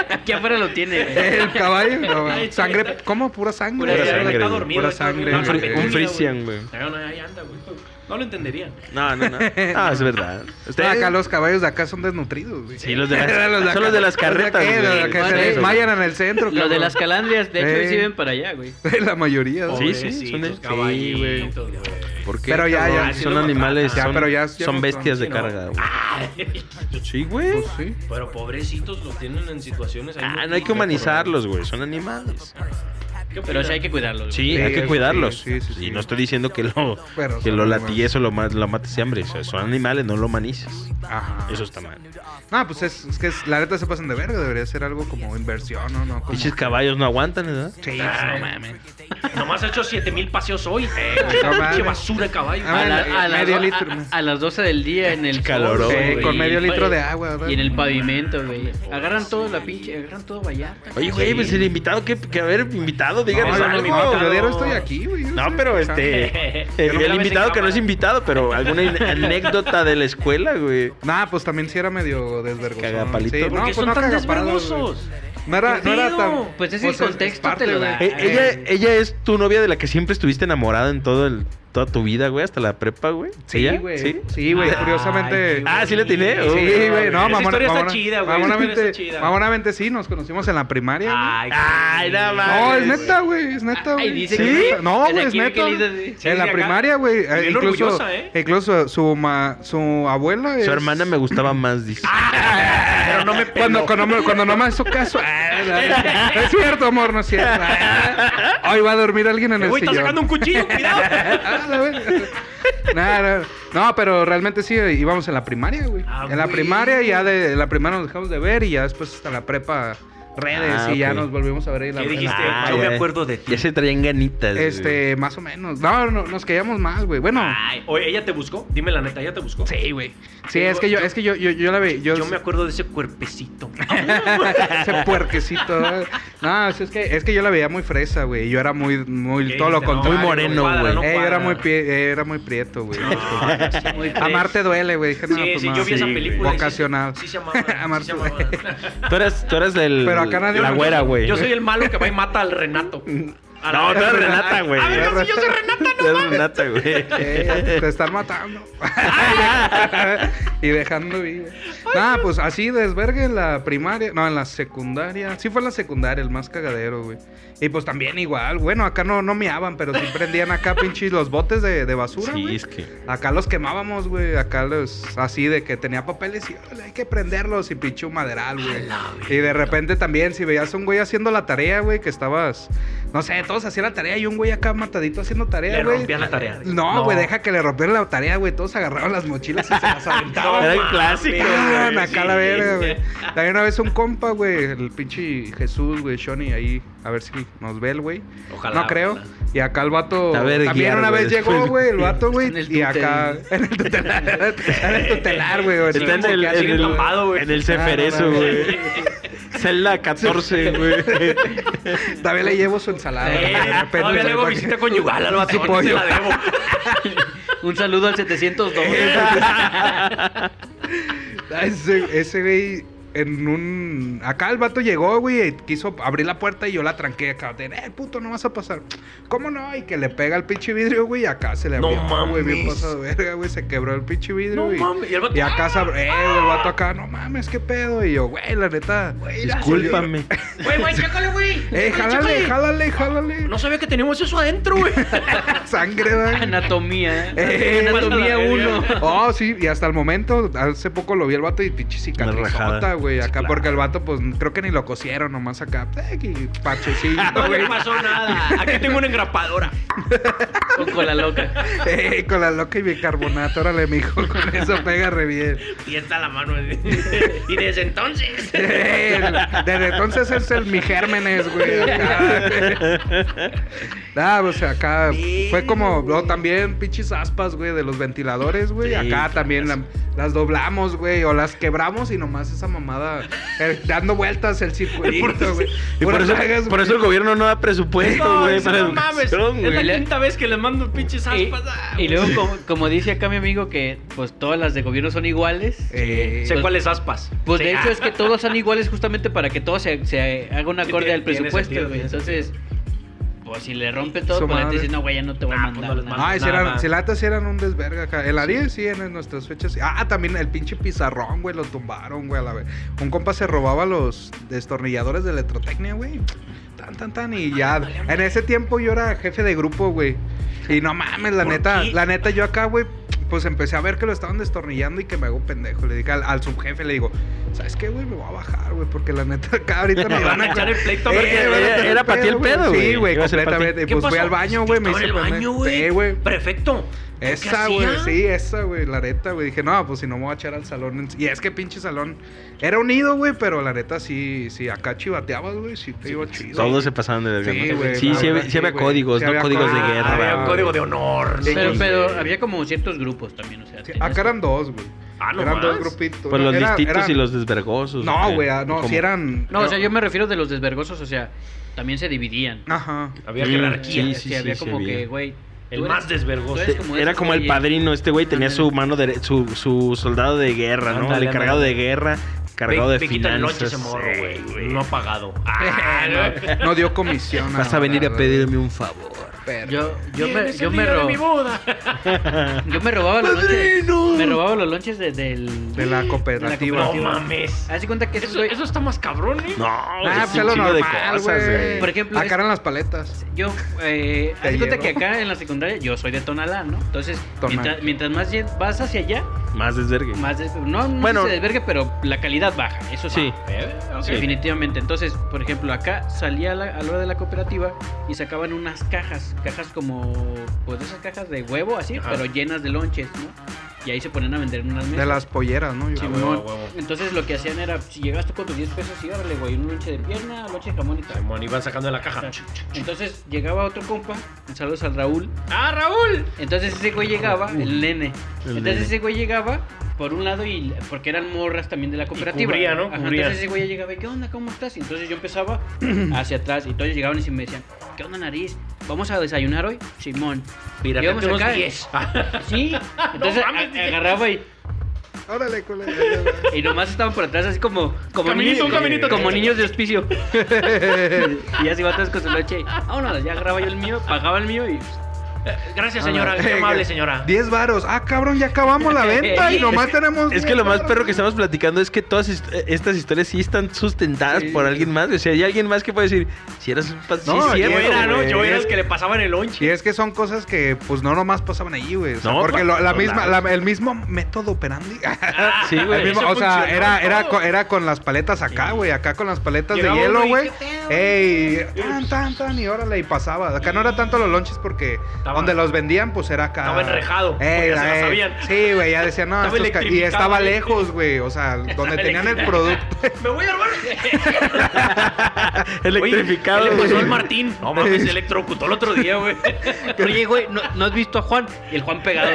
[SPEAKER 2] Aquí afuera lo tiene, güey.
[SPEAKER 4] El caballo, no, güey. sangre, ¿cómo? Pura sangre.
[SPEAKER 1] Pura sangre.
[SPEAKER 5] Está
[SPEAKER 1] güey.
[SPEAKER 5] dormido.
[SPEAKER 4] Pura
[SPEAKER 5] está dormido.
[SPEAKER 4] sangre,
[SPEAKER 5] No,
[SPEAKER 4] güey.
[SPEAKER 5] está dormido,
[SPEAKER 1] Un Frisian, güey.
[SPEAKER 5] No, no, ahí anda, güey. No lo entenderían.
[SPEAKER 1] No, no, no. No, es verdad.
[SPEAKER 4] No,
[SPEAKER 1] Ustedes-
[SPEAKER 4] acá los caballos de acá son desnutridos, güey.
[SPEAKER 1] Sí, los de las- son los de las carretas,
[SPEAKER 4] ¿Qué? Los de
[SPEAKER 1] güey.
[SPEAKER 4] que se
[SPEAKER 2] Bueno,
[SPEAKER 4] desmayan en el centro,
[SPEAKER 2] Lo de
[SPEAKER 4] cabrón.
[SPEAKER 2] las calandrias, de hecho,
[SPEAKER 4] Eh.
[SPEAKER 2] sí ven para allá, güey.
[SPEAKER 4] La mayoría, ¿no?
[SPEAKER 1] Oh, Sí, sí, son de-
[SPEAKER 5] Pobrecitos
[SPEAKER 1] sí,
[SPEAKER 5] caballitos, güey.
[SPEAKER 1] ¿Por qué,
[SPEAKER 4] Pero ya,
[SPEAKER 1] cabrón?
[SPEAKER 4] ya.
[SPEAKER 1] Son animales,
[SPEAKER 4] Ya,
[SPEAKER 1] son,
[SPEAKER 4] pero ya- ya
[SPEAKER 1] son
[SPEAKER 4] no-
[SPEAKER 1] bestias de
[SPEAKER 4] sí, no. Ah,
[SPEAKER 1] carga, güey. Sí, güey.
[SPEAKER 4] Pues sí.
[SPEAKER 5] Pero pobrecitos los tienen en situaciones. ahí
[SPEAKER 1] Ah, no hay que humanizarlos, güey. Son animales.
[SPEAKER 5] ¿Qué
[SPEAKER 2] Pero
[SPEAKER 5] opinan?
[SPEAKER 2] sí hay que cuidarlos.
[SPEAKER 1] Sí,
[SPEAKER 4] Sí,
[SPEAKER 1] hay que
[SPEAKER 4] sí,
[SPEAKER 1] cuidarlos.
[SPEAKER 4] sí, sí, sí.
[SPEAKER 1] Y no estoy diciendo que lo,
[SPEAKER 4] Pero
[SPEAKER 1] que
[SPEAKER 4] son
[SPEAKER 1] lo
[SPEAKER 4] animales.
[SPEAKER 1] latigues o lo, ma- lo mates de hambre. O sea, son animales, no lo humanices.
[SPEAKER 4] Ajá.
[SPEAKER 1] Eso está mal.
[SPEAKER 4] No, pues es, es que es- la neta se pasan de verga. Debería ser algo como inversión, ¿no? no como...
[SPEAKER 1] Pinches caballos no aguantan, ¿verdad?
[SPEAKER 4] Sí,
[SPEAKER 2] Ah,
[SPEAKER 4] no mames.
[SPEAKER 5] Nomás ha hecho 7000 paseos hoy.
[SPEAKER 4] no mames.
[SPEAKER 5] Qué basura de caballo.
[SPEAKER 4] Ah,
[SPEAKER 2] A, la-
[SPEAKER 4] medio
[SPEAKER 2] a las do-
[SPEAKER 4] litro,
[SPEAKER 2] a-
[SPEAKER 4] más.
[SPEAKER 2] a las 12 del día en el
[SPEAKER 1] Calorón,
[SPEAKER 2] sol,
[SPEAKER 1] Sí,
[SPEAKER 2] güey,
[SPEAKER 1] con
[SPEAKER 4] medio
[SPEAKER 2] y-
[SPEAKER 4] litro de agua, ¿verdad?
[SPEAKER 2] Y en el pavimento, güey. Agarran todo la pinche, agarran todo Vallarta.
[SPEAKER 1] Oye, güey, pues el invitado, ¿qué, qué haber invitado? Díganos
[SPEAKER 5] no, no,
[SPEAKER 1] algo.
[SPEAKER 5] mi invitado.
[SPEAKER 4] yo de veras estoy aquí, güey. yo
[SPEAKER 1] No,
[SPEAKER 4] sé.
[SPEAKER 1] pero este.
[SPEAKER 5] Yo
[SPEAKER 1] El,
[SPEAKER 5] nunca
[SPEAKER 1] el
[SPEAKER 5] ves en
[SPEAKER 1] invitado que no es
[SPEAKER 5] cámara.
[SPEAKER 1] invitado, pero alguna in- anécdota de la escuela, güey.
[SPEAKER 4] Nah, pues también sí era medio desvergonzoso.
[SPEAKER 1] Cagapalito.
[SPEAKER 4] Sí,
[SPEAKER 1] ¿Por
[SPEAKER 5] ¿Por qué
[SPEAKER 4] pues
[SPEAKER 5] son tan
[SPEAKER 4] cagapalos,
[SPEAKER 5] desvergonzosos?
[SPEAKER 4] güey. No era,
[SPEAKER 5] ¿Qué
[SPEAKER 4] no era
[SPEAKER 5] pedo?
[SPEAKER 4] tan.
[SPEAKER 2] Pues es el contexto te lo
[SPEAKER 4] güey.
[SPEAKER 2] da.
[SPEAKER 1] Eh,
[SPEAKER 2] Ah,
[SPEAKER 1] ella, ella es tu novia de la que siempre estuviste enamorado en todo el, toda tu vida, güey, hasta la prepa, güey.
[SPEAKER 4] Sí,
[SPEAKER 1] ¿Ella?
[SPEAKER 4] güey.
[SPEAKER 1] ¿Sí?
[SPEAKER 4] Sí, güey.
[SPEAKER 5] Ay,
[SPEAKER 4] Curiosamente.
[SPEAKER 5] qué
[SPEAKER 1] Ah, sí le tiene.
[SPEAKER 5] Sí,
[SPEAKER 1] Uh,
[SPEAKER 4] Sí, güey, no,
[SPEAKER 5] Esa
[SPEAKER 4] mamona,
[SPEAKER 5] historia está
[SPEAKER 4] mamona-
[SPEAKER 5] chida, güey, esa
[SPEAKER 4] Mamonamente,
[SPEAKER 5] historia está chida.
[SPEAKER 4] mamonamente sí, nos conocimos en la primaria. güey.
[SPEAKER 1] Ay, nada más.
[SPEAKER 4] no, es
[SPEAKER 1] güey.
[SPEAKER 4] neta, güey, es neta,
[SPEAKER 2] Ay,
[SPEAKER 4] güey.
[SPEAKER 2] dice
[SPEAKER 4] Sí,
[SPEAKER 2] que es neta.
[SPEAKER 4] no,
[SPEAKER 2] Desde
[SPEAKER 4] güey, es
[SPEAKER 2] aquí vi que
[SPEAKER 4] neta.
[SPEAKER 2] le dice-
[SPEAKER 5] Sí,
[SPEAKER 4] en
[SPEAKER 5] de
[SPEAKER 4] la
[SPEAKER 5] acá.
[SPEAKER 4] primaria, güey, eh,
[SPEAKER 5] Bien
[SPEAKER 4] incluso,
[SPEAKER 5] orgullosa, ¿eh?
[SPEAKER 4] incluso su ma, su abuela es- Ah.
[SPEAKER 1] Su hermana me gustaba más, dice.
[SPEAKER 5] Pero no me
[SPEAKER 4] cuando, cuando, no me- cuando no me hizo caso. Ah, no, no es cierto, amor, no es cierto. Ah, Hoy va a dormir alguien en el
[SPEAKER 5] Güey, está
[SPEAKER 4] sillón.
[SPEAKER 5] sacando un cuchillo, cuidado.
[SPEAKER 4] Ah, la verga. Nah, no, no, pero realmente sí íbamos en la primaria, güey.
[SPEAKER 5] Ah,
[SPEAKER 4] en la
[SPEAKER 5] güey.
[SPEAKER 4] primaria ya de en la primaria nos dejamos de ver y ya después hasta la prepa redes
[SPEAKER 1] Ah,
[SPEAKER 4] y ya
[SPEAKER 1] ok. Ah,
[SPEAKER 4] nos volvimos a ver ahí la
[SPEAKER 5] ¿Qué
[SPEAKER 4] la-
[SPEAKER 5] dijiste?
[SPEAKER 4] la-
[SPEAKER 5] Yo
[SPEAKER 1] ya.
[SPEAKER 5] me acuerdo de ti.
[SPEAKER 1] Ya se traían ganitas. güey.
[SPEAKER 4] Este, más o menos. No, no, nos quedamos mal, güey. Bueno,
[SPEAKER 5] Ay, oye, ¿ella te buscó? Dime la neta, ¿ella te buscó?
[SPEAKER 4] sí, güey. Sí, es que yo, es que yo, yo, yo la ve, yo,
[SPEAKER 5] Yo me acuerdo de ese cuerpecito.
[SPEAKER 4] ese puerquecito. güey. No, es que, es que yo la veía muy fresa, güey. Yo era muy, muy,
[SPEAKER 5] ¿Qué
[SPEAKER 4] todo lo
[SPEAKER 5] dijiste? No,
[SPEAKER 4] contrario.
[SPEAKER 1] Muy moreno,
[SPEAKER 5] cuadra,
[SPEAKER 1] güey.
[SPEAKER 5] no
[SPEAKER 4] Eh, yo era
[SPEAKER 5] cuadra.
[SPEAKER 4] muy, pie- eh, era muy prieto, güey.
[SPEAKER 2] Muy fresh.
[SPEAKER 4] Amarte duele, güey. Dije, no,
[SPEAKER 5] Sí,
[SPEAKER 4] pues
[SPEAKER 5] sí,
[SPEAKER 4] no.
[SPEAKER 5] yo vi esa
[SPEAKER 1] sí,
[SPEAKER 5] película. y sí-
[SPEAKER 4] Vocacional.
[SPEAKER 5] Sí, se amaba, sí se
[SPEAKER 4] Amarte.
[SPEAKER 5] amaba.
[SPEAKER 1] Tú eres, tú eres el.
[SPEAKER 4] Pero acá nadie
[SPEAKER 1] La
[SPEAKER 4] lo-
[SPEAKER 1] güera, güey.
[SPEAKER 5] Yo soy el malo que va y mata al Renato. A la-
[SPEAKER 1] No, tú eres Renata, güey.
[SPEAKER 5] A ver,
[SPEAKER 4] Yo
[SPEAKER 5] si yo soy Renata.
[SPEAKER 1] Tú eres Renata, güey.
[SPEAKER 4] Eh, te están matando. y dejando vivo. Nah, pues así desvergue en la primaria. No, en la secundaria. Sí fue en la secundaria, el más cagadero, güey. Y pues también igual. Bueno, acá no, no meaban, pero sí prendían acá, pinches, los botes de, de basura,
[SPEAKER 1] Sí,
[SPEAKER 4] güey.
[SPEAKER 1] es que.
[SPEAKER 4] Acá los quemábamos, güey. Acá los. Así de que tenía papeles y "Órale, hay que prenderlos y pinche un maderal, güey. Y de repente también, si veías a un güey haciendo la tarea, güey, que estabas. No sé, todos hacían la tarea y un güey acá matadito haciendo tarea,
[SPEAKER 5] Le
[SPEAKER 4] güey.
[SPEAKER 5] rompían la tarea.
[SPEAKER 4] No, güey, deja que le rompieran la tarea, güey. Todos agarraron las mochilas y se las aventaban.
[SPEAKER 1] Era el
[SPEAKER 5] mames,
[SPEAKER 1] clásico,
[SPEAKER 4] ¡Tan!
[SPEAKER 1] güey.
[SPEAKER 4] acá la verga, güey. También una vez un compa, güey, el pinche Jesús, güey, Shoni, ahí, a ver si nos ve el güey.
[SPEAKER 5] Ojalá,
[SPEAKER 4] No creo.
[SPEAKER 5] ojalá.
[SPEAKER 4] Y acá el vato.
[SPEAKER 1] A ver,
[SPEAKER 4] también
[SPEAKER 1] guiar,
[SPEAKER 4] una
[SPEAKER 1] güey,
[SPEAKER 4] vez llegó,
[SPEAKER 1] después.
[SPEAKER 4] güey, el vato, güey.
[SPEAKER 2] En el
[SPEAKER 4] Y acá.
[SPEAKER 2] tutel.
[SPEAKER 4] En el tutelar. En el tutelar, güey. güey.
[SPEAKER 1] Está en el,
[SPEAKER 5] así
[SPEAKER 1] en
[SPEAKER 5] bien
[SPEAKER 1] el,
[SPEAKER 5] tapado, güey.
[SPEAKER 1] en el
[SPEAKER 4] Ah, no
[SPEAKER 1] Ceferezo,
[SPEAKER 4] mames.
[SPEAKER 1] güey. Celda 14, güey.
[SPEAKER 4] También le llevo su ensalada. güey,
[SPEAKER 5] Eh,
[SPEAKER 4] de repente,
[SPEAKER 5] todavía
[SPEAKER 4] güey,
[SPEAKER 5] le hago
[SPEAKER 4] para que-
[SPEAKER 5] visita conyugal al vato,
[SPEAKER 4] Sí,
[SPEAKER 5] no se
[SPEAKER 4] pollo.
[SPEAKER 5] la debo.
[SPEAKER 2] Un saludo al 702.
[SPEAKER 4] Ah, Ese, ese güey en un... Acá el vato llegó, güey, y quiso abrir la puerta y yo la tranqué acá. de, eh, puto, no vas a pasar. ¿Cómo no? Y que le pega el pinche vidrio, güey, y acá se le
[SPEAKER 5] No
[SPEAKER 4] abrió. güey, bien
[SPEAKER 5] mames.
[SPEAKER 4] pasado de verga, güey, se quebró el pinche vidrio.
[SPEAKER 5] No
[SPEAKER 4] y,
[SPEAKER 5] mames, y el vato,
[SPEAKER 4] y acá se abrió, eh, güey, el vato acá, no mames, qué pedo. Y yo, güey, la neta,
[SPEAKER 1] Discúlpame.
[SPEAKER 5] Güey, güey, chécale, güey.
[SPEAKER 4] eh, jálale, jálale, jálale.
[SPEAKER 5] No Ah, sabía que teníamos eso adentro, güey.
[SPEAKER 4] Sangre, güey.
[SPEAKER 2] Anatomía.
[SPEAKER 4] Eh,
[SPEAKER 2] Anatomía
[SPEAKER 5] manda la
[SPEAKER 2] 1.
[SPEAKER 5] verga.
[SPEAKER 4] Oh, sí, y hasta el momento, hace poco lo vi el vato y pinche cicatrizota,
[SPEAKER 1] rajada.
[SPEAKER 4] güey, acá,
[SPEAKER 1] Claro.
[SPEAKER 4] porque el vato, pues, creo que ni lo cosieron, nomás acá, eh, que parchecillo,
[SPEAKER 5] No
[SPEAKER 4] güey,
[SPEAKER 5] le pasó nada. Aquí tengo una engrapadora.
[SPEAKER 2] Con cola loca.
[SPEAKER 4] Eh, con la loca y bicarbonato, órale, mijo, con eso pega re bien.
[SPEAKER 5] Y está la mano. así. y desde entonces.
[SPEAKER 4] Eh, Desde entonces es el mi gérmenes, güey, acá. Nah, o sea, acá fue como, no, también pinches aspas, güey, de los ventiladores, güey,
[SPEAKER 1] Sí,
[SPEAKER 4] acá también la- las doblamos, güey, o las quebramos y nomás esa mamada eh, dando vueltas el circulito, güey.
[SPEAKER 1] Y por
[SPEAKER 4] Puras
[SPEAKER 1] eso,
[SPEAKER 4] sagas,
[SPEAKER 1] por
[SPEAKER 4] güey.
[SPEAKER 1] eso el gobierno no da presupuesto,
[SPEAKER 5] No,
[SPEAKER 1] güey,
[SPEAKER 5] dice,
[SPEAKER 1] para
[SPEAKER 5] no mames.
[SPEAKER 1] educación,
[SPEAKER 5] Es
[SPEAKER 1] güey.
[SPEAKER 5] la quinta vez que les mando pinches
[SPEAKER 2] Y,
[SPEAKER 5] aspas. ah,
[SPEAKER 2] y
[SPEAKER 5] güey.
[SPEAKER 2] luego, como, como dice acá mi amigo, que pues todas las de gobierno son iguales.
[SPEAKER 4] Eh,
[SPEAKER 5] Sé cuáles aspas.
[SPEAKER 2] Pues
[SPEAKER 5] Sí,
[SPEAKER 2] de hecho
[SPEAKER 5] ah.
[SPEAKER 2] es que todos son iguales justamente para que todo se, se haga un acorde
[SPEAKER 5] tiene-
[SPEAKER 2] al
[SPEAKER 5] tiene sentido,
[SPEAKER 2] presupuesto, güey.
[SPEAKER 5] tiene
[SPEAKER 2] Entonces, pues si le rompe todo,
[SPEAKER 4] Su
[SPEAKER 2] pues te
[SPEAKER 4] madre.
[SPEAKER 2] dice, no, güey, ya no te voy a
[SPEAKER 5] Ah, pues, no
[SPEAKER 2] mandar.
[SPEAKER 5] les
[SPEAKER 2] nada".
[SPEAKER 4] Ay, si
[SPEAKER 5] nada.
[SPEAKER 4] eran, si la neta sí eran un desverga acá. El Ariel sí en nuestras fechas. sí. Ah, también el pinche pizarrón, güey, lo tumbaron, güey, a la vez. Un compa se robaba los destornilladores de electrotecnia, güey. Tan, tan, tan, y ya. En ese tiempo yo era jefe de grupo, güey. Y no mames, la
[SPEAKER 5] ¿Por
[SPEAKER 4] neta,
[SPEAKER 5] qué?
[SPEAKER 4] la neta yo acá, güey, pues empecé a ver que lo estaban destornillando y que me hago pendejo. Le dije al, al subjefe, le digo, ¿sabes qué, güey? Me voy a bajar, güey, porque la neta acá ahorita me
[SPEAKER 5] Me
[SPEAKER 4] van a
[SPEAKER 5] echar el pleito a
[SPEAKER 4] Eh,
[SPEAKER 5] ver
[SPEAKER 1] era-
[SPEAKER 5] qué-
[SPEAKER 4] güey,
[SPEAKER 1] era- era pa' ti el pedo,
[SPEAKER 4] Sí,
[SPEAKER 1] güey.
[SPEAKER 4] güey,
[SPEAKER 1] Iba a ser pa' ti.
[SPEAKER 4] completamente.
[SPEAKER 5] ¿Qué
[SPEAKER 4] Pues fui
[SPEAKER 5] pasó?
[SPEAKER 4] al
[SPEAKER 5] Es
[SPEAKER 4] baño,
[SPEAKER 5] que
[SPEAKER 4] güey. Me
[SPEAKER 5] estaba
[SPEAKER 4] hice
[SPEAKER 5] en el
[SPEAKER 4] pendejo.
[SPEAKER 5] baño,
[SPEAKER 4] Sí,
[SPEAKER 5] güey.
[SPEAKER 4] güey.
[SPEAKER 5] Perfecto. ¿Qué hacía?
[SPEAKER 4] Esa, güey, sí, esa, güey, la neta, güey. Dije, no, pues si no me voy a echar al salón. en- Y es que pinche salón. Era unido, güey, pero la neta sí, sí, acá chivateabas, güey, sí te iba chido.
[SPEAKER 1] Todos se pasaban de verga.
[SPEAKER 4] Sí,
[SPEAKER 1] ¿no?
[SPEAKER 4] güey,
[SPEAKER 1] sí,
[SPEAKER 4] la
[SPEAKER 1] sí,
[SPEAKER 4] verdad,
[SPEAKER 1] había- sí
[SPEAKER 4] sí,
[SPEAKER 1] había
[SPEAKER 4] güey.
[SPEAKER 1] códigos,
[SPEAKER 4] Sí
[SPEAKER 1] no
[SPEAKER 4] había
[SPEAKER 1] códigos Pues de
[SPEAKER 4] códigos.
[SPEAKER 1] guerra.
[SPEAKER 5] Ah, había un
[SPEAKER 1] güey.
[SPEAKER 5] código de honor. ¿no?
[SPEAKER 4] Sí,
[SPEAKER 2] Pero,
[SPEAKER 4] güey.
[SPEAKER 2] pero había como ciertos grupos también, o sea.
[SPEAKER 4] Sí,
[SPEAKER 2] tenías-
[SPEAKER 4] acá eran dos, güey.
[SPEAKER 5] Ah, no
[SPEAKER 4] eran
[SPEAKER 5] más.
[SPEAKER 4] dos grupitos.
[SPEAKER 1] Pues los
[SPEAKER 4] Era-
[SPEAKER 1] listitos
[SPEAKER 4] eran-
[SPEAKER 1] y los desvergosos.
[SPEAKER 4] No,
[SPEAKER 1] ¿o qué?
[SPEAKER 4] güey, ah, no,
[SPEAKER 1] ¿Cómo?
[SPEAKER 4] si eran.
[SPEAKER 2] No, o sea, yo me refiero de los desvergosos, o sea, también se dividían.
[SPEAKER 4] Ajá.
[SPEAKER 5] Había
[SPEAKER 1] Mm,
[SPEAKER 5] jerarquía.
[SPEAKER 1] sí,
[SPEAKER 2] Sí, había como
[SPEAKER 1] había.
[SPEAKER 2] que, güey.
[SPEAKER 5] El
[SPEAKER 2] tú
[SPEAKER 5] más
[SPEAKER 2] eres- tú
[SPEAKER 5] desvergoso.
[SPEAKER 2] eres como
[SPEAKER 1] Era
[SPEAKER 2] esos
[SPEAKER 1] como el
[SPEAKER 2] güeyes.
[SPEAKER 1] padrino, este güey tenía su
[SPEAKER 2] Ándale.
[SPEAKER 1] mano dere- su, su soldado de guerra, ¿no?
[SPEAKER 5] Ándale,
[SPEAKER 1] el encargado
[SPEAKER 5] ándale.
[SPEAKER 1] de guerra, cargado
[SPEAKER 5] Ve-
[SPEAKER 1] de
[SPEAKER 5] ve, quita el lonche
[SPEAKER 1] finanzas.
[SPEAKER 5] ese morro,
[SPEAKER 1] Sí,
[SPEAKER 5] güey. No ha pagado. Ah, no.
[SPEAKER 4] No dio comisión.
[SPEAKER 1] Vas a venir a
[SPEAKER 4] nada,
[SPEAKER 1] pedirme un favor.
[SPEAKER 4] perro.
[SPEAKER 2] Yo, yo
[SPEAKER 5] Bien,
[SPEAKER 2] me,
[SPEAKER 5] es
[SPEAKER 2] yo
[SPEAKER 5] el
[SPEAKER 2] me,
[SPEAKER 5] día de
[SPEAKER 2] ro-
[SPEAKER 5] mi boda.
[SPEAKER 2] yo me robaba los lonches.
[SPEAKER 1] ¡Padrino!
[SPEAKER 2] Me robaba los lonches de- del.
[SPEAKER 4] De la
[SPEAKER 2] cooperativa.
[SPEAKER 4] cooperativa.
[SPEAKER 5] No mames.
[SPEAKER 2] Haz de cuenta que esos
[SPEAKER 5] Eso,
[SPEAKER 2] güey-
[SPEAKER 5] eso está más cabrón, ¿eh?
[SPEAKER 1] No,
[SPEAKER 4] Ah,
[SPEAKER 1] es
[SPEAKER 4] pues es
[SPEAKER 1] un
[SPEAKER 4] lo
[SPEAKER 1] chingo de
[SPEAKER 4] normal,
[SPEAKER 1] cosas,
[SPEAKER 4] güey.
[SPEAKER 2] Por ejemplo, es-
[SPEAKER 4] Acá eran las paletas.
[SPEAKER 2] Yo, eh, haz de cuenta
[SPEAKER 4] llevo.
[SPEAKER 2] que acá en la secundaria yo soy de Tonalá, ¿no? Entonces,
[SPEAKER 4] Tonalá.
[SPEAKER 2] mientras, mientras más llen- vas hacia allá,
[SPEAKER 1] Más desvergue.
[SPEAKER 2] más. des- No, no
[SPEAKER 1] Bueno.
[SPEAKER 2] se desvergue, pero la calidad baja. Eso
[SPEAKER 1] Sí.
[SPEAKER 2] sí.
[SPEAKER 5] Eh, ok.
[SPEAKER 1] Sí.
[SPEAKER 2] Definitivamente. Entonces, por ejemplo, acá salía a la, a la hora de la cooperativa y sacaban unas cajas, cajas como, pues esas cajas de huevo así,
[SPEAKER 5] Ajá.
[SPEAKER 2] pero llenas de lonches, ¿no? Y ahí se ponían a vender en unas mesas.
[SPEAKER 4] De las polleras, ¿no? Yo
[SPEAKER 2] Sí,
[SPEAKER 4] creo.
[SPEAKER 2] Simón.
[SPEAKER 5] huevo, huevo.
[SPEAKER 2] Entonces lo que hacían era, si llegas tú con tus 10 pesos, sí, órale, güey, un lonche de pierna, lonche de jamón y tal.
[SPEAKER 5] Simón, iban sacando de la caja.
[SPEAKER 2] Entonces llegaba otro compa, saludos al Raúl.
[SPEAKER 5] ¡Ah, Raúl!
[SPEAKER 2] Entonces ese güey llegaba, el nene.
[SPEAKER 1] El
[SPEAKER 2] Entonces
[SPEAKER 1] nene.
[SPEAKER 2] ese güey llegaba por un lado y porque eran morras también de la cooperativa.
[SPEAKER 5] cubría, ¿no?
[SPEAKER 2] Ajá,
[SPEAKER 5] Cubría.
[SPEAKER 2] entonces ese güey llegaba y ¿qué onda? ¿Cómo estás? Y entonces yo empezaba hacia atrás y todos llegaban y se me decían, ¿qué onda nariz? ¿Vamos a desayunar hoy? Simón.
[SPEAKER 5] Mira,
[SPEAKER 2] Y íbamos
[SPEAKER 5] unos
[SPEAKER 2] acá.
[SPEAKER 5] 10.
[SPEAKER 2] Sí. Entonces a-
[SPEAKER 5] mames, dije.
[SPEAKER 2] agarraba y
[SPEAKER 4] Órale, culero.
[SPEAKER 2] y nomás estaban por atrás así como... como
[SPEAKER 5] Caminito,
[SPEAKER 2] niños-
[SPEAKER 5] un caminito.
[SPEAKER 2] Como niños de hospicio. y así va atrás con su noche. Vámonos, ya agarraba yo el mío, pagaba el mío y... pues,
[SPEAKER 5] Gracias, señora. Qué amable, señora.
[SPEAKER 4] 10 varos. Ah, cabrón, ya acabamos la venta y nomás tenemos.
[SPEAKER 1] Es que
[SPEAKER 4] 10
[SPEAKER 1] lo más
[SPEAKER 4] varos.
[SPEAKER 1] perro que estamos platicando es que todas est- eh, estas historias sí están sustentadas
[SPEAKER 4] Sí.
[SPEAKER 1] por alguien más. O sea, hay alguien más que puede decir, si eras un pa- sí,
[SPEAKER 4] No,
[SPEAKER 1] es
[SPEAKER 4] yo
[SPEAKER 1] cierto,
[SPEAKER 4] era, ¿no?
[SPEAKER 1] güey.
[SPEAKER 4] Yo era el
[SPEAKER 5] que le pasaban el lonche.
[SPEAKER 4] Y es que son cosas que, pues, no nomás pasaban allí, güey. O sea,
[SPEAKER 1] No,
[SPEAKER 4] porque
[SPEAKER 1] pa-
[SPEAKER 4] lo- la
[SPEAKER 1] no,
[SPEAKER 4] misma,
[SPEAKER 1] claro.
[SPEAKER 4] la- el mismo método operandi.
[SPEAKER 1] Sí, güey.
[SPEAKER 4] El mismo-
[SPEAKER 5] Eso
[SPEAKER 4] o sea,
[SPEAKER 5] funcionó
[SPEAKER 4] era,
[SPEAKER 5] todo.
[SPEAKER 4] era, con, era con las paletas acá, güey. Acá con las paletas de
[SPEAKER 5] Llegaba uno
[SPEAKER 4] hielo,
[SPEAKER 5] y,
[SPEAKER 4] güey.
[SPEAKER 5] "¿Qué pedo?"
[SPEAKER 4] Ey, tan, tan, tan, y órale, y pasaba. Acá no era tanto los lonches porque
[SPEAKER 5] Estaba-
[SPEAKER 4] donde los vendían, pues era acá.
[SPEAKER 5] Estaba enrejado, porque
[SPEAKER 4] Ey,
[SPEAKER 5] ya se la
[SPEAKER 4] ey.
[SPEAKER 5] sabían.
[SPEAKER 4] Sí, güey, ya decían, no,
[SPEAKER 5] Estaba
[SPEAKER 4] estos ca- y
[SPEAKER 5] electrificado,
[SPEAKER 4] estaba
[SPEAKER 5] güey.
[SPEAKER 4] lejos, güey. O sea, donde tenían el producto.
[SPEAKER 5] Me voy a armar.
[SPEAKER 1] Electrificado,
[SPEAKER 5] Oye, ¿qué le pasó
[SPEAKER 1] güey.
[SPEAKER 5] al Martín. No mames, se electrocutó el otro día, güey.
[SPEAKER 2] Oye, güey, ¿no, no has visto a Juan? Y el Juan pegado.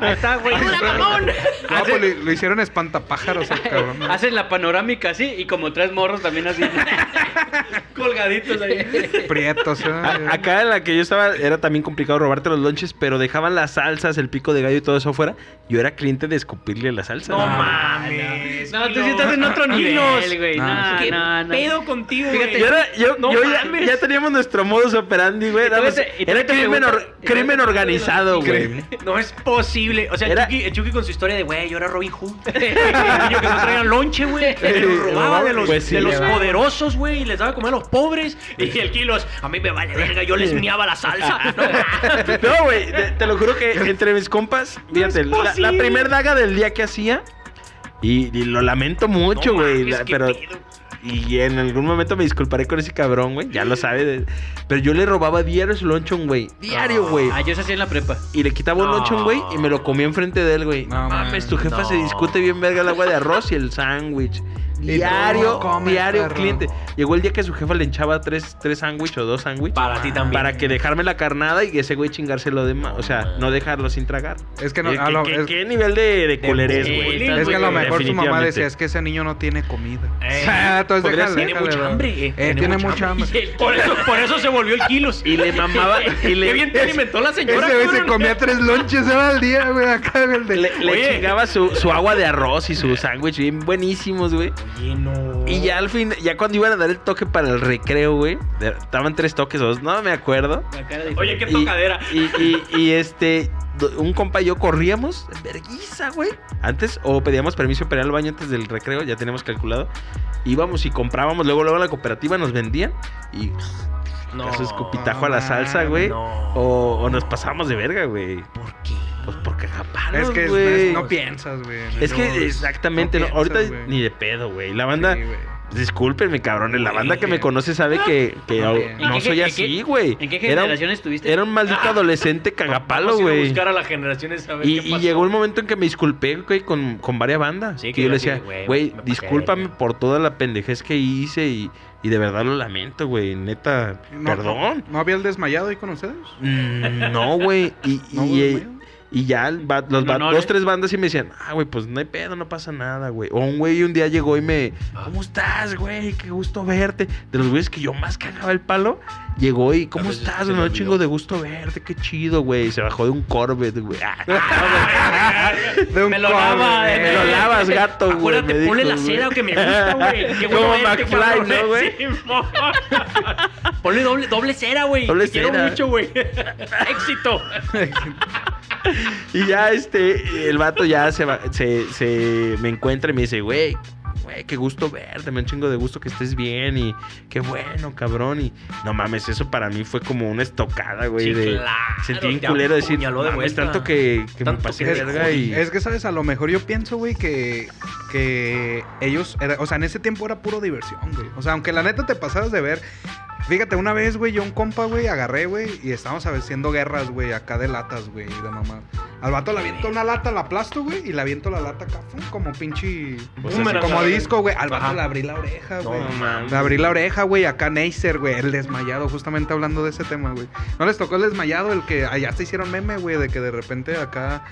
[SPEAKER 2] Ahí está, güey.
[SPEAKER 4] No, pues le, lo hicieron espantapájaros al cabrón.
[SPEAKER 2] Hacen la panorámica así y como tres morros también así.
[SPEAKER 5] Colgaditos ahí.
[SPEAKER 4] Prietos, ¿eh?
[SPEAKER 1] A- acá en la que yo estaba era también complicado robarte los lonches, pero dejaban las salsas, el pico de gallo y todo eso afuera. Yo era cliente de escupirle la salsa.
[SPEAKER 5] No
[SPEAKER 1] güey.
[SPEAKER 5] mames.
[SPEAKER 2] Ah, No, tú sí
[SPEAKER 5] Kilo.
[SPEAKER 2] estás en otro nivel, güey.
[SPEAKER 4] No.
[SPEAKER 2] No,
[SPEAKER 5] ¿Qué
[SPEAKER 2] no, no.
[SPEAKER 5] pedo contigo,
[SPEAKER 2] Fíjate,
[SPEAKER 1] Yo
[SPEAKER 5] güey?
[SPEAKER 1] era- yo-
[SPEAKER 5] No
[SPEAKER 1] yo ya,
[SPEAKER 5] mames.
[SPEAKER 1] ya teníamos nuestro modus operandi, güey.
[SPEAKER 2] Y tú
[SPEAKER 1] Nada más-
[SPEAKER 2] vete- y tú
[SPEAKER 1] Era
[SPEAKER 2] vete
[SPEAKER 1] crimen,
[SPEAKER 2] pregunta-
[SPEAKER 1] or-
[SPEAKER 2] y tú vete
[SPEAKER 1] crimen
[SPEAKER 2] pregunta-
[SPEAKER 1] organizado, güey.
[SPEAKER 5] No es posible. O sea,
[SPEAKER 1] Era-
[SPEAKER 5] Chucky, el Chucky con su historia de, güey, yo era Robin Hood. El niño que no traía lonche, güey. Se lo robaba de los,
[SPEAKER 1] Pues sí, Pues
[SPEAKER 5] de los
[SPEAKER 1] ¿verdad?
[SPEAKER 5] poderosos, güey. Y les daba comer a los pobres. Y el Kilos, a mí me vale verga, yo les miaba la salsa. No,
[SPEAKER 1] No, güey, te, te lo juro que entre mis compas, fíjate,
[SPEAKER 5] No es
[SPEAKER 1] la,
[SPEAKER 5] posible.
[SPEAKER 1] primera daga del día que hacía, y, y lo lamento mucho,
[SPEAKER 5] No
[SPEAKER 1] güey,
[SPEAKER 5] mames,
[SPEAKER 1] la-
[SPEAKER 5] qué
[SPEAKER 1] pero...
[SPEAKER 5] pedo.
[SPEAKER 1] Y en algún momento me disculparé con ese cabrón, güey, ya lo sabe, de- pero yo le robaba diario su lonchón, güey, diario, güey.
[SPEAKER 2] Ah, yo eso hacía en la prepa.
[SPEAKER 1] Y le quitaba un
[SPEAKER 5] No.
[SPEAKER 1] lonchón, güey, y me lo comía enfrente de él, güey.
[SPEAKER 4] No,
[SPEAKER 1] No mames,
[SPEAKER 4] mames,
[SPEAKER 1] tu jefa se
[SPEAKER 5] no.
[SPEAKER 1] discute bien verga el agua de arroz y el sándwich. Diario,
[SPEAKER 4] no comes,
[SPEAKER 1] diario
[SPEAKER 4] perro.
[SPEAKER 1] cliente. Llegó el día que su jefa le hinchaba tres, tres sándwiches o dos sándwiches.
[SPEAKER 5] Para ti también.
[SPEAKER 1] Para que dejarme la carnada y que ese güey chingarse lo demás. O sea, no dejarlo sin tragar.
[SPEAKER 4] Es que no,
[SPEAKER 1] Eh,
[SPEAKER 4] a
[SPEAKER 1] ¿Qué,
[SPEAKER 4] lo-
[SPEAKER 1] qué-
[SPEAKER 4] es-
[SPEAKER 1] qué nivel de, de culerés, güey?
[SPEAKER 5] bullying,
[SPEAKER 4] Es que a lo
[SPEAKER 5] güey,
[SPEAKER 4] mejor su mamá
[SPEAKER 1] definitivamente.
[SPEAKER 4] decía, es que ese niño no tiene comida. Ah,
[SPEAKER 5] Eh,
[SPEAKER 1] Ah,
[SPEAKER 4] Entonces
[SPEAKER 1] podría
[SPEAKER 4] déjale,
[SPEAKER 1] ser.
[SPEAKER 5] Tiene
[SPEAKER 4] déjale,
[SPEAKER 5] mucha
[SPEAKER 4] ¿verdad?
[SPEAKER 5] hambre. eh.
[SPEAKER 4] Eh, tiene mucha hambre.
[SPEAKER 5] Y el- Por eso, por eso se volvió el Kilos.
[SPEAKER 1] Y le mamaba. Y le,
[SPEAKER 5] Qué bien te alimentó la señora,
[SPEAKER 4] Ese güey se
[SPEAKER 5] cabrón.
[SPEAKER 4] comía tres lonches ¿eh? al día, güey, acá el de...
[SPEAKER 1] le- le
[SPEAKER 5] Oye.
[SPEAKER 1] chingaba su, su agua de arroz y su sándwich bien buenísimos, güey.
[SPEAKER 5] Lleno.
[SPEAKER 1] Y ya al fin, ya cuando iban a dar el toque para el recreo, güey. de- Estaban tres toques o dos, no me acuerdo.
[SPEAKER 2] La cara de-
[SPEAKER 5] Oye, qué
[SPEAKER 1] Y-
[SPEAKER 5] tocadera.
[SPEAKER 1] Y, y- y, este, do- un compa y yo corríamos, verguiza, güey. Antes, o pedíamos permiso para ir al baño antes del recreo, ya teníamos calculado. Íbamos y comprábamos, luego luego en la cooperativa nos vendían y no, su escupitajo a la
[SPEAKER 4] no,
[SPEAKER 1] salsa, güey.
[SPEAKER 5] no.
[SPEAKER 1] O, o nos pasábamos de verga, güey.
[SPEAKER 5] ¿Por qué?
[SPEAKER 1] Pues porque japanos,
[SPEAKER 4] Es que es-
[SPEAKER 1] güey.
[SPEAKER 4] es- no piensas, güey.
[SPEAKER 1] Es
[SPEAKER 4] No,
[SPEAKER 1] que exactamente,
[SPEAKER 4] no
[SPEAKER 1] no, ahorita
[SPEAKER 4] piensas, güey.
[SPEAKER 1] ni de pedo, güey. La banda,
[SPEAKER 4] sí, güey.
[SPEAKER 1] discúlpenme, cabrones, la banda que me conoce sabe que, que
[SPEAKER 4] No
[SPEAKER 1] no,
[SPEAKER 4] piensas.
[SPEAKER 1] no
[SPEAKER 2] ¿En qué-
[SPEAKER 1] soy
[SPEAKER 2] en
[SPEAKER 1] así,
[SPEAKER 2] qué-
[SPEAKER 1] güey.
[SPEAKER 2] ¿En qué
[SPEAKER 1] Era un-
[SPEAKER 2] generación estuviste?
[SPEAKER 1] Era un maldito adolescente cagapalo,
[SPEAKER 5] Ah. Vamos a ir a
[SPEAKER 1] güey.
[SPEAKER 5] buscar a la generación esa, a ver
[SPEAKER 1] Y,
[SPEAKER 5] qué
[SPEAKER 1] y
[SPEAKER 5] pasó.
[SPEAKER 1] llegó el momento en que me disculpé, güey, con, con varias bandas.
[SPEAKER 5] Sí,
[SPEAKER 1] que,
[SPEAKER 5] que
[SPEAKER 1] yo
[SPEAKER 5] yo
[SPEAKER 1] le
[SPEAKER 5] así de,
[SPEAKER 1] decía,
[SPEAKER 5] "Güey, me
[SPEAKER 1] güey,
[SPEAKER 5] pasé de
[SPEAKER 1] discúlpame
[SPEAKER 5] verga".
[SPEAKER 1] por toda la pendejez que hice y, y de verdad lo lamento, güey. Neta,
[SPEAKER 4] No,
[SPEAKER 1] perdón.
[SPEAKER 4] ¿No había el desmayado ahí con ustedes?
[SPEAKER 1] Mm, No, güey. Y,
[SPEAKER 4] ¿No
[SPEAKER 1] y,
[SPEAKER 4] hubo
[SPEAKER 1] eh,
[SPEAKER 4] desmayado?
[SPEAKER 1] y ya el va- los va-
[SPEAKER 2] No, no,
[SPEAKER 1] dos,
[SPEAKER 2] eh.
[SPEAKER 1] tres bandas sí me decían, ah, güey, pues no hay pedo, no pasa nada, güey. O un güey un día llegó y me, ¿cómo estás, güey? Qué gusto verte. De los güeyes que yo más cagaba el palo, llegó y, ¿cómo
[SPEAKER 5] veces
[SPEAKER 1] estás? Me
[SPEAKER 5] se le
[SPEAKER 1] da un
[SPEAKER 5] olvidó.
[SPEAKER 1] chingo de gusto verte, qué chido, güey. Se bajó de un Corvette, güey. Ah,
[SPEAKER 4] De un
[SPEAKER 2] Me lo
[SPEAKER 4] cobre,
[SPEAKER 2] lava,
[SPEAKER 4] güey.
[SPEAKER 2] eh,
[SPEAKER 1] me lo lavas, gato, güey.
[SPEAKER 5] Acuérdate,
[SPEAKER 1] me dijo,
[SPEAKER 5] ponle la
[SPEAKER 1] güey.
[SPEAKER 5] seda que me gusta, güey. Qué bueno
[SPEAKER 1] Como
[SPEAKER 5] verte,
[SPEAKER 1] McFly,
[SPEAKER 5] cabrón,
[SPEAKER 1] ¿no,
[SPEAKER 5] eh,
[SPEAKER 1] güey?
[SPEAKER 5] Simón. ponle doble, doble cera, güey.
[SPEAKER 1] Doble
[SPEAKER 5] Te quiero
[SPEAKER 1] cera.
[SPEAKER 5] mucho, güey. Éxito.
[SPEAKER 1] Y ya este, el vato ya se, va- se, se me encuentra y me dice, güey, güey, qué gusto verte, me un chingo de gusto que estés bien y qué bueno, cabrón. Y no mames, eso para mí fue como una estocada, güey.
[SPEAKER 5] Sí,
[SPEAKER 1] de,
[SPEAKER 5] claro,
[SPEAKER 1] sentí un
[SPEAKER 5] te
[SPEAKER 1] culero decir,
[SPEAKER 5] apuñaló de
[SPEAKER 1] mames,
[SPEAKER 5] vuelta.
[SPEAKER 1] tanto que, que me
[SPEAKER 5] Tanto
[SPEAKER 1] pasé
[SPEAKER 5] que
[SPEAKER 1] de
[SPEAKER 4] te
[SPEAKER 1] verga y...
[SPEAKER 4] Es que, ¿sabes? A lo mejor yo pienso, güey, que, que ellos... era- o sea, en ese tiempo era puro diversión, güey. O sea, aunque la neta te pasabas de ver... Fíjate, una vez, güey, yo un compa, güey, agarré, güey, y estábamos haciendo guerras, güey, acá de latas, güey, y de mamá. Al vato le aviento una lata, la aplasto, güey, y le aviento la lata acá, fum, como pinche.
[SPEAKER 1] Pues
[SPEAKER 4] como
[SPEAKER 1] así,
[SPEAKER 4] como disco, güey. Al vato
[SPEAKER 5] Ajá.
[SPEAKER 4] le abrí la oreja,
[SPEAKER 1] No
[SPEAKER 4] güey.
[SPEAKER 1] mames.
[SPEAKER 4] le abrí la oreja, güey, acá Neisser, güey, el desmayado, justamente hablando de ese tema, güey. ¿No les tocó el desmayado, el que allá se hicieron meme, güey, de que de repente acá.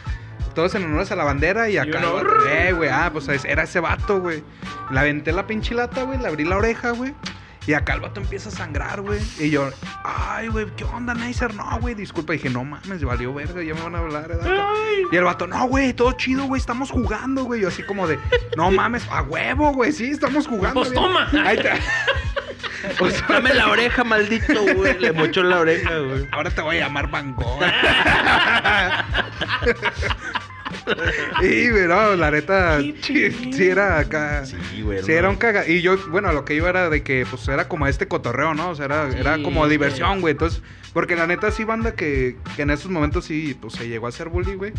[SPEAKER 4] Todos en honores a la bandera y acá.
[SPEAKER 5] uno,
[SPEAKER 4] el vato, Eh, güey, ah, pues es- era ese vato, güey. Le aventé la pinche lata, güey, le abrí la oreja, güey. Y acá el vato empieza a sangrar, güey. Y yo, ay, güey, ¿qué onda, Nicer? No, güey, disculpa. Y dije, no mames, valió verga, ya me van a hablar. ¿eh? Y el vato, no, güey, todo chido, güey, estamos jugando, güey. Yo así como de, no mames, a huevo, güey, sí, estamos jugando.
[SPEAKER 5] Pues
[SPEAKER 4] bien".
[SPEAKER 5] toma.
[SPEAKER 4] Ahí te- Pues,
[SPEAKER 1] Dame la oreja, maldito, güey. Le mochó la oreja, güey.
[SPEAKER 4] ahora te voy a llamar Van Gogh. y, güey, no, la neta, sí, sí era acá.
[SPEAKER 1] Sí, güey.
[SPEAKER 4] Sí, era un caga. Y yo, bueno, lo que iba era de que, pues, era como este cotorreo, ¿no? O sea, era, era como
[SPEAKER 2] güey.
[SPEAKER 4] diversión, güey. Entonces, porque la neta, sí, banda, que, que en esos momentos sí, pues, se llegó a hacer bully, güey.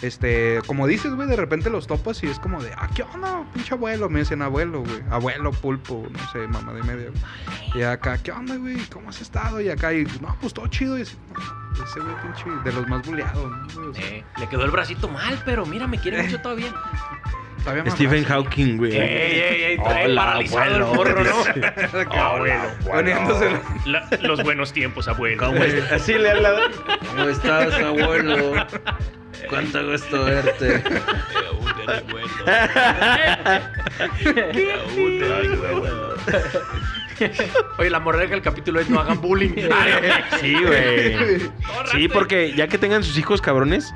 [SPEAKER 4] Este, como dices, güey, de repente los topas y es como de, ah, ¿qué onda, pinche abuelo? Me dicen abuelo, güey. Abuelo, pulpo, no sé, mamá de media. güey. Y acá, ¿qué onda, güey? ¿Cómo has estado? Y acá, y, no, pues, todo chido. Y así, "No, ese güey, pinche, de los más bulleados, ¿no? güey? O sea,
[SPEAKER 5] Eh, le quedó el bracito mal, pero mira, me quiere mucho todavía.
[SPEAKER 4] todavía más
[SPEAKER 1] Stephen
[SPEAKER 4] raza.
[SPEAKER 1] Hawking, güey.
[SPEAKER 5] Ey, ey, ey, trae
[SPEAKER 1] Hola,
[SPEAKER 5] paralizado el
[SPEAKER 1] abuelo.
[SPEAKER 5] morro, ¿no?
[SPEAKER 4] Acá, Poniéndoselo.
[SPEAKER 5] La- los buenos tiempos, abuelo.
[SPEAKER 1] ¿Cómo es? Así le habla.
[SPEAKER 8] ¿Cómo estás, abuelo? Cuánto gusto verte.
[SPEAKER 5] Oye, la moraleja del capítulo es no hagan bullying.
[SPEAKER 1] Sí, güey. Sí, porque ya que tengan sus hijos cabrones,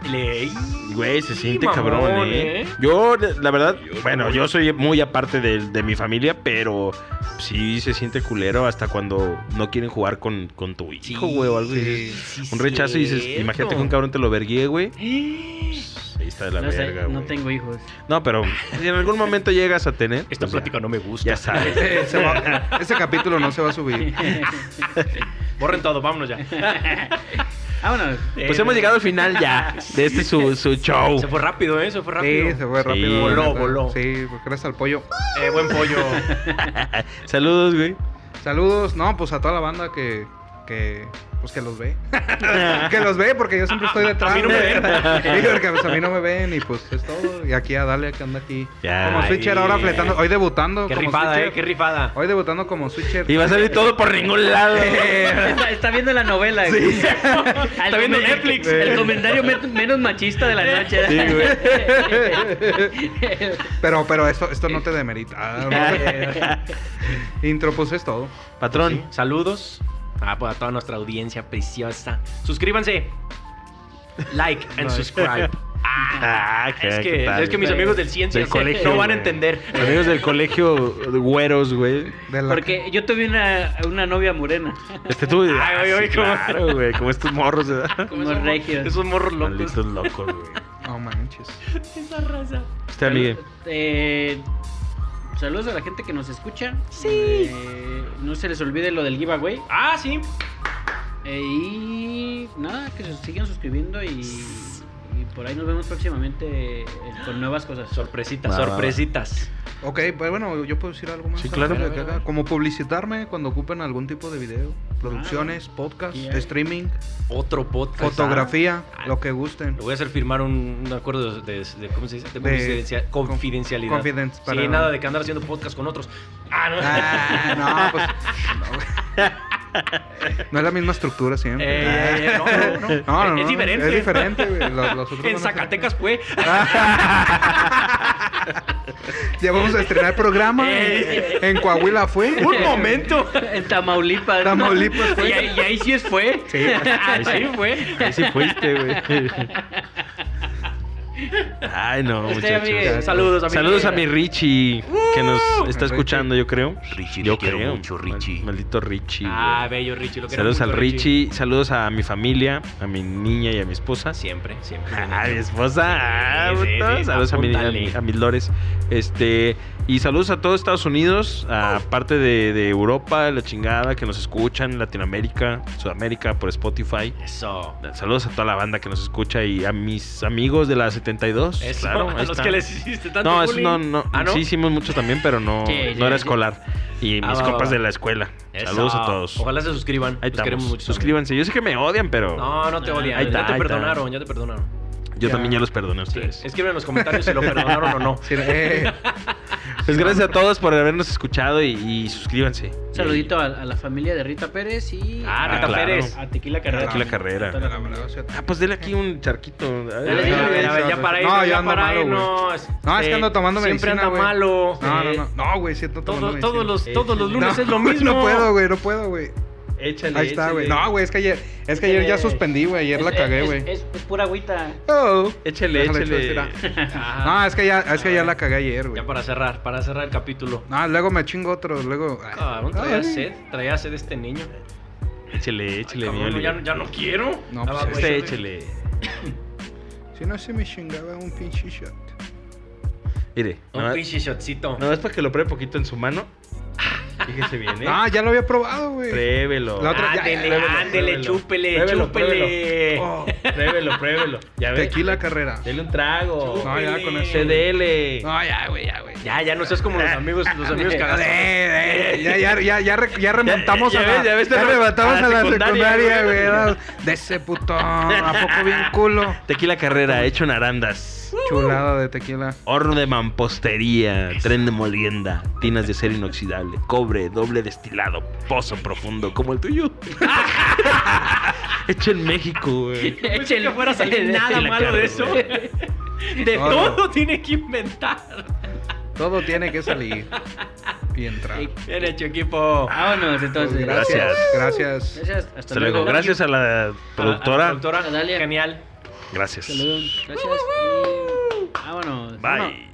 [SPEAKER 1] güey, se siente
[SPEAKER 5] mamón,
[SPEAKER 1] cabrón, ¿eh?
[SPEAKER 5] ¿eh?
[SPEAKER 1] Yo, la verdad, bueno, yo soy muy aparte de, de mi familia, pero sí se siente culero hasta cuando no quieren jugar con, con tu hijo, güey, o algo. y dices, un rechazo y dices, imagínate que un cabrón te lo vergué, güey. Pues Ahí está de la
[SPEAKER 2] no sé,
[SPEAKER 1] verga, güey.
[SPEAKER 2] no tengo hijos.
[SPEAKER 1] No, pero si en algún momento llegas a tener.
[SPEAKER 5] Esta
[SPEAKER 1] pues ya-
[SPEAKER 5] plática no me gusta.
[SPEAKER 1] Ya sabes.
[SPEAKER 4] Ese va- ese capítulo no se va a subir.
[SPEAKER 5] Borren todo, vámonos ya.
[SPEAKER 2] Vámonos. Eh,
[SPEAKER 1] Pues hemos llegado al final ya de este su, su show.
[SPEAKER 5] Se fue rápido, ¿eh? Se fue rápido.
[SPEAKER 4] Sí, se fue
[SPEAKER 1] Sí.
[SPEAKER 4] rápido. la
[SPEAKER 5] Voló,
[SPEAKER 4] neta.
[SPEAKER 5] voló.
[SPEAKER 4] Sí, pues gracias al pollo.
[SPEAKER 5] Eh, buen pollo.
[SPEAKER 1] Saludos, güey.
[SPEAKER 4] Saludos, no, pues a toda la banda que, que pues que los ve. que los ve porque yo siempre estoy detrás.
[SPEAKER 5] A mí no me ven.
[SPEAKER 4] Sí, porque pues a mí no me ven y pues es todo. Y aquí a Dale que anda aquí.
[SPEAKER 1] Ya,
[SPEAKER 4] como switcher
[SPEAKER 1] ahí.
[SPEAKER 4] ahora fletando, hoy debutando
[SPEAKER 5] Qué
[SPEAKER 4] como
[SPEAKER 5] rifada, ¿eh?
[SPEAKER 4] switcher.
[SPEAKER 5] Qué rifada.
[SPEAKER 4] Hoy debutando como switcher.
[SPEAKER 1] Y va a salir todo por ningún lado.
[SPEAKER 2] Está, está viendo la novela. güey. Al
[SPEAKER 5] viendo
[SPEAKER 2] comen-
[SPEAKER 5] Netflix.
[SPEAKER 2] El comentario met- menos machista de la noche.
[SPEAKER 1] Sí,
[SPEAKER 4] Pero pero esto esto no te demerita. Ah, no. Intro pues es todo.
[SPEAKER 1] Patrón.
[SPEAKER 5] Saludos a, a toda nuestra audiencia preciosa. Suscríbanse. Like and subscribe.
[SPEAKER 1] Ah, qué-
[SPEAKER 5] Es
[SPEAKER 1] qué
[SPEAKER 5] que,
[SPEAKER 1] padre.
[SPEAKER 5] es que mis amigos del ciencia
[SPEAKER 1] Del colegio,
[SPEAKER 5] no van a
[SPEAKER 1] güey.
[SPEAKER 5] entender.
[SPEAKER 1] Amigos del colegio de güeros, güey.
[SPEAKER 4] De la-
[SPEAKER 2] Porque yo tuve una, una novia morena.
[SPEAKER 1] Este tú.
[SPEAKER 5] Ay,
[SPEAKER 1] Ah,
[SPEAKER 5] ay, ay,
[SPEAKER 1] sí,
[SPEAKER 5] cómo-
[SPEAKER 1] claro, güey. Como estos morros, ¿verdad?
[SPEAKER 2] Como regio.
[SPEAKER 5] Esos morros locos.
[SPEAKER 1] Malditos locos, güey.
[SPEAKER 4] No manches.
[SPEAKER 5] Esa raza.
[SPEAKER 1] Este amigo.
[SPEAKER 2] Eh, saludos a la gente que nos escucha. Sí. no se les olvide lo del giveaway.
[SPEAKER 5] Ah, sí.
[SPEAKER 2] Eh, y nada, que se sigan suscribiendo y, y por ahí nos vemos próximamente eh, con nuevas cosas.
[SPEAKER 5] Sorpresitas,
[SPEAKER 1] Va, va, va.
[SPEAKER 5] sorpresitas.
[SPEAKER 4] Ok, pues bueno, yo puedo decir algo más.
[SPEAKER 1] Sí, claro.
[SPEAKER 4] A ver, a ver, a ver. Como publicitarme cuando ocupen algún tipo de video, producciones, podcast,
[SPEAKER 2] Aquí hay.
[SPEAKER 4] streaming,
[SPEAKER 5] Otro podcast.
[SPEAKER 4] fotografía,
[SPEAKER 5] Ah.
[SPEAKER 4] lo que gusten.
[SPEAKER 5] Le voy a hacer firmar un, un acuerdo de, de- de- ¿cómo se dice? De
[SPEAKER 4] De-
[SPEAKER 5] confidencia- confidencialidad.
[SPEAKER 4] confidence, para-
[SPEAKER 5] Sí, nada de que andar haciendo podcast con otros. Ah, no.
[SPEAKER 4] Ah, no, pues. No, güey. No es la misma estructura siempre.
[SPEAKER 5] Eh, eh, eh, no, no, no.
[SPEAKER 4] No, no,
[SPEAKER 5] Es
[SPEAKER 4] no,
[SPEAKER 5] diferente.
[SPEAKER 4] Es diferente, güey. Los, los otros van
[SPEAKER 5] En
[SPEAKER 4] a ser-
[SPEAKER 5] Zacatecas fue.
[SPEAKER 4] Ya vamos a estrenar programa. En, en Coahuila fue.
[SPEAKER 5] Eh. Un momento.
[SPEAKER 2] en Tamaulipas.
[SPEAKER 4] Tamaulipas fue.
[SPEAKER 2] Y, ahí- y ahí sí es fue.
[SPEAKER 4] Sí,
[SPEAKER 2] ahí sí fue.
[SPEAKER 1] Ahí sí fuiste, güey. Ay, no,
[SPEAKER 2] Este
[SPEAKER 1] muchachos.
[SPEAKER 2] amigo.
[SPEAKER 5] Saludos a mi
[SPEAKER 1] Saludos a mi Richie, que nos está
[SPEAKER 4] Richie.
[SPEAKER 1] escuchando, yo creo.
[SPEAKER 3] Richie,
[SPEAKER 1] yo
[SPEAKER 3] te quiero mucho, Richie.
[SPEAKER 1] Mal- maldito Richie. güey.
[SPEAKER 5] Ah, bello Richie. Lo queremos
[SPEAKER 1] saludos al
[SPEAKER 5] mucho,
[SPEAKER 1] Richie. saludos a mi familia, a mi niña y a mi esposa.
[SPEAKER 5] Siempre, siempre.
[SPEAKER 1] Ah, mi esposa. Ah,
[SPEAKER 5] Sí, sí,
[SPEAKER 1] puto.
[SPEAKER 5] sí,
[SPEAKER 1] saludos a, mi, a,
[SPEAKER 5] apúntale.
[SPEAKER 1] mi- a mis lores. Este, y saludos a todo Estados Unidos, a parte de, de Europa, la chingada, que nos escuchan, Latinoamérica, Sudamérica, por Spotify.
[SPEAKER 5] Eso.
[SPEAKER 1] Saludos a toda la banda que nos escucha y a mis amigos de la 72.
[SPEAKER 5] Eso,
[SPEAKER 1] Pues claro,
[SPEAKER 5] a
[SPEAKER 1] ahí
[SPEAKER 5] los
[SPEAKER 1] está.
[SPEAKER 5] que les hiciste tanto
[SPEAKER 1] No, eso
[SPEAKER 5] bullying.
[SPEAKER 1] no, no,
[SPEAKER 5] ¿Ah, no?
[SPEAKER 1] Sí hicimos mucho también, pero no,
[SPEAKER 2] Sí,
[SPEAKER 1] no
[SPEAKER 2] sí,
[SPEAKER 1] era
[SPEAKER 2] sí.
[SPEAKER 1] escolar. Y
[SPEAKER 5] Ah,
[SPEAKER 1] mis
[SPEAKER 5] va, va,
[SPEAKER 1] copas
[SPEAKER 5] va.
[SPEAKER 1] de la escuela.
[SPEAKER 5] Eso.
[SPEAKER 1] Saludos a todos.
[SPEAKER 5] Ojalá se suscriban.
[SPEAKER 1] Ahí
[SPEAKER 5] Los queremos
[SPEAKER 1] estamos.
[SPEAKER 5] mucho.
[SPEAKER 1] Suscríbanse. Yo sé que me odian, pero
[SPEAKER 5] No, no te odian.
[SPEAKER 1] Ahí
[SPEAKER 5] ya
[SPEAKER 1] está,
[SPEAKER 5] te
[SPEAKER 1] ahí
[SPEAKER 5] perdonaron, ya te perdonaron.
[SPEAKER 1] yo
[SPEAKER 4] Ya.
[SPEAKER 1] también ya los perdoné a ustedes.
[SPEAKER 5] Escriben en los comentarios si lo perdonaron o no.
[SPEAKER 4] Sí, eh,
[SPEAKER 1] Pues gracias a todos por habernos escuchado y, y suscríbanse.
[SPEAKER 2] Saludito a, a la familia de Rita Pérez y
[SPEAKER 5] Ah,
[SPEAKER 1] Rita Pérez.
[SPEAKER 2] a Tequila Carrera.
[SPEAKER 1] Tequila Carrera.
[SPEAKER 2] A toda la familia.
[SPEAKER 1] Ah, pues dele aquí un charquito. Ay,
[SPEAKER 5] Ya le dije,
[SPEAKER 4] No,
[SPEAKER 5] a ver, a ver, ya
[SPEAKER 4] no,
[SPEAKER 5] para
[SPEAKER 4] no,
[SPEAKER 5] irnos,
[SPEAKER 4] yo
[SPEAKER 5] ya
[SPEAKER 4] ando
[SPEAKER 5] para
[SPEAKER 4] malo, güey.
[SPEAKER 5] irnos.
[SPEAKER 4] No, es que
[SPEAKER 5] Eh,
[SPEAKER 4] ando tomando
[SPEAKER 5] Siempre anda
[SPEAKER 4] medicina, güey.
[SPEAKER 5] malo.
[SPEAKER 4] No, no,
[SPEAKER 5] Eh,
[SPEAKER 4] no. No, güey, siento
[SPEAKER 5] todo-
[SPEAKER 4] tomando
[SPEAKER 5] todos,
[SPEAKER 4] medicina.
[SPEAKER 5] los,
[SPEAKER 2] Sí,
[SPEAKER 5] todos
[SPEAKER 2] sí,
[SPEAKER 5] los
[SPEAKER 2] sí.
[SPEAKER 5] lunes
[SPEAKER 4] No,
[SPEAKER 5] es lo mismo.
[SPEAKER 4] No puedo, güey, no puedo, güey.
[SPEAKER 1] Échale.
[SPEAKER 4] Ahí está, güey.
[SPEAKER 1] échale.
[SPEAKER 4] No, güey, es que ayer, es que ayer ya suspendí, güey. Ayer la
[SPEAKER 2] Es-
[SPEAKER 4] cagué,
[SPEAKER 2] es-
[SPEAKER 4] güey.
[SPEAKER 2] Es, es pura agüita.
[SPEAKER 4] Oh.
[SPEAKER 1] Échale,
[SPEAKER 4] Déjale,
[SPEAKER 1] échale.
[SPEAKER 4] chulo, espera.
[SPEAKER 5] Ah,
[SPEAKER 4] No, es que ya, es que ya la cagué ayer, güey.
[SPEAKER 5] ya para cerrar, para cerrar el capítulo.
[SPEAKER 4] No, luego me chingo otro, luego.
[SPEAKER 5] Cabrón, traía sed, traía sed este niño.
[SPEAKER 1] Échale, échale, mi
[SPEAKER 5] Cabrón,
[SPEAKER 1] Oliver.
[SPEAKER 5] ya, ya no quiero.
[SPEAKER 4] No,
[SPEAKER 5] Ah,
[SPEAKER 4] pues,
[SPEAKER 5] va, güey,
[SPEAKER 1] Este,
[SPEAKER 5] ya-
[SPEAKER 1] échale.
[SPEAKER 4] Si no se me chingaba un pinche shot.
[SPEAKER 1] Mire.
[SPEAKER 5] Un
[SPEAKER 1] no,
[SPEAKER 5] pinche shotcito.
[SPEAKER 1] no, es para que lo pruebe poquito en su mano. Fíjese bien, ¿eh?
[SPEAKER 4] Ah, ya lo había probado, güey.
[SPEAKER 1] Pruébelo.
[SPEAKER 4] La otra-
[SPEAKER 5] ándele,
[SPEAKER 1] ya, ya,
[SPEAKER 5] ándele,
[SPEAKER 1] pruébelo,
[SPEAKER 5] chúpele,
[SPEAKER 1] pruébelo,
[SPEAKER 5] chúpele.
[SPEAKER 4] Oh,
[SPEAKER 1] Pruébelo, pruébelo. Ya ves.
[SPEAKER 4] tequila carrera.
[SPEAKER 1] Dele un trago.
[SPEAKER 4] No, ya con eso.
[SPEAKER 1] CDL.
[SPEAKER 4] No, ya, güey, ya, güey.
[SPEAKER 5] Ya, ya no seas como los
[SPEAKER 4] Ah.
[SPEAKER 5] amigos, los amigos cagados.
[SPEAKER 4] Eh, eh, Ya, ya, ya, ya, re- ya remontamos
[SPEAKER 1] Ya- ya
[SPEAKER 4] a la,
[SPEAKER 1] ves, ya ves, te re-
[SPEAKER 4] remontamos a la secundaria,
[SPEAKER 1] güey.
[SPEAKER 4] güey. era De ese putón, a poco bien culo.
[SPEAKER 1] Tequila Carrera, hecho en arandas.
[SPEAKER 4] Chulada de tequila.
[SPEAKER 1] Horno de mampostería, tren de molienda, tinas de acero inoxidable, cobre, doble destilado, pozo profundo, como el tuyo. Hecho en México, güey.
[SPEAKER 5] Échale fuera a salir nada malo de eso. De
[SPEAKER 4] No, no.
[SPEAKER 5] todo tiene que inventar.
[SPEAKER 4] Todo tiene que salir y entrar.
[SPEAKER 5] Bien hecho, equipo.
[SPEAKER 2] Vámonos entonces.
[SPEAKER 4] Pues Gracias.
[SPEAKER 2] Gracias. Hasta,
[SPEAKER 1] Hasta luego. Gracias a la
[SPEAKER 5] A la
[SPEAKER 1] productora.
[SPEAKER 5] Productora,
[SPEAKER 2] Dalia.
[SPEAKER 5] genial.
[SPEAKER 1] Gracias.
[SPEAKER 2] Hasta luego. Gracias. y Vámonos.
[SPEAKER 1] Bye.